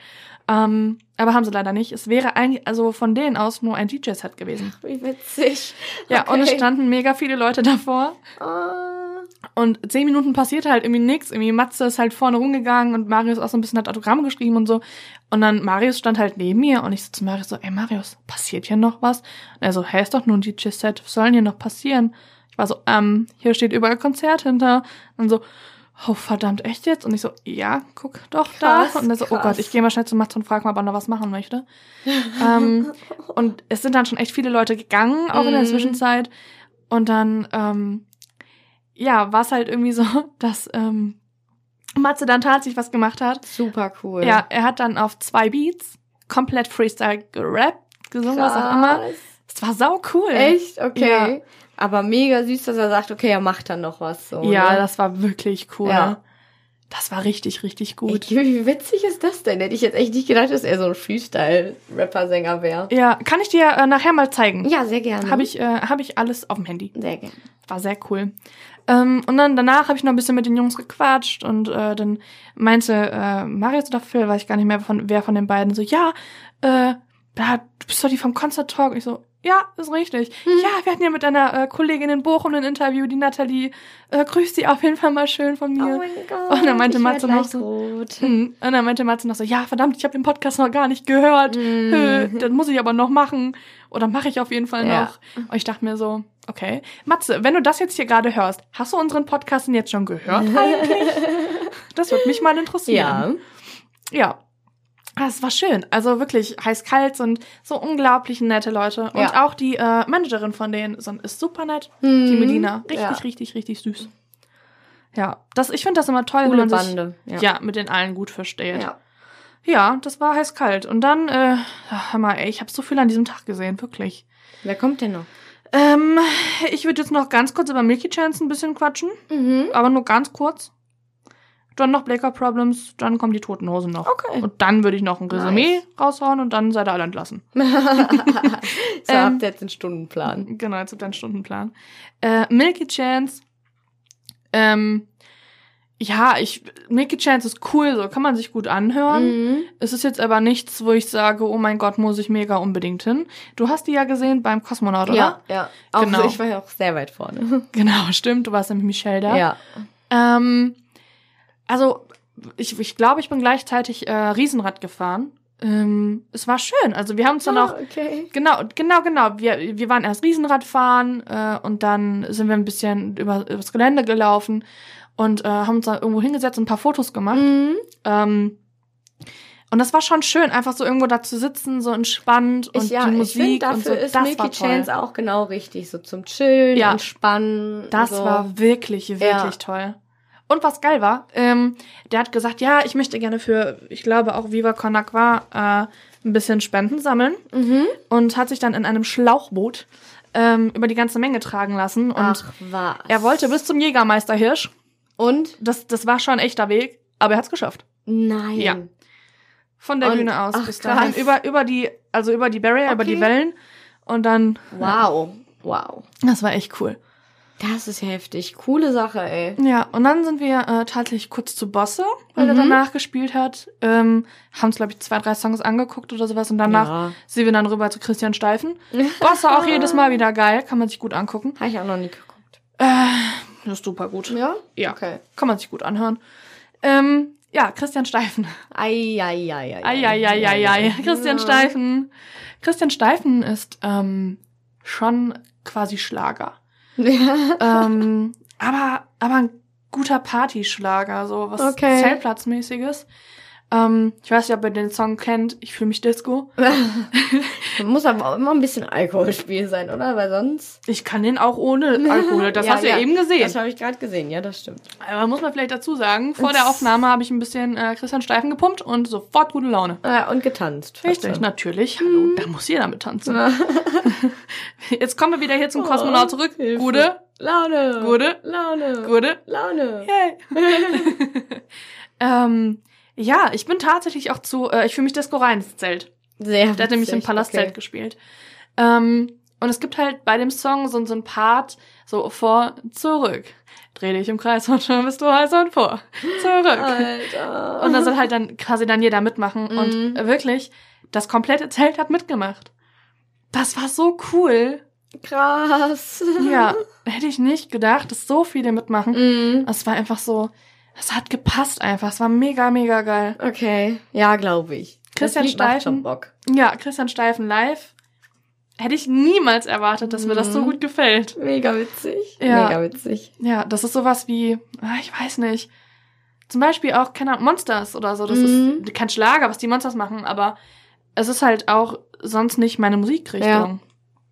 [SPEAKER 1] Ähm, aber haben sie leider nicht. Es wäre eigentlich, also von denen aus nur ein DJ-Set gewesen.
[SPEAKER 2] Wie witzig.
[SPEAKER 1] Ja,
[SPEAKER 2] okay.
[SPEAKER 1] und es standen mega viele Leute davor.
[SPEAKER 2] Ah.
[SPEAKER 1] Und zehn Minuten passierte halt irgendwie nix. Irgendwie Matze ist halt vorne rumgegangen und Marius auch so ein bisschen hat Autogramme geschrieben und so. Und dann Marius stand halt neben mir und ich so zu Marius so, ey Marius, passiert hier noch was? Und er so, hä, ist doch nur ein DJ-Set, was soll denn hier noch passieren? Ich war so, ähm, hier steht überall Konzert hinter. Und so, oh verdammt, echt jetzt? Und ich so, ja, guck doch
[SPEAKER 2] Krass,
[SPEAKER 1] da. Und er so, oh
[SPEAKER 2] krass.
[SPEAKER 1] Gott, ich gehe mal schnell zu Matze und frag mal, ob er noch was machen möchte. ähm, und es sind dann schon echt viele Leute gegangen, auch in der
[SPEAKER 2] Mhm.
[SPEAKER 1] Zwischenzeit. Und dann, ähm, ja, war es halt irgendwie so, dass ähm, Matze dann tatsächlich was gemacht hat.
[SPEAKER 2] Super cool.
[SPEAKER 1] Ja, er hat dann auf zwei Beats komplett Freestyle gerappt, gesungen, was auch immer.
[SPEAKER 2] Krass.
[SPEAKER 1] Es war sau cool.
[SPEAKER 2] Echt? Okay. Aber mega süß, dass er sagt, okay, er macht dann noch was. So,
[SPEAKER 1] Ja,
[SPEAKER 2] ne?
[SPEAKER 1] das war wirklich cool.
[SPEAKER 2] Ja.
[SPEAKER 1] Das war richtig, richtig
[SPEAKER 2] Ey,
[SPEAKER 1] gut.
[SPEAKER 2] Wie witzig ist das denn? Hätte ich jetzt echt nicht gedacht, dass er so ein Freestyle-Rapper-Sänger wäre.
[SPEAKER 1] Ja, kann ich dir äh, nachher mal zeigen.
[SPEAKER 2] Ja, sehr gerne.
[SPEAKER 1] Habe ich, äh, hab ich alles auf dem Handy.
[SPEAKER 2] Sehr gerne.
[SPEAKER 1] War sehr cool. Ähm, und dann danach habe ich noch ein bisschen mit den Jungs gequatscht und äh, dann meinte äh, Marius oder Phil, weiß ich gar nicht mehr, von, wer von den beiden, so, ja, äh, da, du bist doch die vom Concert Talk. Und ich so, ja, ist richtig. Ja, wir hatten ja mit einer äh, Kollegin in Bochum ein Interview, die Nathalie. Äh, grüß sie auf jeden Fall mal schön von mir.
[SPEAKER 2] Oh mein Gott.
[SPEAKER 1] Und dann meinte
[SPEAKER 2] ich werd
[SPEAKER 1] Matze noch
[SPEAKER 2] gleich
[SPEAKER 1] so-
[SPEAKER 2] rot.
[SPEAKER 1] Mhm. Und dann meinte Matze noch so, ja, verdammt, ich habe den Podcast noch gar nicht gehört. Hö,
[SPEAKER 2] Mhm.
[SPEAKER 1] Das muss ich aber noch machen. Oder mache ich auf jeden Fall
[SPEAKER 2] Ja.
[SPEAKER 1] noch. Und ich dachte mir so, okay. Matze, wenn du das jetzt hier gerade hörst, hast du unseren Podcast denn jetzt schon gehört eigentlich? das würde mich mal interessieren.
[SPEAKER 2] Ja.
[SPEAKER 1] Ja. Ja. Ah, Es war schön. Also wirklich heiß-kalt und so unglaublich nette Leute. Und
[SPEAKER 2] Ja.
[SPEAKER 1] auch die äh, Managerin von denen so- ist super nett. Die
[SPEAKER 2] Mhm.
[SPEAKER 1] Melina. Richtig,
[SPEAKER 2] Ja.
[SPEAKER 1] richtig, richtig süß. Ja, das, ich finde das immer toll,
[SPEAKER 2] Coole
[SPEAKER 1] wenn man sich
[SPEAKER 2] Bande.
[SPEAKER 1] ja. mit den allen gut versteht. Ja,
[SPEAKER 2] Ja.
[SPEAKER 1] das war heiß kalt. Und dann, äh, ach, hör mal, ey, ich habe so viel an diesem Tag gesehen, wirklich.
[SPEAKER 2] Wer kommt denn noch?
[SPEAKER 1] Ähm, ich würde jetzt noch ganz kurz über Milky Chance ein bisschen quatschen,
[SPEAKER 2] Mhm.
[SPEAKER 1] aber nur ganz kurz. Dann noch Blaker Problems, dann kommen die Toten Hosen noch.
[SPEAKER 2] Okay.
[SPEAKER 1] Und dann würde ich noch ein Resümee
[SPEAKER 2] Nice.
[SPEAKER 1] raushauen und dann seid ihr alle entlassen.
[SPEAKER 2] so
[SPEAKER 1] Ähm.
[SPEAKER 2] habt ihr jetzt einen Stundenplan.
[SPEAKER 1] Genau, jetzt habt ihr einen Stundenplan. Äh, Milky Chance. Ähm, ja, ich, Milky Chance ist cool, so kann man sich gut anhören.
[SPEAKER 2] Mhm.
[SPEAKER 1] Es ist jetzt aber nichts, wo ich sage, oh mein Gott, muss ich mega unbedingt hin. Du hast die ja gesehen beim Kosmonaut, oder?
[SPEAKER 2] Ja, ja. Auch
[SPEAKER 1] Genau.
[SPEAKER 2] so, ich war ja auch sehr weit vorne.
[SPEAKER 1] Genau, stimmt. Du warst nämlich Michelle da.
[SPEAKER 2] Ja.
[SPEAKER 1] Ähm, also, ich, ich glaube, ich bin gleichzeitig äh, Riesenrad gefahren. Ähm, es war schön. Also, wir haben uns dann auch.
[SPEAKER 2] Ah, okay.
[SPEAKER 1] Genau, genau, genau. Wir, wir waren erst Riesenrad fahren äh, und dann sind wir ein bisschen über, übers Gelände gelaufen und äh, haben uns dann irgendwo hingesetzt und ein paar Fotos gemacht.
[SPEAKER 2] Mhm.
[SPEAKER 1] Ähm, und das war schon schön, einfach so irgendwo da zu sitzen, so entspannt und
[SPEAKER 2] Ich, ja,
[SPEAKER 1] die
[SPEAKER 2] ich finde,
[SPEAKER 1] Musik
[SPEAKER 2] dafür
[SPEAKER 1] und so.
[SPEAKER 2] ist
[SPEAKER 1] das
[SPEAKER 2] Milky
[SPEAKER 1] war toll.
[SPEAKER 2] Chance auch genau richtig. So zum Chillen,
[SPEAKER 1] Ja.
[SPEAKER 2] entspannen.
[SPEAKER 1] Das
[SPEAKER 2] so.
[SPEAKER 1] war wirklich, wirklich
[SPEAKER 2] Ja.
[SPEAKER 1] toll. Und was geil war, ähm, der hat gesagt, ja, ich möchte gerne für, ich glaube auch Viva Con Aqua, äh, ein bisschen Spenden sammeln
[SPEAKER 2] Mhm.
[SPEAKER 1] und hat sich dann in einem Schlauchboot ähm, über die ganze Menge tragen lassen und
[SPEAKER 2] Ach, was.
[SPEAKER 1] er wollte bis zum Jägermeister Hirsch.
[SPEAKER 2] Und?
[SPEAKER 1] Das, das war schon ein echter Weg, aber er hat's geschafft.
[SPEAKER 2] Nein.
[SPEAKER 1] Ja. Von der
[SPEAKER 2] Und-
[SPEAKER 1] Bühne aus
[SPEAKER 2] ach,
[SPEAKER 1] bis dahin
[SPEAKER 2] krass.
[SPEAKER 1] über über die also über die Barrier, über die
[SPEAKER 2] Okay.
[SPEAKER 1] Wellen und dann
[SPEAKER 2] Wow. Wow.
[SPEAKER 1] Das war echt cool.
[SPEAKER 2] Das ist heftig. Coole Sache, ey.
[SPEAKER 1] Ja, und dann sind wir äh, tatsächlich kurz zu Bosse, weil er
[SPEAKER 2] Mhm.
[SPEAKER 1] danach gespielt hat. Ähm, haben uns, glaube ich, zwei, drei Songs angeguckt oder sowas. Und danach
[SPEAKER 2] Ja.
[SPEAKER 1] sind wir dann rüber zu Christian Steifen. Bosse auch jedes Mal wieder geil, kann man sich gut angucken.
[SPEAKER 2] Habe ich auch noch nie geguckt.
[SPEAKER 1] Das ist super gut.
[SPEAKER 2] Ja?
[SPEAKER 1] Ja.
[SPEAKER 2] Okay.
[SPEAKER 1] Kann man sich gut anhören. Ähm, ja, Christian Steifen.
[SPEAKER 2] Ei, ei, ei, ei.
[SPEAKER 1] Eieieiei. Ei, ei, ei, ei. Christian
[SPEAKER 2] Ja.
[SPEAKER 1] Steifen. Christian Steifen ist ähm, schon quasi Schlager.
[SPEAKER 2] Ja.
[SPEAKER 1] ähm, aber, aber ein guter Partyschlager, so was
[SPEAKER 2] Okay.
[SPEAKER 1] Zeltplatzmäßiges. Ähm, ich weiß nicht, ob ihr den Song kennt, ich fühle mich Disco.
[SPEAKER 2] Muss aber auch immer ein bisschen Alkoholspiel sein, oder? Weil sonst.
[SPEAKER 1] Ich kann den auch ohne Alkohol, das
[SPEAKER 2] Ja,
[SPEAKER 1] hast du
[SPEAKER 2] ja.
[SPEAKER 1] ja eben gesehen.
[SPEAKER 2] Das habe ich gerade gesehen, ja, das stimmt.
[SPEAKER 1] Aber muss man vielleicht dazu sagen, vor der Aufnahme habe ich ein bisschen äh, Christian Steifen gepumpt und sofort gute Laune.
[SPEAKER 2] Äh, und getanzt.
[SPEAKER 1] Richtig, ne? natürlich.
[SPEAKER 2] Mhm.
[SPEAKER 1] Hallo, da muss jeder mit tanzen. Jetzt kommen wir wieder hier zum
[SPEAKER 2] Oh,
[SPEAKER 1] Kosmonaut zurück.
[SPEAKER 2] Hilfe.
[SPEAKER 1] Gute,
[SPEAKER 2] Laune.
[SPEAKER 1] Gute.
[SPEAKER 2] Laune.
[SPEAKER 1] gute,
[SPEAKER 2] Laune.
[SPEAKER 1] Yay. ähm, ja, ich bin tatsächlich auch zu, äh, ich fühle mich Disco rein ins Zelt.
[SPEAKER 2] Sehr
[SPEAKER 1] Der hat nämlich im
[SPEAKER 2] witzig,
[SPEAKER 1] Palastzelt
[SPEAKER 2] okay.
[SPEAKER 1] gespielt. Ähm, und es gibt halt bei dem Song so, so ein Part, so vor, zurück. Dreh dich im Kreis und schon bist du heiß und vor. Zurück.
[SPEAKER 2] Alter.
[SPEAKER 1] Und da soll halt dann quasi dann jeder mitmachen. Und
[SPEAKER 2] Oh, Mhm.
[SPEAKER 1] äh, wirklich, das komplette Zelt hat mitgemacht. Das war so cool.
[SPEAKER 2] krass.
[SPEAKER 1] Ja, hätte ich nicht gedacht, dass so viele mitmachen.
[SPEAKER 2] Mhm.
[SPEAKER 1] Es war einfach so, es hat gepasst einfach. Es war mega, mega geil.
[SPEAKER 2] Okay. Ja, glaube ich.
[SPEAKER 1] Christian
[SPEAKER 2] das Lied macht
[SPEAKER 1] Steifen.
[SPEAKER 2] schon Bock.
[SPEAKER 1] Ja, Christian Steifen live. Hätte ich niemals erwartet, dass mir das so
[SPEAKER 2] Mhm.
[SPEAKER 1] gut gefällt.
[SPEAKER 2] Mega witzig.
[SPEAKER 1] Ja.
[SPEAKER 2] Mega witzig.
[SPEAKER 1] Ja, das ist sowas wie, ah, ich weiß nicht. Zum Beispiel auch, keine Ahnung, Monsters oder so. Das
[SPEAKER 2] Mhm.
[SPEAKER 1] ist kein Schlager, was die Monsters machen, aber es ist halt auch sonst nicht meine Musikrichtung.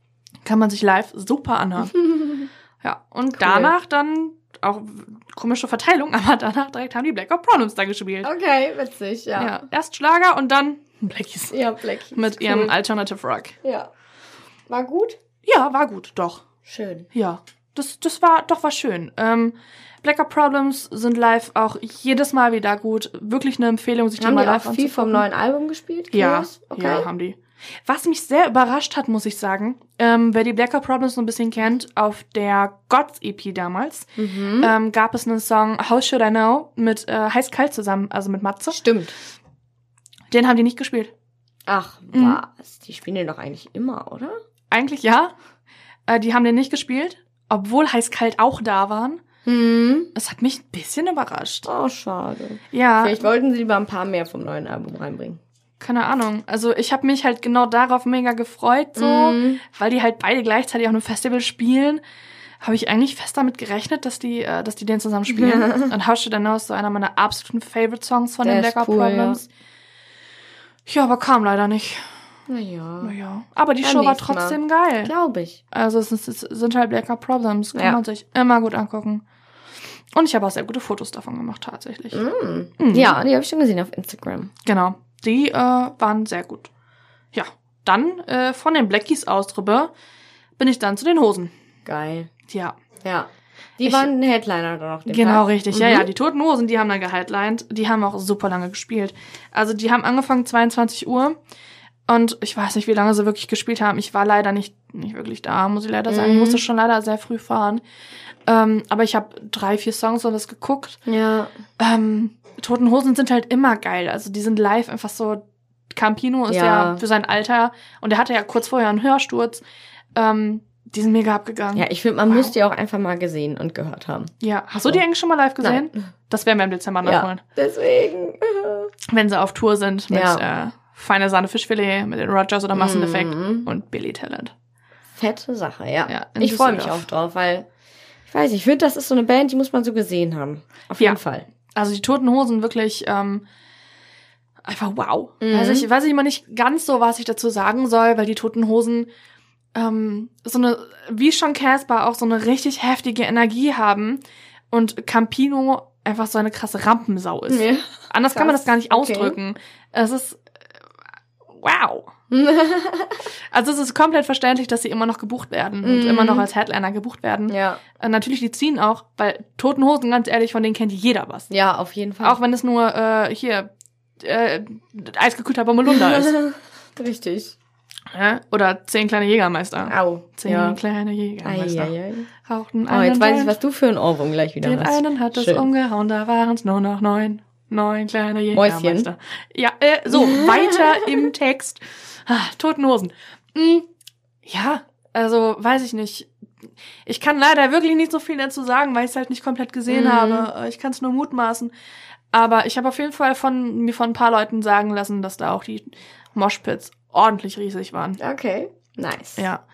[SPEAKER 1] Kann man sich live super anhören. Ja, und
[SPEAKER 2] Cool.
[SPEAKER 1] danach dann auch komische Verteilung, aber danach direkt haben die Black Hawk Problems da gespielt.
[SPEAKER 2] Okay, witzig, ja.
[SPEAKER 1] Ja.
[SPEAKER 2] Ja,
[SPEAKER 1] erst Schlager und dann Blackies
[SPEAKER 2] Black.
[SPEAKER 1] mit ihrem Alternative Rock.
[SPEAKER 2] Ja. War gut?
[SPEAKER 1] Ja, war gut, doch.
[SPEAKER 2] Schön.
[SPEAKER 1] Ja, das, das war doch war schön. Ähm, Blackout Problems sind live auch jedes Mal wieder gut. Wirklich eine Empfehlung, sich die
[SPEAKER 2] Haben
[SPEAKER 1] mal
[SPEAKER 2] die
[SPEAKER 1] live
[SPEAKER 2] auch viel
[SPEAKER 1] anzugucken.
[SPEAKER 2] vom neuen Album gespielt?
[SPEAKER 1] Ja,
[SPEAKER 2] Chaos? Okay.
[SPEAKER 1] ja, haben die. Was mich sehr überrascht hat, muss ich sagen, ähm, wer die Blackout Problems so ein bisschen kennt, auf der Gods-EP damals
[SPEAKER 2] Mhm.
[SPEAKER 1] ähm, gab es einen Song How Should I Know mit äh, Heiß Kalt zusammen, also mit Matze.
[SPEAKER 2] Stimmt.
[SPEAKER 1] Den haben die nicht gespielt.
[SPEAKER 2] Ach,
[SPEAKER 1] Mhm.
[SPEAKER 2] was? Die spielen den doch eigentlich immer, oder?
[SPEAKER 1] Eigentlich ja. Äh, die haben den nicht gespielt, obwohl Heiß Kalt auch da waren.
[SPEAKER 2] Hm.
[SPEAKER 1] Das hat mich ein bisschen überrascht.
[SPEAKER 2] Oh, schade.
[SPEAKER 1] Ja.
[SPEAKER 2] Vielleicht wollten sie lieber ein paar mehr vom neuen Album reinbringen.
[SPEAKER 1] Keine Ahnung. Also ich habe mich halt genau darauf mega gefreut, so,
[SPEAKER 2] Mhm.
[SPEAKER 1] weil die halt beide gleichzeitig auf einem Festival spielen. Habe ich eigentlich fest damit gerechnet, dass die, äh, dass die den zusammen spielen. Und How Should I Know ist so einer meiner absoluten Favorite Songs von
[SPEAKER 2] Der
[SPEAKER 1] den
[SPEAKER 2] ist
[SPEAKER 1] Blackout
[SPEAKER 2] cool,
[SPEAKER 1] Problems. Ja. aber kam leider nicht.
[SPEAKER 2] Naja.
[SPEAKER 1] Naja. Aber die
[SPEAKER 2] Beim
[SPEAKER 1] Show war
[SPEAKER 2] nächsten Mal.
[SPEAKER 1] trotzdem geil.
[SPEAKER 2] Glaube ich.
[SPEAKER 1] Also es, ist, es sind halt Blackout Problems. Kann
[SPEAKER 2] Ja.
[SPEAKER 1] man sich immer gut angucken. Und ich habe auch sehr gute Fotos davon gemacht, tatsächlich.
[SPEAKER 2] Mhm.
[SPEAKER 1] Mhm.
[SPEAKER 2] Ja, die habe ich schon gesehen auf Instagram.
[SPEAKER 1] Genau, die äh, waren sehr gut. Ja, dann äh, von den Blackies aus drüber bin ich dann zu den Hosen.
[SPEAKER 2] Geil.
[SPEAKER 1] Ja,
[SPEAKER 2] Ja. Die
[SPEAKER 1] Ich-
[SPEAKER 2] waren Headliner dann noch. den
[SPEAKER 1] genau
[SPEAKER 2] Tag.
[SPEAKER 1] richtig. Ja,
[SPEAKER 2] Mhm.
[SPEAKER 1] ja, die Toten Hosen, die haben dann gehighlined. Die haben auch super lange gespielt. Also die haben angefangen 22 Uhr und ich weiß nicht, wie lange sie wirklich gespielt haben. Ich war leider nicht, nicht wirklich da, muss ich leider sagen. Ich
[SPEAKER 2] Mhm.
[SPEAKER 1] musste schon leider sehr früh fahren. Ähm, aber ich habe drei, vier Songs und was geguckt.
[SPEAKER 2] Ja.
[SPEAKER 1] Ähm, Toten Hosen sind halt immer geil. Also die sind live einfach so. Campino ist ja,
[SPEAKER 2] Ja.
[SPEAKER 1] für sein Alter und er hatte ja kurz vorher einen Hörsturz. Ähm, die sind mega abgegangen.
[SPEAKER 2] Ja, ich finde, man
[SPEAKER 1] Wow.
[SPEAKER 2] muss die auch einfach mal gesehen und gehört haben.
[SPEAKER 1] Ja. Hast du die eigentlich schon mal live gesehen?
[SPEAKER 2] Nein.
[SPEAKER 1] Das werden wir im Dezember nachholen.
[SPEAKER 2] Deswegen.
[SPEAKER 1] Wenn sie auf Tour sind mit
[SPEAKER 2] Ja.
[SPEAKER 1] äh, Feine Sahne Fischfilet, mit den Rogers oder Masseneffekt
[SPEAKER 2] Mhm.
[SPEAKER 1] und Billy Talent.
[SPEAKER 2] Fette Sache, ja.
[SPEAKER 1] Ja, in
[SPEAKER 2] ich freue mich
[SPEAKER 1] Düsseldorf.
[SPEAKER 2] auch drauf, weil ich weiß, nicht, ich finde, das ist so eine Band, die muss man so gesehen haben. Auf
[SPEAKER 1] Ja.
[SPEAKER 2] jeden Fall.
[SPEAKER 1] Also die Toten Hosen wirklich ähm, einfach wow.
[SPEAKER 2] Mhm.
[SPEAKER 1] Also ich weiß immer nicht ganz so, was ich dazu sagen soll, weil die Toten Hosen ähm, so eine, wie schon Casper, auch so eine richtig heftige Energie haben und Campino einfach so eine krasse Rampensau ist.
[SPEAKER 2] Ja.
[SPEAKER 1] Anders kann man das
[SPEAKER 2] krass.
[SPEAKER 1] gar nicht
[SPEAKER 2] Okay.
[SPEAKER 1] ausdrücken. Es ist äh, wow. Also es ist komplett verständlich, dass sie immer noch gebucht werden und
[SPEAKER 2] Mhm.
[SPEAKER 1] immer noch als Headliner gebucht werden.
[SPEAKER 2] ja.
[SPEAKER 1] Äh, natürlich, die ziehen auch, weil Toten Hosen, ganz ehrlich, von denen kennt jeder was.
[SPEAKER 2] Ja, auf jeden Fall.
[SPEAKER 1] Auch wenn es nur äh, hier äh, eisgekühlter Bommelunder ist.
[SPEAKER 2] Richtig.
[SPEAKER 1] Ja? Oder zehn kleine Jägermeister.
[SPEAKER 2] Au.
[SPEAKER 1] Zehn
[SPEAKER 2] ja.
[SPEAKER 1] kleine Jägermeister.
[SPEAKER 2] Eieiei.
[SPEAKER 1] Rauchten
[SPEAKER 2] Oh,
[SPEAKER 1] einen
[SPEAKER 2] jetzt weiß ich,
[SPEAKER 1] Joint,
[SPEAKER 2] was du für ein Ohrwurm gleich wieder
[SPEAKER 1] Den
[SPEAKER 2] hast.
[SPEAKER 1] einen hat es
[SPEAKER 2] Schön.
[SPEAKER 1] umgehauen, da waren es nur noch neun. Neun kleine
[SPEAKER 2] Mäuschen.
[SPEAKER 1] Jägermeister. Ja, äh, so, weiter im Text. Ah, Toten Hosen. Mm, ja, also weiß ich nicht. Ich kann leider wirklich nicht so viel dazu sagen, weil ich es halt nicht komplett gesehen
[SPEAKER 2] Mhm.
[SPEAKER 1] habe. Äh, Ich kann es nur mutmaßen. Aber ich habe auf jeden Fall von mir von ein paar Leuten sagen lassen, dass da auch die Moshpits ordentlich riesig waren.
[SPEAKER 2] Okay. Nice.
[SPEAKER 1] Ja.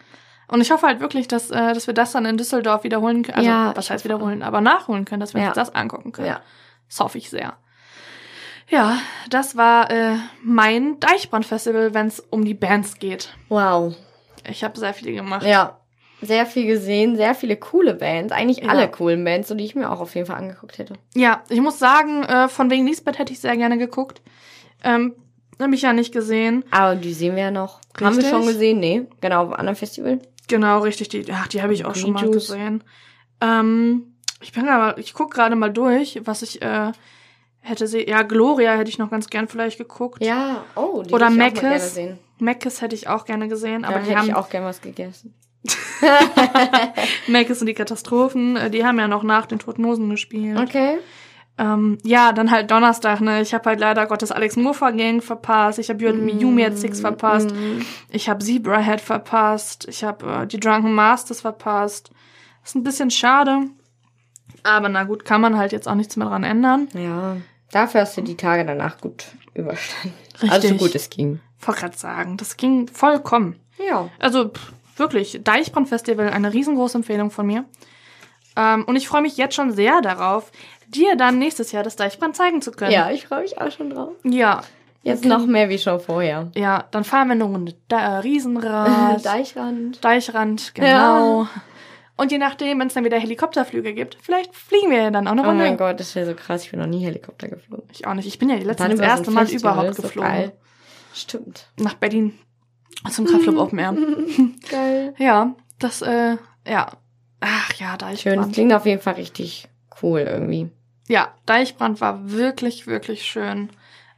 [SPEAKER 1] Und ich hoffe halt wirklich, dass, äh, dass wir das dann in Düsseldorf wiederholen können. Also,
[SPEAKER 2] Ja,
[SPEAKER 1] was
[SPEAKER 2] ich
[SPEAKER 1] heißt
[SPEAKER 2] hoffe auch.
[SPEAKER 1] wiederholen, aber nachholen können, dass wir
[SPEAKER 2] Ja.
[SPEAKER 1] uns das angucken können.
[SPEAKER 2] Ja.
[SPEAKER 1] Das hoffe ich sehr. Ja, das war äh, mein Deichbrand-Festival, wenn es um die Bands geht.
[SPEAKER 2] Wow.
[SPEAKER 1] Ich habe sehr viel gemacht.
[SPEAKER 2] Ja. Sehr viel gesehen, sehr viele coole Bands. Eigentlich
[SPEAKER 1] Ja.
[SPEAKER 2] alle coolen Bands, so die ich mir auch auf jeden Fall angeguckt hätte.
[SPEAKER 1] Ja, ich muss sagen, äh, von wegen Lisbeth hätte ich sehr gerne geguckt. Ähm, habe ich ja nicht gesehen.
[SPEAKER 2] Aber die sehen wir ja noch. Haben wir
[SPEAKER 1] Richtig.
[SPEAKER 2] schon gesehen? Nee. Genau, auf einem anderen Festival.
[SPEAKER 1] Genau, richtig. Die, ach, die habe ich auch schon mal
[SPEAKER 2] Green Juice.
[SPEAKER 1] gesehen. Ähm, ich bin aber, ich guck gerade mal durch, was ich äh, hätte sehen. Ja, Gloria hätte ich noch ganz gern vielleicht geguckt.
[SPEAKER 2] Ja, oh, die
[SPEAKER 1] Oder
[SPEAKER 2] würd ich auch mal gerne
[SPEAKER 1] Meckes.
[SPEAKER 2] sehen.
[SPEAKER 1] Mackes hätte ich auch gerne gesehen,
[SPEAKER 2] Aber
[SPEAKER 1] aber
[SPEAKER 2] Dann
[SPEAKER 1] die
[SPEAKER 2] hätte
[SPEAKER 1] haben
[SPEAKER 2] ich auch gerne was gegessen.
[SPEAKER 1] Mackes und die Katastrophen, äh, die haben ja noch nach den Toten Hosen gespielt.
[SPEAKER 2] Okay.
[SPEAKER 1] Ähm, ja, dann halt Donnerstag, ne? Ich habe halt leider Gottes Alex Muffa Gang verpasst, ich habe mm. Yumi at Six verpasst,
[SPEAKER 2] Mm.
[SPEAKER 1] ich habe Zebrahead verpasst, ich habe äh, die Drunken Masters verpasst. Ist ein bisschen schade. Aber na gut, kann man halt jetzt auch nichts mehr dran ändern.
[SPEAKER 2] Ja, dafür hast du die Tage danach gut überstanden. Also so gut es ging.
[SPEAKER 1] Wollte grad sagen, das ging vollkommen.
[SPEAKER 2] Ja.
[SPEAKER 1] Also pff, wirklich, Deichbrand-Festival, eine riesengroße Empfehlung von mir. Ähm, und ich freue mich jetzt schon sehr darauf, dir dann nächstes Jahr das Deichbrand zeigen zu können.
[SPEAKER 2] Ja, ich freue mich auch schon drauf.
[SPEAKER 1] Ja,
[SPEAKER 2] Jetzt
[SPEAKER 1] Okay.
[SPEAKER 2] noch mehr wie schon vorher.
[SPEAKER 1] ja, dann
[SPEAKER 2] Äh, Ah,
[SPEAKER 1] fahren wir eine Runde da, äh, Riesenrad,
[SPEAKER 2] Deichrand.
[SPEAKER 1] Deichrand, genau. Und je nachdem, wenn es dann wieder Helikopterflüge gibt, vielleicht fliegen wir ja dann auch eine
[SPEAKER 2] Oh
[SPEAKER 1] Runde.
[SPEAKER 2] mein Gott, das wäre so krass. Ich bin noch nie Helikopter geflogen.
[SPEAKER 1] Ich auch nicht. Ich bin ja
[SPEAKER 2] Dann
[SPEAKER 1] letztens das
[SPEAKER 2] über so ein
[SPEAKER 1] erste Mal
[SPEAKER 2] Festival,
[SPEAKER 1] überhaupt
[SPEAKER 2] ist doch
[SPEAKER 1] geflogen.
[SPEAKER 2] geil. Stimmt.
[SPEAKER 1] Nach Berlin. Zum Kraftclub
[SPEAKER 2] Mhm.
[SPEAKER 1] Open Air.
[SPEAKER 2] Geil.
[SPEAKER 1] Ja, das, äh, ja. Ach ja,
[SPEAKER 2] Schön. Das
[SPEAKER 1] Deichbrand.
[SPEAKER 2] klingt auf jeden Fall richtig cool irgendwie.
[SPEAKER 1] Ja, Deichbrand war wirklich, wirklich schön.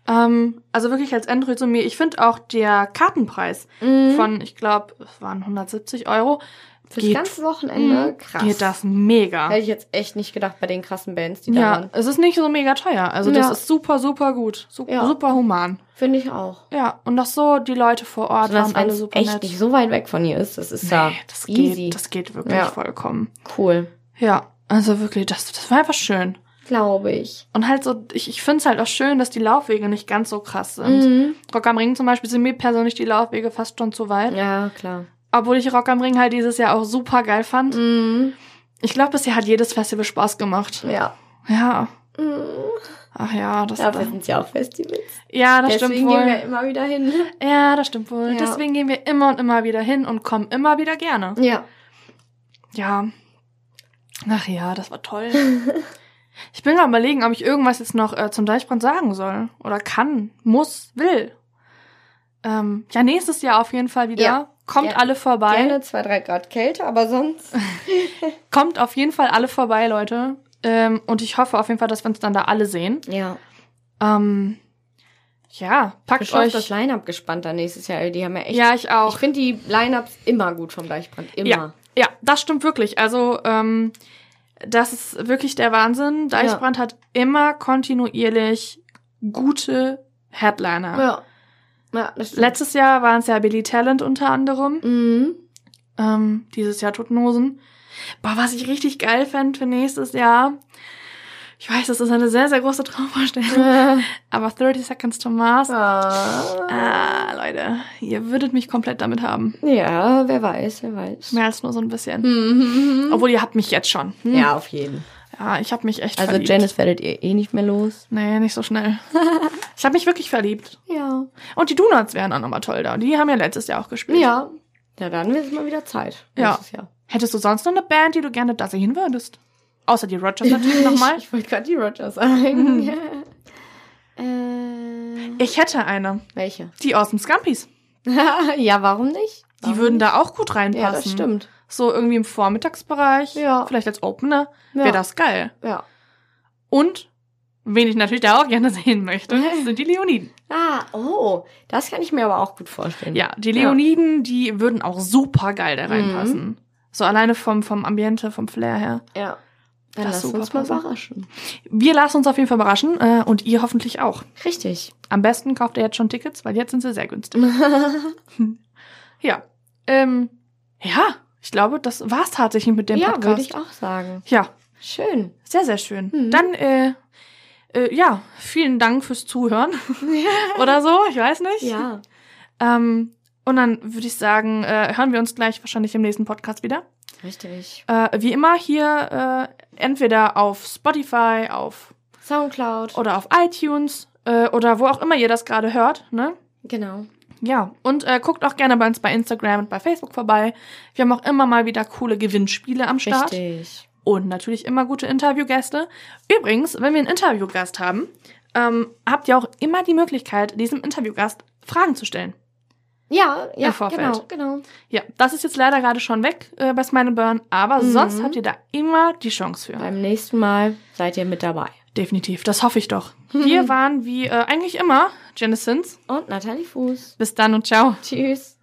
[SPEAKER 1] Ähm, also wirklich als Endresümee. Ich finde auch der Kartenpreis
[SPEAKER 2] Mhm.
[SPEAKER 1] von, ich glaube, es waren 170 Euro,
[SPEAKER 2] Fürs
[SPEAKER 1] geht-
[SPEAKER 2] ganze Wochenende.
[SPEAKER 1] Mhm.
[SPEAKER 2] Krass.
[SPEAKER 1] geht das mega.
[SPEAKER 2] Hätte ich jetzt echt nicht gedacht bei den krassen Bands, die da
[SPEAKER 1] Ja,
[SPEAKER 2] waren.
[SPEAKER 1] es ist nicht so mega teuer. Also das
[SPEAKER 2] Ja.
[SPEAKER 1] ist super, super gut. Super,
[SPEAKER 2] Ja.
[SPEAKER 1] super human.
[SPEAKER 2] Finde ich auch.
[SPEAKER 1] Ja, und auch so die Leute vor Ort
[SPEAKER 2] Besonders
[SPEAKER 1] waren
[SPEAKER 2] wenn
[SPEAKER 1] alle
[SPEAKER 2] es
[SPEAKER 1] super
[SPEAKER 2] echt
[SPEAKER 1] nett.
[SPEAKER 2] nicht so weit weg von ihr ist. Das ist ja
[SPEAKER 1] nee, das
[SPEAKER 2] easy.
[SPEAKER 1] geht, das geht wirklich
[SPEAKER 2] Ja.
[SPEAKER 1] vollkommen.
[SPEAKER 2] cool.
[SPEAKER 1] Ja, also wirklich, das, das war einfach schön.
[SPEAKER 2] Glaube ich.
[SPEAKER 1] Und halt so, ich, ich finde es halt auch schön, dass die Laufwege nicht ganz so krass sind.
[SPEAKER 2] Mhm.
[SPEAKER 1] Rock am Ring zum Beispiel sind mir persönlich die Laufwege fast schon zu weit.
[SPEAKER 2] Ja, klar.
[SPEAKER 1] Obwohl ich Rock am Ring halt dieses Jahr auch super geil fand.
[SPEAKER 2] Mhm.
[SPEAKER 1] Ich glaube, bisher hat jedes Festival Spaß gemacht.
[SPEAKER 2] Ja.
[SPEAKER 1] Ja.
[SPEAKER 2] Mhm.
[SPEAKER 1] Ach ja, das
[SPEAKER 2] Dafür sind ja auch Festivals.
[SPEAKER 1] Ja, das
[SPEAKER 2] Deswegen
[SPEAKER 1] stimmt wohl.
[SPEAKER 2] gehen wir immer wieder hin.
[SPEAKER 1] Ja, das stimmt wohl.
[SPEAKER 2] Ja.
[SPEAKER 1] Deswegen gehen wir immer und immer wieder hin und kommen immer wieder gerne.
[SPEAKER 2] Ja.
[SPEAKER 1] Ja. Ach ja, das war toll. ich bin gerade überlegen, ob ich irgendwas jetzt noch äh, zum Deichbrand sagen soll. Oder kann, muss, will. Ähm, ja, nächstes Jahr auf jeden Fall wieder.
[SPEAKER 2] Ja.
[SPEAKER 1] Kommt
[SPEAKER 2] Ja.
[SPEAKER 1] alle vorbei.
[SPEAKER 2] Gerne zwei, drei Grad Kälte, aber sonst.
[SPEAKER 1] Kommt auf jeden Fall alle vorbei, Leute. Ähm, und ich hoffe auf jeden Fall, dass wir uns dann da alle sehen.
[SPEAKER 2] Ja.
[SPEAKER 1] Ähm, ja, packt
[SPEAKER 2] Ich euch
[SPEAKER 1] euch.
[SPEAKER 2] das Line-Up gespannt da nächstes Jahr. Die haben ja echt.
[SPEAKER 1] ja, ich auch.
[SPEAKER 2] Ich finde die Line-Ups immer gut vom Deichbrand. Immer.
[SPEAKER 1] Ja. Ja, das stimmt wirklich. Also, ähm, das ist wirklich der Wahnsinn. Deichbrand hat immer kontinuierlich gute Headliner.
[SPEAKER 2] Ja. Ja, das stimmt.
[SPEAKER 1] Letztes Jahr waren es ja Billy Talent unter anderem.
[SPEAKER 2] Mhm.
[SPEAKER 1] Ähm, dieses Jahr Toten Hosen. Boah, was ich richtig geil fände für nächstes Jahr. Ich weiß, das ist eine sehr, sehr große Traumvorstellung. Aber 30 Seconds to Mars.
[SPEAKER 2] Ah.
[SPEAKER 1] Ah, Leute, ihr würdet mich komplett damit haben.
[SPEAKER 2] Ja, wer weiß, wer weiß.
[SPEAKER 1] Mehr als nur so ein bisschen.
[SPEAKER 2] Mhm.
[SPEAKER 1] Obwohl, ihr habt mich jetzt schon. Hm?
[SPEAKER 2] Ja, auf jeden.
[SPEAKER 1] Ja, ich hab mich echt
[SPEAKER 2] Also
[SPEAKER 1] verliebt.
[SPEAKER 2] Janice werdet ihr eh nicht mehr los.
[SPEAKER 1] Nee, nicht so schnell. ich habe mich wirklich verliebt.
[SPEAKER 2] Ja.
[SPEAKER 1] Und die Donuts wären auch nochmal toll da. Die haben ja letztes Jahr auch gespielt.
[SPEAKER 2] Ja. Ja, dann wird es mal wieder Zeit.
[SPEAKER 1] Ja.
[SPEAKER 2] Nächstes Jahr.
[SPEAKER 1] Hättest du sonst noch eine Band, die du gerne da sehen würdest? Außer die Rogers natürlich nochmal. Mhm.
[SPEAKER 2] Ich, ich wollte gerade die Rogers sagen. äh,
[SPEAKER 1] Ich hätte eine.
[SPEAKER 2] welche?
[SPEAKER 1] Die aus dem Scampis.
[SPEAKER 2] ja, warum nicht?
[SPEAKER 1] Die
[SPEAKER 2] Warum
[SPEAKER 1] würden da auch gut
[SPEAKER 2] nicht?
[SPEAKER 1] reinpassen.
[SPEAKER 2] Ja, das stimmt.
[SPEAKER 1] So irgendwie im Vormittagsbereich.
[SPEAKER 2] Ja.
[SPEAKER 1] Vielleicht als Opener.
[SPEAKER 2] Ja.
[SPEAKER 1] Wäre das geil.
[SPEAKER 2] Ja.
[SPEAKER 1] Und, wen ich natürlich da auch gerne sehen möchte, sind die Leoniden.
[SPEAKER 2] Ah, oh. Das kann ich mir aber auch gut vorstellen.
[SPEAKER 1] Ja, die Leoniden, die würden auch super geil
[SPEAKER 2] Mhm.
[SPEAKER 1] da reinpassen. So alleine vom, vom Ambiente, vom Flair her.
[SPEAKER 2] Ja. Dann
[SPEAKER 1] Das
[SPEAKER 2] lass
[SPEAKER 1] super
[SPEAKER 2] uns mal
[SPEAKER 1] passen.
[SPEAKER 2] überraschen.
[SPEAKER 1] Wir lassen uns auf jeden Fall überraschen äh, und ihr hoffentlich auch.
[SPEAKER 2] Richtig.
[SPEAKER 1] Am besten kauft ihr jetzt schon Tickets, weil jetzt sind sie sehr günstig. Ja, ähm, ja, ich glaube, das war's tatsächlich mit dem
[SPEAKER 2] ja, würde
[SPEAKER 1] Podcast.
[SPEAKER 2] ich auch sagen.
[SPEAKER 1] Ja,
[SPEAKER 2] Schön.
[SPEAKER 1] sehr, sehr schön.
[SPEAKER 2] Mhm.
[SPEAKER 1] Dann, äh, äh, ja, vielen Dank fürs Zuhören oder so, ich weiß nicht.
[SPEAKER 2] ja.
[SPEAKER 1] Ähm, und dann würde ich sagen, äh, hören wir uns gleich wahrscheinlich im nächsten Podcast wieder.
[SPEAKER 2] Richtig.
[SPEAKER 1] Äh, wie immer hier äh, entweder auf Spotify, auf
[SPEAKER 2] Soundcloud.
[SPEAKER 1] oder auf iTunes äh, oder wo auch immer ihr das gerade hört, ne?
[SPEAKER 2] Genau.
[SPEAKER 1] Ja, und äh, guckt auch gerne bei uns bei Instagram und bei Facebook vorbei. Wir haben auch immer mal wieder coole Gewinnspiele am Start.
[SPEAKER 2] Richtig.
[SPEAKER 1] Und natürlich immer gute Interviewgäste. Übrigens, wenn wir einen Interviewgast haben, ähm, habt ihr auch immer die Möglichkeit, diesem Interviewgast Fragen zu stellen.
[SPEAKER 2] Ja, ja,
[SPEAKER 1] Im Vorfeld.
[SPEAKER 2] genau, genau.
[SPEAKER 1] Ja, das ist jetzt leider gerade schon weg äh, bei Smile and Burn, aber
[SPEAKER 2] Mhm.
[SPEAKER 1] sonst habt ihr da immer die Chance für.
[SPEAKER 2] Beim nächsten Mal seid ihr mit dabei.
[SPEAKER 1] Definitiv, das hoffe ich doch. Wir waren wie äh, eigentlich immer Janisons.
[SPEAKER 2] Und Nathalie Fuß.
[SPEAKER 1] Bis dann und ciao.
[SPEAKER 2] Tschüss.